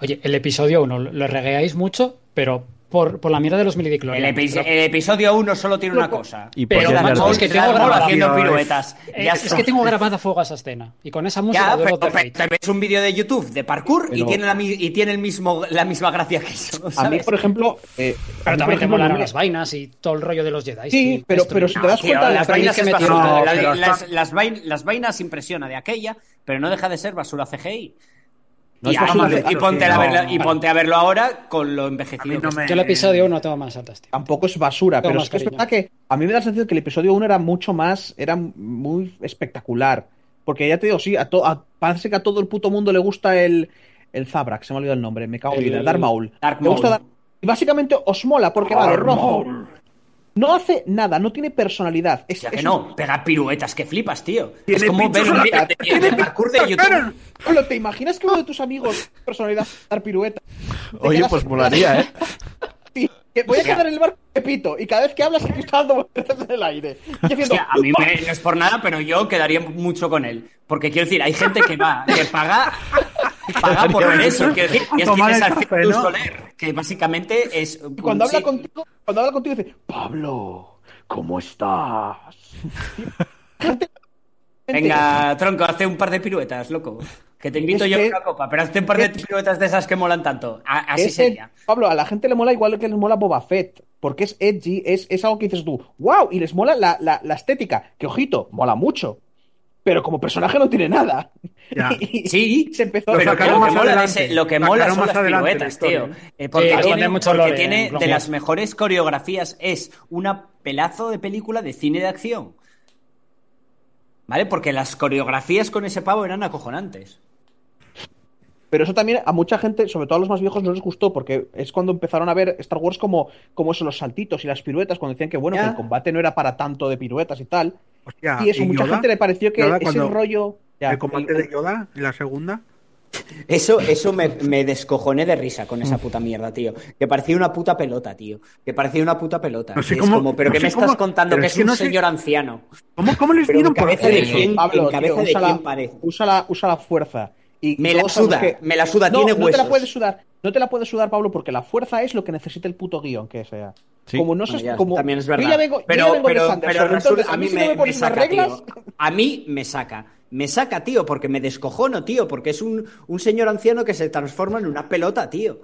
Oye, el episodio 1 lo lo regueáis mucho, pero por, por la mierda de los
El,
milidiclorianos.
epi-
Pero-
el episodio 1 solo tiene una cosa.
Y
Pero,
podías
macho,
leer
es que
dos.
tengo
Darth Maul
grabada-
haciendo
Tío, es-
piruetas.
Eh,
Ya
es
está.
que tengo grabada a fuego a esa escena. Y con esa música
Ya,
de
pero,
Doctor
pero te ves un vídeo de YouTube de parkour y
Pero-
tiene, la, mi- y tiene el mismo, la misma gracia que eso.
A mí,
¿sabes?
por ejemplo. eh, a mí, por
Pero también te
ejemplo,
molaron
no me-
las vainas y todo el rollo de los Jedi.
Sí,
tío,
pero-
esto-
pero si te das
Tío,
cuenta de
las
la
vainas es
premisa
basura.
que
metieron. No,
La-
pero
las,
está-
las vain- las vainas impresiona de aquella, pero no deja de ser basura CGI.
No
y,
es basura
vamos,
CGI,
y ponte a
no.
verlo, y ponte a verlo ahora con lo
A mí
envejecido.
no
que
me-
está.
Yo el episodio 1 tengo más altas, tío.
tampoco es basura,
Tengo
pero
más
es que es
cariño.
verdad que a mí me da la sensación que el episodio 1 era mucho más, era muy espectacular. Porque ya te digo, sí, a to- a- parece que a todo el puto mundo le gusta el, el Zabrak, se me ha olvidado el nombre, me cago en
El-
vida, Darth Maul.
Darth
Le gusta
Maul.
Darth- y básicamente os mola porque vale, rojo. No hace nada, no tiene personalidad. Es,
Ya que
es-
no, pega piruetas que flipas, tío. Es
Tiene
como ver
pinchos
un
a
vídeo de,
la-
de parkour de YouTube.
Pablo, ¿te imaginas que uno de tus amigos personalidad dar pirueta? Te
Oye,
quedas-
pues molaría, ¿eh?
Sí, que voy a quedar en el barco de Pepito y cada vez que hablas se está dando vueltas en el aire. Y haciendo,
Hostia, a mí me- no es por nada, pero yo quedaría mucho con él. Porque quiero decir, hay gente que va, que paga, paga por ver eso. Quiero decir, y es quien
Tomar
es
el
Alfredo
café, ¿no?
Soler, que básicamente es.
Y cuando habla
sí,
contigo, cuando habla contigo dice, Pablo, ¿cómo estás?
Venga, tronco, hazte un par de piruetas, loco. Que te invito
Es
yo a
que-
una copa, pero hazte un par de piruetas de esas que molan tanto. A- así
Es el-
sería.
Pablo, a la gente le mola igual que les mola Boba Fett, porque es edgy, es, es algo que dices tú, wow, y les mola la, la- la estética, que ojito, mola mucho. Pero como personaje no tiene nada.
Ya.
Y-
Sí,
se empezó a
pero
Lo
que lo
sacaron
que
más
mola,
adelante.
es- lo que
Lo
mola
sacaron
son
más
las
adelante en la
piruetas,
historia,
tío.
¿eh?
Eh, porque
Sí, tiene
tiene,
mucho
porque
lore,
tiene
en Clone
de las
Wars.
mejores coreografías, es una pelazo de película de cine de acción. ¿Vale? Porque las coreografías con ese pavo eran acojonantes.
Pero eso también a mucha gente, sobre todo a los más viejos, no les gustó, porque es cuando empezaron a ver Star Wars como, como eso, los saltitos y las piruetas, cuando decían que bueno,
Ya.
que el combate no era para tanto de piruetas y tal.
Hostia,
y eso, mucha
Yoda?
gente le pareció que
Yoda,
ese
cuando-
rollo. ya,
El combate
el-
de Yoda, la segunda.
Eso, eso me, me descojoné de risa con
Mm.
esa puta mierda, tío. Que parecía una puta pelota, tío. Que parecía una puta pelota.
No sé
Y es
cómo-
como, pero
no
que
sé
me
cómo-
estás contando
pero
que
es
es
que
un
no sé-
señor anciano.
¿Cómo, cómo les
Pero
dieron
en
por
cabeza
hacer
de
eso?
quién.
Pablo,
en cabeza
tío,
de
usa,
quién
la,
parece.
usa la- usa la fuerza. Y
Me la
todos sabemos
suda, me la suda,
no,
tiene
no te la
huesos.
puedes sudar, no te la puedes sudar, Pablo, porque la fuerza es lo que necesita el puto guión que sea.
Sí.
Como no
Bueno,
se
Ah, ya,
como-
también es
yo ya
verdad.
vengo- yo
pero
ya vengo de
pero-
Sanderson,
pero
entonces,
resulta- a mí
si no
me, me
pones unas
saca,
reglas,
tío. A mí me saca. Me saca, tío, porque me descojono, tío, porque es un, un señor anciano que se transforma en una pelota, tío.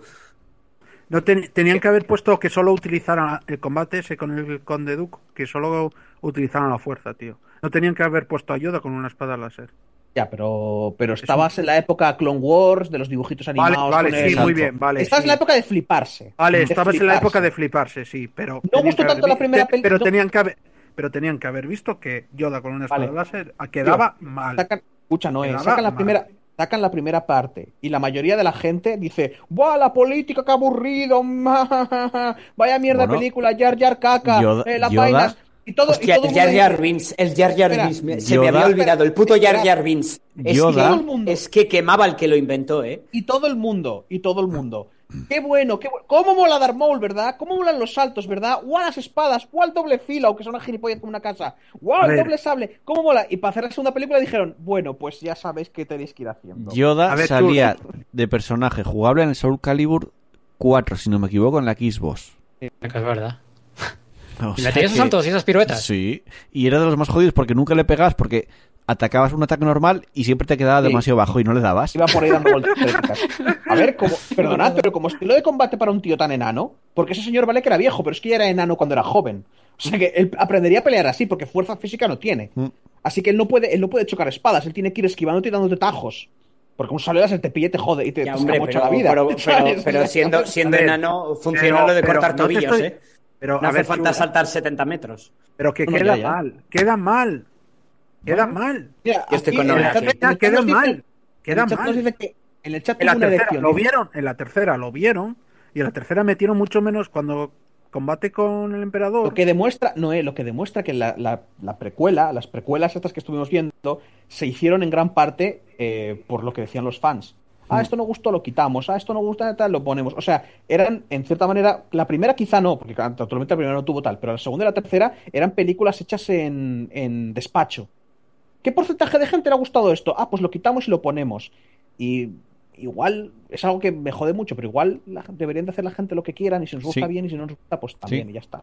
No ten- tenían que haber puesto que solo utilizaran el combate ese con el conde Duke, que solo utilizaran la fuerza, tío. No tenían que haber puesto a Yoda con una espada láser.
Ya, pero, pero estabas en la época Clone Wars, de los dibujitos
Vale,
animados.
vale,
con
sí,
el-
Exacto.
muy bien, vale.
Estabas
sí.
en la época de fliparse.
Vale,
De
estabas en la
fliparse.
época de fliparse, sí, pero...
No
tenían
gustó
que
tanto
haber
la
vi-
primera
te-
peli-
Pero
no.
tenían que haber... Pero tenían que haber visto que Yoda con una espada
Vale.
láser ah, quedaba mal.
Sacan, escucha, Noé,
Quedaba
sacan la
mal.
primera, sacan la primera parte y la mayoría de la gente dice, ¡buah, la política, qué aburrido! ma, ja, ja, ja, Vaya mierda de
Bueno,
película, Yar Yar caca,
Yoda-
eh, las
Yoda-
vainas. Y todo, y
Hostia,
todo
el
el
Jar
mundo
Jar
dice,
Binks, el Jar Jar
Espera,
Binks, me- se me
Yoda-
había olvidado, el puto Jar Jar Binks. Es
Yoda-
que, es que quemaba el que lo inventó, ¿eh?
y todo el mundo, y todo el mundo. Qué bueno, qué bueno. ¿Cómo mola Darth Maul, verdad? ¿Cómo molan los saltos, verdad? ¡Guau, las espadas! ¡Guau, el doble filo! Aunque son una gilipollas como una casa.
A
¡Guau, el
ver.
doble sable! ¿Cómo mola? Y para hacer la segunda película dijeron, bueno, pues ya sabéis qué tenéis que ir haciendo.
Yoda
A ver, tú- eh,
salía de personaje jugable en el Soul Calibur 4, si no me equivoco, en la Xbox.
Es verdad.
O
Y
sea
metía esos
que-
saltos y esas piruetas.
Sí, y era de los más jodidos porque nunca le pegabas porque atacabas un ataque normal y siempre te quedaba
Sí.
demasiado bajo y no le dabas.
Iba por ahí dando vueltas. críticas. A ver, como, perdonad, pero como estilo de combate para un tío tan enano, porque ese señor vale que era viejo, pero es que ya era enano cuando era joven. O sea que él aprendería a pelear así, porque fuerza física no tiene.
Mm.
Así que él no puede, él no puede chocar espadas, él tiene que ir esquivándote y dándote tajos. Porque un salidas el te pilla y te jode y te,
Ya,
te
hombre,
escamocha
pero,
pues, la vida.
pero- pero-
¿sabes?
pero siendo, siendo
A ver,
enano funciona lo de
pero
cortar
no te
tobillos,
estoy-
¿eh?
Pero
No
a
hace
ver,
falta
tú-
saltar 70 metros.
Pero que
No, no,
queda
ya, ya.
mal, queda mal, queda mal.
Mira,
Yo estoy
aquí
con
en el
Nora,
chat-
sí.
en el chat
Queda
nos dice-
mal,
en el
queda
chat nos
mal.
dice que en el chat
En la
tuvo una
tercera
erección.
¿eh?
lo
dice.
vieron, en la tercera lo vieron y en la tercera metieron mucho menos cuando combate con el emperador.
Lo que demuestra, no lo que demuestra que la, la- la precuela, las precuelas estas que estuvimos viendo, se hicieron en gran parte eh, por lo que decían los fans.
Mm.
Ah, esto no gustó, lo quitamos. Ah, esto no gusta, tal, lo ponemos. O sea, eran, en cierta manera, la primera quizá no, porque claro, naturalmente la primera no tuvo tal, pero la segunda y la tercera eran películas hechas en, en despacho. ¿Qué porcentaje de gente le ha gustado esto? Ah, pues lo quitamos y lo ponemos. Y igual, es algo que me jode mucho, pero igual la, deberían de hacer la gente lo que quieran y si nos
Sí.
gusta bien y si no nos gusta, pues también
Sí.
y ya está.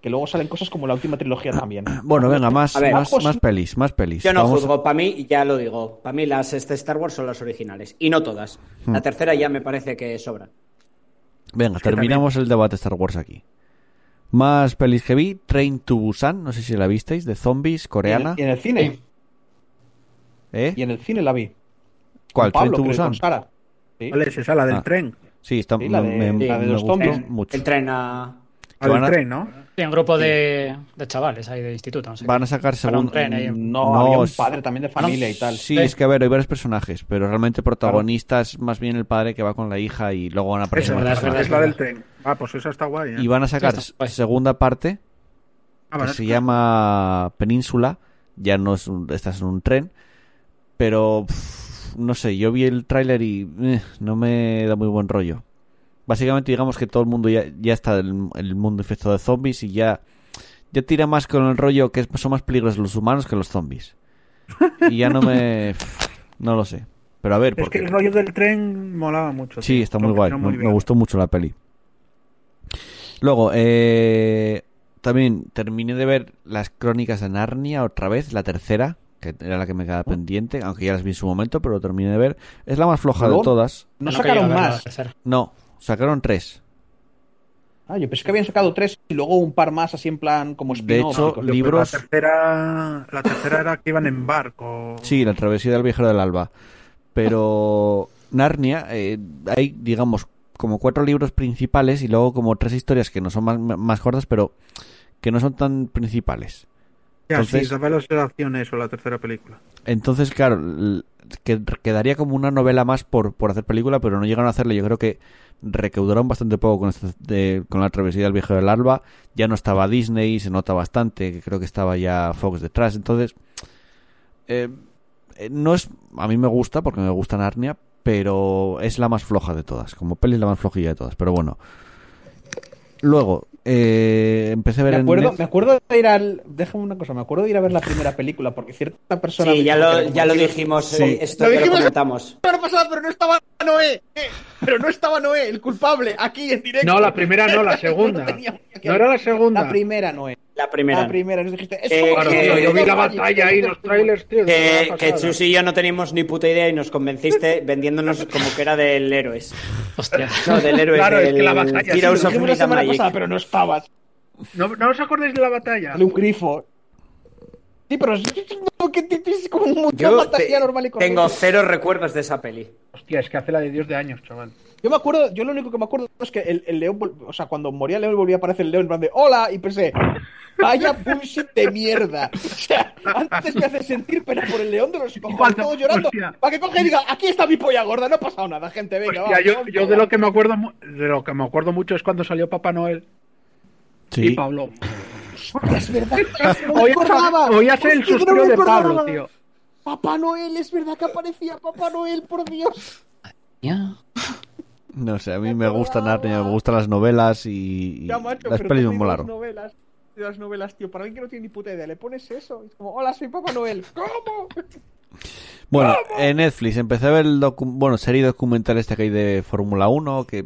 Que luego salen cosas como la última trilogía también.
Bueno, venga, más,
A ver,
más,
pues-
más pelis, más pelis.
Yo no
Vamos-
juzgo, para mí, ya lo digo, para mí las este Star Wars son las originales, y no todas. La
Hmm.
tercera ya me parece que sobra.
Venga,
Es que
terminamos el debate Star Wars aquí. Más pelis que vi, Train to Busan, no sé si la visteis, de zombies,
Y en,
coreana.
y en el cine.
¿Eh?
Y en el cine la vi.
¿Cuál? ¿Train
Con Pablo,
to
creo,
Busan?
con Sara. Sí.
¿Cuál es esa? La del
Ah.
tren.
Sí, está,
Sí, la
me-
de-
me,
sí, la
de
me
los
gustó
zombies.
mucho.
El tren a...
La
Que van
del
a-
tren, ¿no?
Sí, un grupo de, de chavales ahí de instituto. No sé.
Van a sacar
Para un
segundo...
tren ahí.
eh, No,
No,
había un
es-
padre también de familia y tal.
Sí, es que a ver, hay varios personajes, pero realmente protagonista es más bien el padre que va con la hija y luego van a aparecer
Esa,
más
verdad, es
esa,
personajes.
es la del tren. Ah, pues esa está guay. ¿eh?
Y van a sacar
Está guay.
segunda parte
Ah,
que
vale.
se llama Península. Ya no es un, estás en un tren, pero pff, no sé. Yo vi el tráiler y eh, no me da muy buen rollo. Básicamente, digamos que todo el mundo ya, ya está en el mundo infectado de zombies y ya ya tira más con el rollo que es- son más peligrosos los humanos que los zombies. Y ya no me pff, no lo sé. Pero a ver,
Es
porque
que el rollo del tren molaba mucho.
Sí,
tío.
está
Lo
muy guay.
metieron
Me, me
bien.
gustó mucho la peli. Luego, eh, también terminé de ver las crónicas de Narnia otra vez, la tercera, que era la que me quedaba pendiente, aunque ya las vi en su momento, pero terminé de ver. Es la más floja de
¿Color?
todas.
No,
Yo
sacaron
quería verlo,
más.
la tercera.
No, sacaron tres.
Ah, yo pensé que habían sacado tres y luego un par más así en plan como
De
spin-off.
hecho,
chicos.
Pero
libros.
La tercera, la tercera era que iban en barco.
Sí, la travesía del viajero del alba. Pero Narnia, eh, hay, digamos, como cuatro libros principales y luego como tres historias que no son más, más cortas, pero que no son tan principales.
Ya,
Entonces-
sí, daba las relaciones o la tercera película.
Entonces, claro, l- que- quedaría como una novela más por, por hacer película, pero no llegaron a hacerla. Yo creo que recaudaron bastante poco con, esta- de- con la travesía del viejo del alba. Ya no estaba Disney, se nota bastante, que creo que estaba ya Fox detrás. Entonces, eh, eh, no es... A mí me gusta, porque me gusta Narnia, pero es la más floja de todas. Como peli es la más flojilla de todas, pero bueno. Luego, eh, empecé a ver
Me
en
acuerdo,
Net-
me acuerdo de ir al. Déjame una cosa, me acuerdo de ir a ver la primera película porque cierta persona.
Sí,
me
ya
dijo que
lo,
era como-
ya lo dijimos, eh, esto
Lo
ya lo
dijimos-
comentamos.
semana pasada, pero no estaba Noé.
Pero no estaba Noé, el culpable, aquí en directo.
No, la primera no, la segunda. No era la segunda.
La primera no es.
La primera.
La primera, nos dijiste. "Es
Eh,
Hogan".
Claro, tío, yo vi la batalla ahí, los trailers, tío.
Que,
una
que
pasada.
Chus Eh, y yo no teníamos ni puta idea y nos convenciste vendiéndonos como que era del héroes.
Hostia.
No, del héroe.
Claro, es
del
que la batalla, sí,
Heroes
lo
Dijimos
of
la
Might and
semana
Magic.
pasada, pero no estabas.
¿No, ¿No os acordáis de la batalla?
Dale un grifo. Sí, pero es, no, que te- te- es como un mucha
Yo
fantasía
te-
normal y corriente.
tengo cero recuerdos de esa peli.
Hostia, es que hace la de Dios de años, chaval.
Yo me acuerdo, yo lo único que me acuerdo es que el, el león, vol- o sea, cuando moría el león volvía a aparecer el león en plan de ¡Hola! Y pensé, vaya bullshit de mierda. O sea, antes me hace sentir pena por el león de los cojones,
Cuando-
todos llorando,
hostia.
para que coge y diga, aquí está mi polla gorda, no ha pasado nada, gente, venga,
Hostia,
va,
yo,
vamos,
yo
venga".
de lo que me acuerdo mu- de lo que me acuerdo mucho es cuando salió Papá Noel y Pablo.
Es verdad, no me
Hoy,
acordaba.
hoy hace el
Hostia, no me
suspiro de
acordaba.
Pablo, tío.
Papá Noel, es verdad que aparecía Papá Noel, por Dios.
Ya.
No sé, a mí me gusta Narnia, me gustan las novelas y, y
Ya, macho,
las pelis
pero te
me
digo
molaron.
Las novelas, de las novelas, tío, para alguien que no tiene ni puta idea, le pones eso. y Es como, hola, soy Papá Noel. ¿Cómo?
Bueno, en Netflix empecé a ver el docu- bueno, serie documental esta que hay de Fórmula 1, que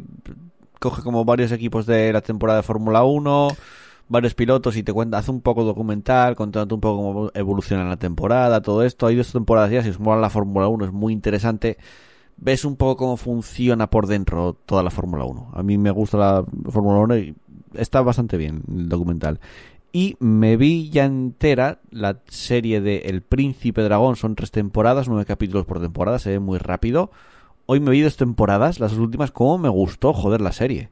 coge como varios equipos de la temporada de Fórmula 1, varios pilotos y te cuenta, hace un poco documental, contándote un poco cómo evoluciona la temporada, todo esto. Hay dos temporadas ya, si os mola la Fórmula 1 es muy interesante. Ves un poco cómo funciona por dentro toda la Fórmula 1. A mí me gusta la Fórmula 1 y está bastante bien el documental. Y me vi ya entera la serie de El Príncipe Dragón. Son tres temporadas, nueve capítulos por temporada, se ve muy rápido. Hoy me vi dos temporadas, las últimas. ¿Cómo me gustó, joder, la serie?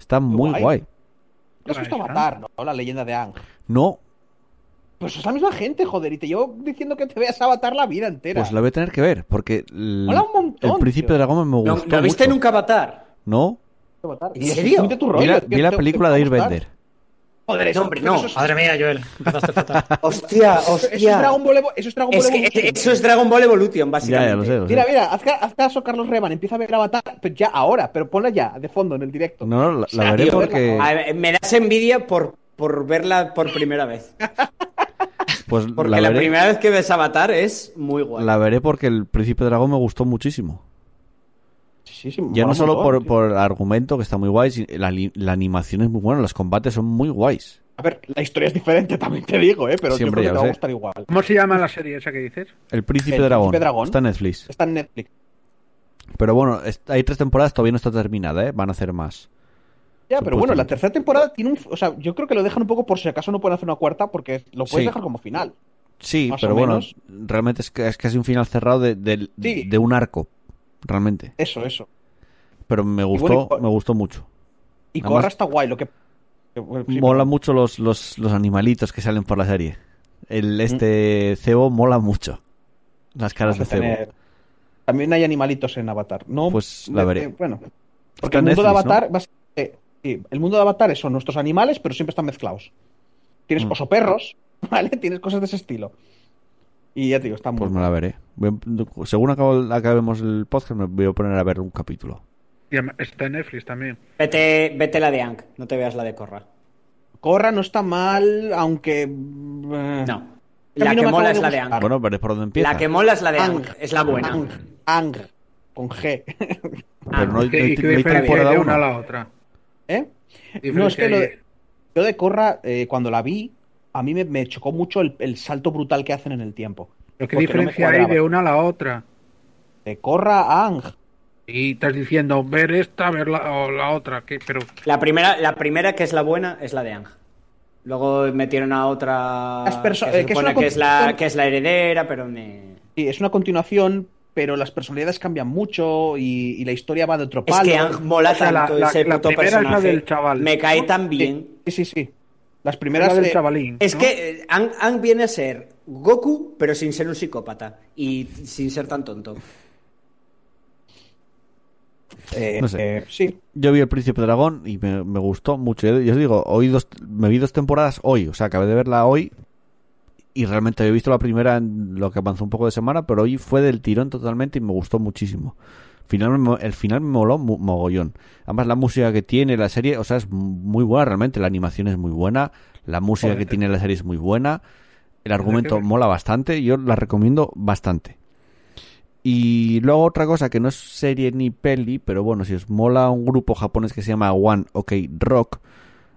Está muy
Guay.
guay.
Lo has
Ahí
visto
está.
matar, ¿no? La leyenda de Ang.
No,
Pues es la misma gente, joder, y te llevo diciendo que te veas avatar la vida entera.
pues la voy a tener que ver, porque l-
Mola un montón,
El Príncipe
tío.
Dragón me
¿No,
gustó.
¿no viste
mucho.
nunca Avatar?
No,
Avatar.
¿En
Y es
serio?
simplemente tu
vi
rollo,
la,
tío,
vi la
te-
película de
te va a
Ir
gustar.
Bender.
Joder, eso,
No, hombre, no.
Eso es,
Madre mía, Joel. Empezaste fatal.
Hostia,
eso es Dragon Ball Evo- Eso es Dragon
Es
Ball
que eh,
Evolution.
eso es Dragon Ball Evolution,
Ya,
básicamente.
ya lo sé. lo sé.
Mira, mira, haz, ca- haz caso Carlos Revan, empieza a ver Avatar, pero ya ahora, pero ponla ya, de fondo, en el directo.
No, no, la, la
Ah,
veré
tío,
porque.
a ver, me das envidia por, por verla por primera vez.
Pues
Porque
la
la,
veré,
primera vez que ves Avatar es muy guay.
la veré porque el Príncipe Dragón me gustó muchísimo.
Sí, sí, sí,
Ya
mola
no
un
solo
montón,
por,
tío.
por el argumento, que está muy guay, si- la, li- la animación es muy buena, los combates son muy guays.
A ver, la historia es diferente, también te digo, ¿eh? Pero
Siempre,
yo
ya
creo
lo
que te va a
sé.
gustar igual.
¿Cómo se llama la serie esa que dices?
El Príncipe,
El
Dragón,
Príncipe Dragón.
está en Netflix.
Está en Netflix.
Pero bueno, es- hay tres temporadas, todavía no está terminada, ¿eh? van a hacer más.
Ya, pero bueno, la
Supuestamente.
tercera temporada tiene un. O sea, yo creo que lo dejan un poco por si acaso no pueden hacer una cuarta, porque lo puedes
Sí.
dejar como final.
Sí,
Más
pero
o
bueno,
menos.
realmente es, ca- es casi un final cerrado de, del-
Sí.
de un arco, realmente.
Eso, eso.
Pero me
bueno,
gustó,
y co-
me gustó mucho.
Y
Además-
Corra está guay, lo que. que- bueno, sí,
mola
pero-
mucho los, los, los animalitos que salen por la serie.
Mm.
El este cebo mola mucho. Las caras de
hace
cebo.
tener- También hay animalitos en Avatar, ¿no?
Pues la
de-
veré.
de- bueno,
Está
porque
en
el mundo de
Netflix, ¿no?
Avatar. básicamente- sí, el mundo de Avatar son nuestros animales, pero siempre están mezclados. Tienes
Mm.
oso-perros, ¿vale? Tienes cosas de ese estilo. Y ya te digo, está muy.
Pues me la veré. Voy a- Según acabo- acabemos el podcast, me voy a poner a ver un capítulo.
Y ama- Está en Netflix también.
Vete, vete la de Ank, no te veas la de Korra.
Corra no está mal, aunque. eh, No.
No. La que mola es la de
Ah.
Ang.
Bueno, pero es por donde empieza.
La que mola es la de Ang.
Ang.
Es la buena.
Ang, Ang, con G.
Pero no hay, no hay-
¿Qué, y qué
no hay
diferencia hay
temporada
de
uno.
una a la otra?
¿Eh?
Diferencia
No, es que lo
hay-
de- yo de Corra, eh, cuando la vi, a mí me, me chocó mucho el, el salto brutal que hacen en el tiempo.
¿Pero
porque no
qué
me
diferencia hay
cuadraba.
de una a la otra?
De Corra a Ang.
Y estás diciendo ver esta, ver la, o la otra. ¿qué? Pero
La primera, la primera que es la buena es la de Ang. Luego metieron a otra
Las perso-
que se
eh, que es
supone
una
que es la
construcción-
que es la heredera, pero me
Sí, es una continuación, pero las personalidades cambian mucho y, y la historia va de otro
es
palo.
que Ang mola
O sea, la-
tanto
la-
ese
la
puto
primera es la
personaje.
del chaval,
me cae
¿no?
tan bien.
Sí, sí, sí. Las
era
primeras...
del
eh,
chavalín.
Es
¿no?
que eh, Ang, Ang viene a ser Goku, pero sin ser un psicópata y sin ser tan tonto.
eh,
No sé.
eh, sí.
Yo vi El Príncipe Dragón y me, me gustó mucho. Yo, yo os digo, hoy dos, me vi dos temporadas hoy. O sea, acabé de verla hoy. Y realmente había visto la primera en lo que avanzó un poco de semana. Pero hoy fue del tirón totalmente y me gustó muchísimo. Final, me- el final me moló mu- mogollón. Además, la música que tiene la serie, o sea, es muy buena realmente. La animación es muy buena. La música que tiene la serie es muy buena. El argumento
ver.
mola bastante. Yo la recomiendo bastante. Y luego otra cosa que no es serie ni peli, pero bueno, si os mola un grupo japonés que se llama One OK Rock,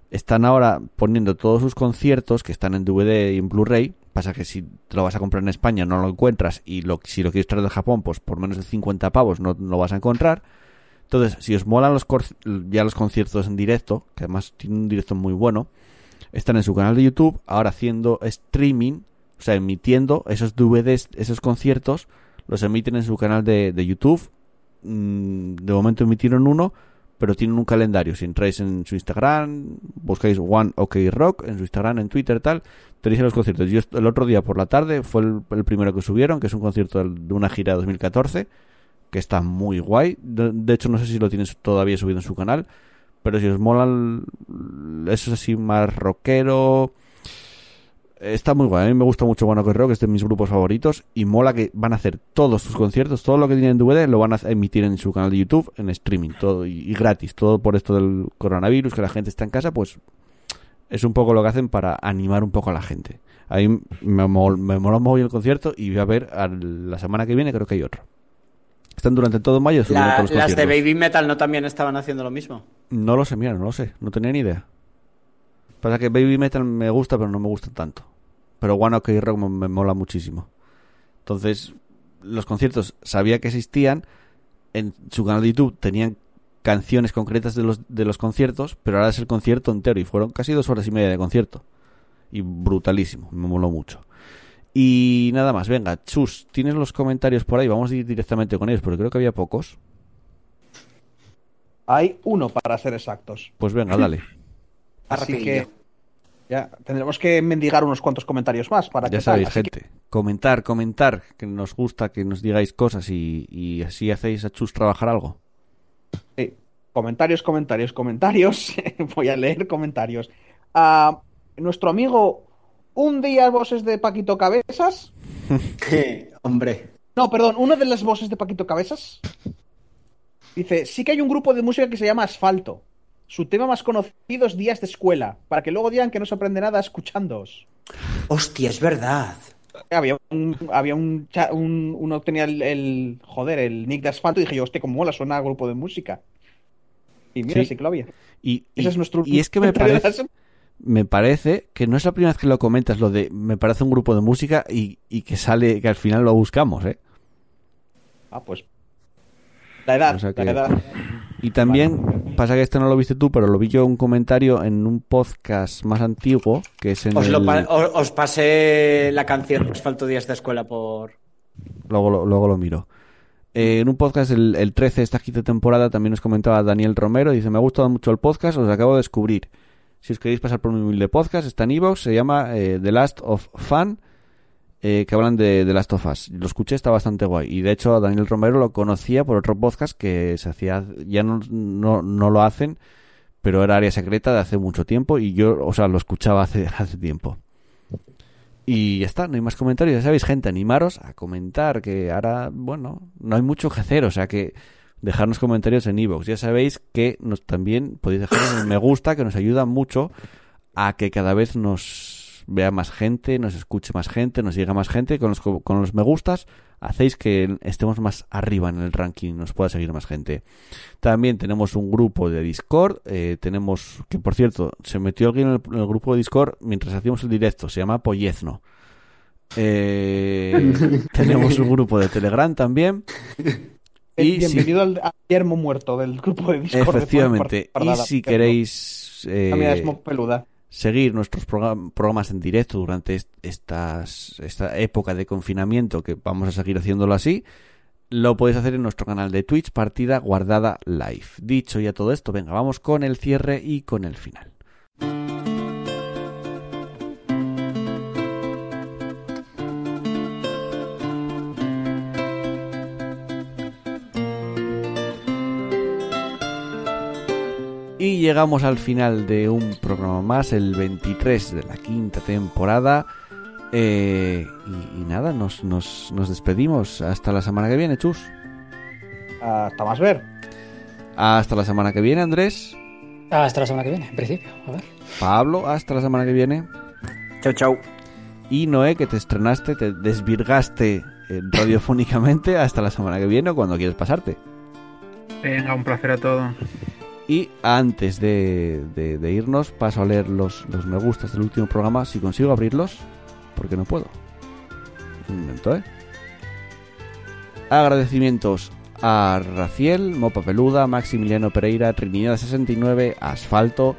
están ahora poniendo todos sus conciertos que están en DVD y en Blu-ray. Pasa que si te lo vas a comprar en España no lo encuentras y lo, si lo quieres traer de Japón, pues por menos de 50 pavos no no lo vas a encontrar. Entonces, si os molan los cor- ya los conciertos en directo, que además tiene un directo muy bueno, están en su canal de YouTube ahora haciendo streaming, o sea, emitiendo esos DVDs, esos conciertos, los emiten en su canal de, de YouTube. Mm, De momento emitieron uno, pero tienen un calendario. Si entráis en su Instagram, buscáis One OK Rock, en su Instagram, en Twitter, tal, tenéis los conciertos. Yo est- el otro día por la tarde fue el, el primero que subieron, que es un concierto del- de una gira de 2014, que está muy guay. De, de hecho, no sé si lo tienes todavía subido en su canal, pero si os mola el- eso es así más rockero, Está muy guay, a mí me gusta mucho One Ok Rock, es de mis grupos favoritos y mola que van a hacer todos sus conciertos, todo lo que tienen en DVD lo van a emitir en su canal de YouTube en streaming, todo y, y gratis, todo por esto del coronavirus, que la gente está en casa, pues es un poco lo que hacen para animar un poco a la gente. A mí me, mol- me mola muy el concierto y voy a ver al- la semana que viene creo que hay otro. Están durante todo mayo subiendo
La-
todos los
las de
conciertos.
Baby Metal no también estaban haciendo lo mismo.
No lo sé, mira, no lo sé, no tenía ni idea. Pasa que Baby Metal me gusta, pero no me gusta tanto. Pero One Ok Rock me, me mola muchísimo. Entonces, los conciertos sabía que existían. En su canal de YouTube tenían canciones concretas de los, de los conciertos, pero ahora es el concierto entero y fueron casi dos horas y media de concierto. Y brutalísimo, me moló mucho. Y nada más, venga, Chus, tienes los comentarios por ahí, vamos a ir directamente con ellos, porque creo que había pocos.
Hay uno para ser exactos.
Pues venga, dale.
Así
Rapidillo.
que ya tendremos que mendigar unos cuantos comentarios más para
Ya
que tal.
sabéis,
Así
gente, comentar, comentar, que nos gusta que nos digáis cosas y, y así hacéis a Chus trabajar algo.
que, sí, comentarios, comentarios, comentarios. Voy a leer comentarios. Ah, nuestro amigo, un día voces de Paquito Cabezas.
Hombre.
No, perdón, una de las voces de Paquito Cabezas dice: Sí que hay un grupo de música que se llama Asfalto. Su tema más conocido es Días de Escuela, para que luego digan que no se aprende nada escuchándoos.
Hostia, es verdad.
Había un. Había un, cha- un- uno tenía el, el- Joder, el nick de Asfalto, y dije yo, hostia, cómo mola, suena a grupo de música. Y mira,
Sí.
sí, que lo había.
Y, y-
Ese es nuestro
y es que me
comentario de la
parece,
semana.
me parece que no es la primera vez que lo comentas, lo de me parece un grupo de música y, y que sale, que al final lo buscamos, ¿eh?
Ah, pues. La edad,
O sea que-
la edad.
Y también pasa que este no lo viste tú, pero lo vi yo un comentario en un podcast más antiguo, que es en
Os, lo
el-
pa- o- os pasé la canción de Asfalto Días de Escuela por.
Luego, lo- luego lo miro. Eh, en un podcast, el, el 13, esta quinta temporada, también nos comentaba Daniel Romero. Dice: Me ha gustado mucho el podcast, os acabo de descubrir. Si os queréis pasar por mi humilde podcast, está en Evox, se llama eh, The Last of Fan, eh, que hablan de The Last of Us. Lo escuché, está bastante guay. Y de hecho, a Daniel Romero lo conocía por otro podcast que se hacía, ya no, no, no lo hacen, pero era área secreta de hace mucho tiempo. Y yo, o sea, lo escuchaba hace, hace tiempo. Y ya está, no hay más comentarios. Ya sabéis, gente, animaros a comentar, que ahora, bueno, no hay mucho que hacer. O sea que dejarnos comentarios en iVoox. ya sabéis que nos, también podéis dejar un me gusta, que nos ayuda mucho a que cada vez nos vea más gente, nos escuche más gente, nos llegue más gente. Con los, co- con los me gustas hacéis que estemos más arriba en el ranking, nos pueda seguir más gente. También tenemos un grupo de Discord. eh, tenemos, que por cierto, se metió alguien en el, en el grupo de Discord mientras hacíamos el directo. Se llama Pollezno. Eh, tenemos un grupo de Telegram también.
Bien-
Y si,
Bienvenido al, al yermo muerto del grupo de Discord. de Juan
efectivamente. Y
Pardada.
si queréis eh,
Ah, mira, es muy peluda.
seguir nuestros proga- programas en directo durante est- estas, esta época de confinamiento, que vamos a seguir haciéndolo así, lo podéis hacer en nuestro canal de Twitch, partida guardada live. Dicho ya todo esto, venga, vamos con el cierre y con el final. Y llegamos al final de un programa más, el 23 de la quinta temporada. Eh, y, y nada, nos, nos, nos despedimos. Hasta la semana que viene, Chus.
Ah, Hasta más ver.
Hasta la semana que viene, Andrés.
Ah, Hasta la semana que viene, en principio. A ver.
Pablo, hasta la semana que viene.
Chau, chau.
Y Noé, que te estrenaste, te desvirgaste eh, radiofónicamente hasta la semana que viene o cuando quieras pasarte.
Venga, un placer a todos.
Y antes de, de- de irnos, paso a leer los, los me gustas del último programa. Si consigo abrirlos, porque no puedo. Un momento, ¿eh? Agradecimientos a Raciel, Mopa Peluda, Maximiliano Pereira, Trinidad69, Asfalto,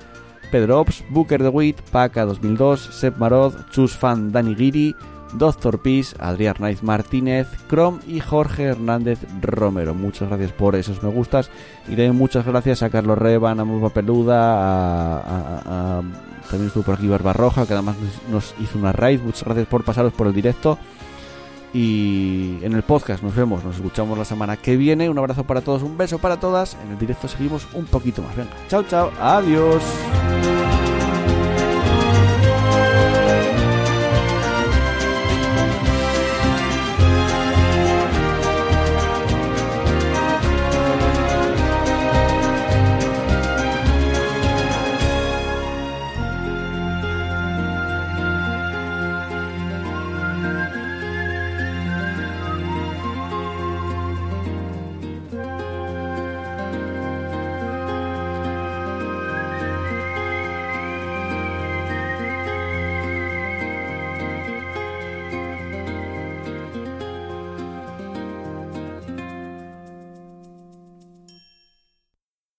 Pedro Ops, Booker de Wit, Paca2002, Sep Marod, Chus Fan Dani Giri, Doctor Peace, Adrián Naiz Martínez, Crom y Jorge Hernández Romero. Muchas gracias por esos me gustas. Y también muchas gracias a Carlos Reban, a Mopa Peluda, a, a- a- también estuvo por aquí Barbarroja, que además nos nos hizo una raid. Muchas gracias por pasaros por el directo. Y en el podcast nos vemos, nos escuchamos la semana que viene. Un abrazo para todos, un beso para todas. En el directo seguimos un poquito más. Venga, chao, chao, adiós.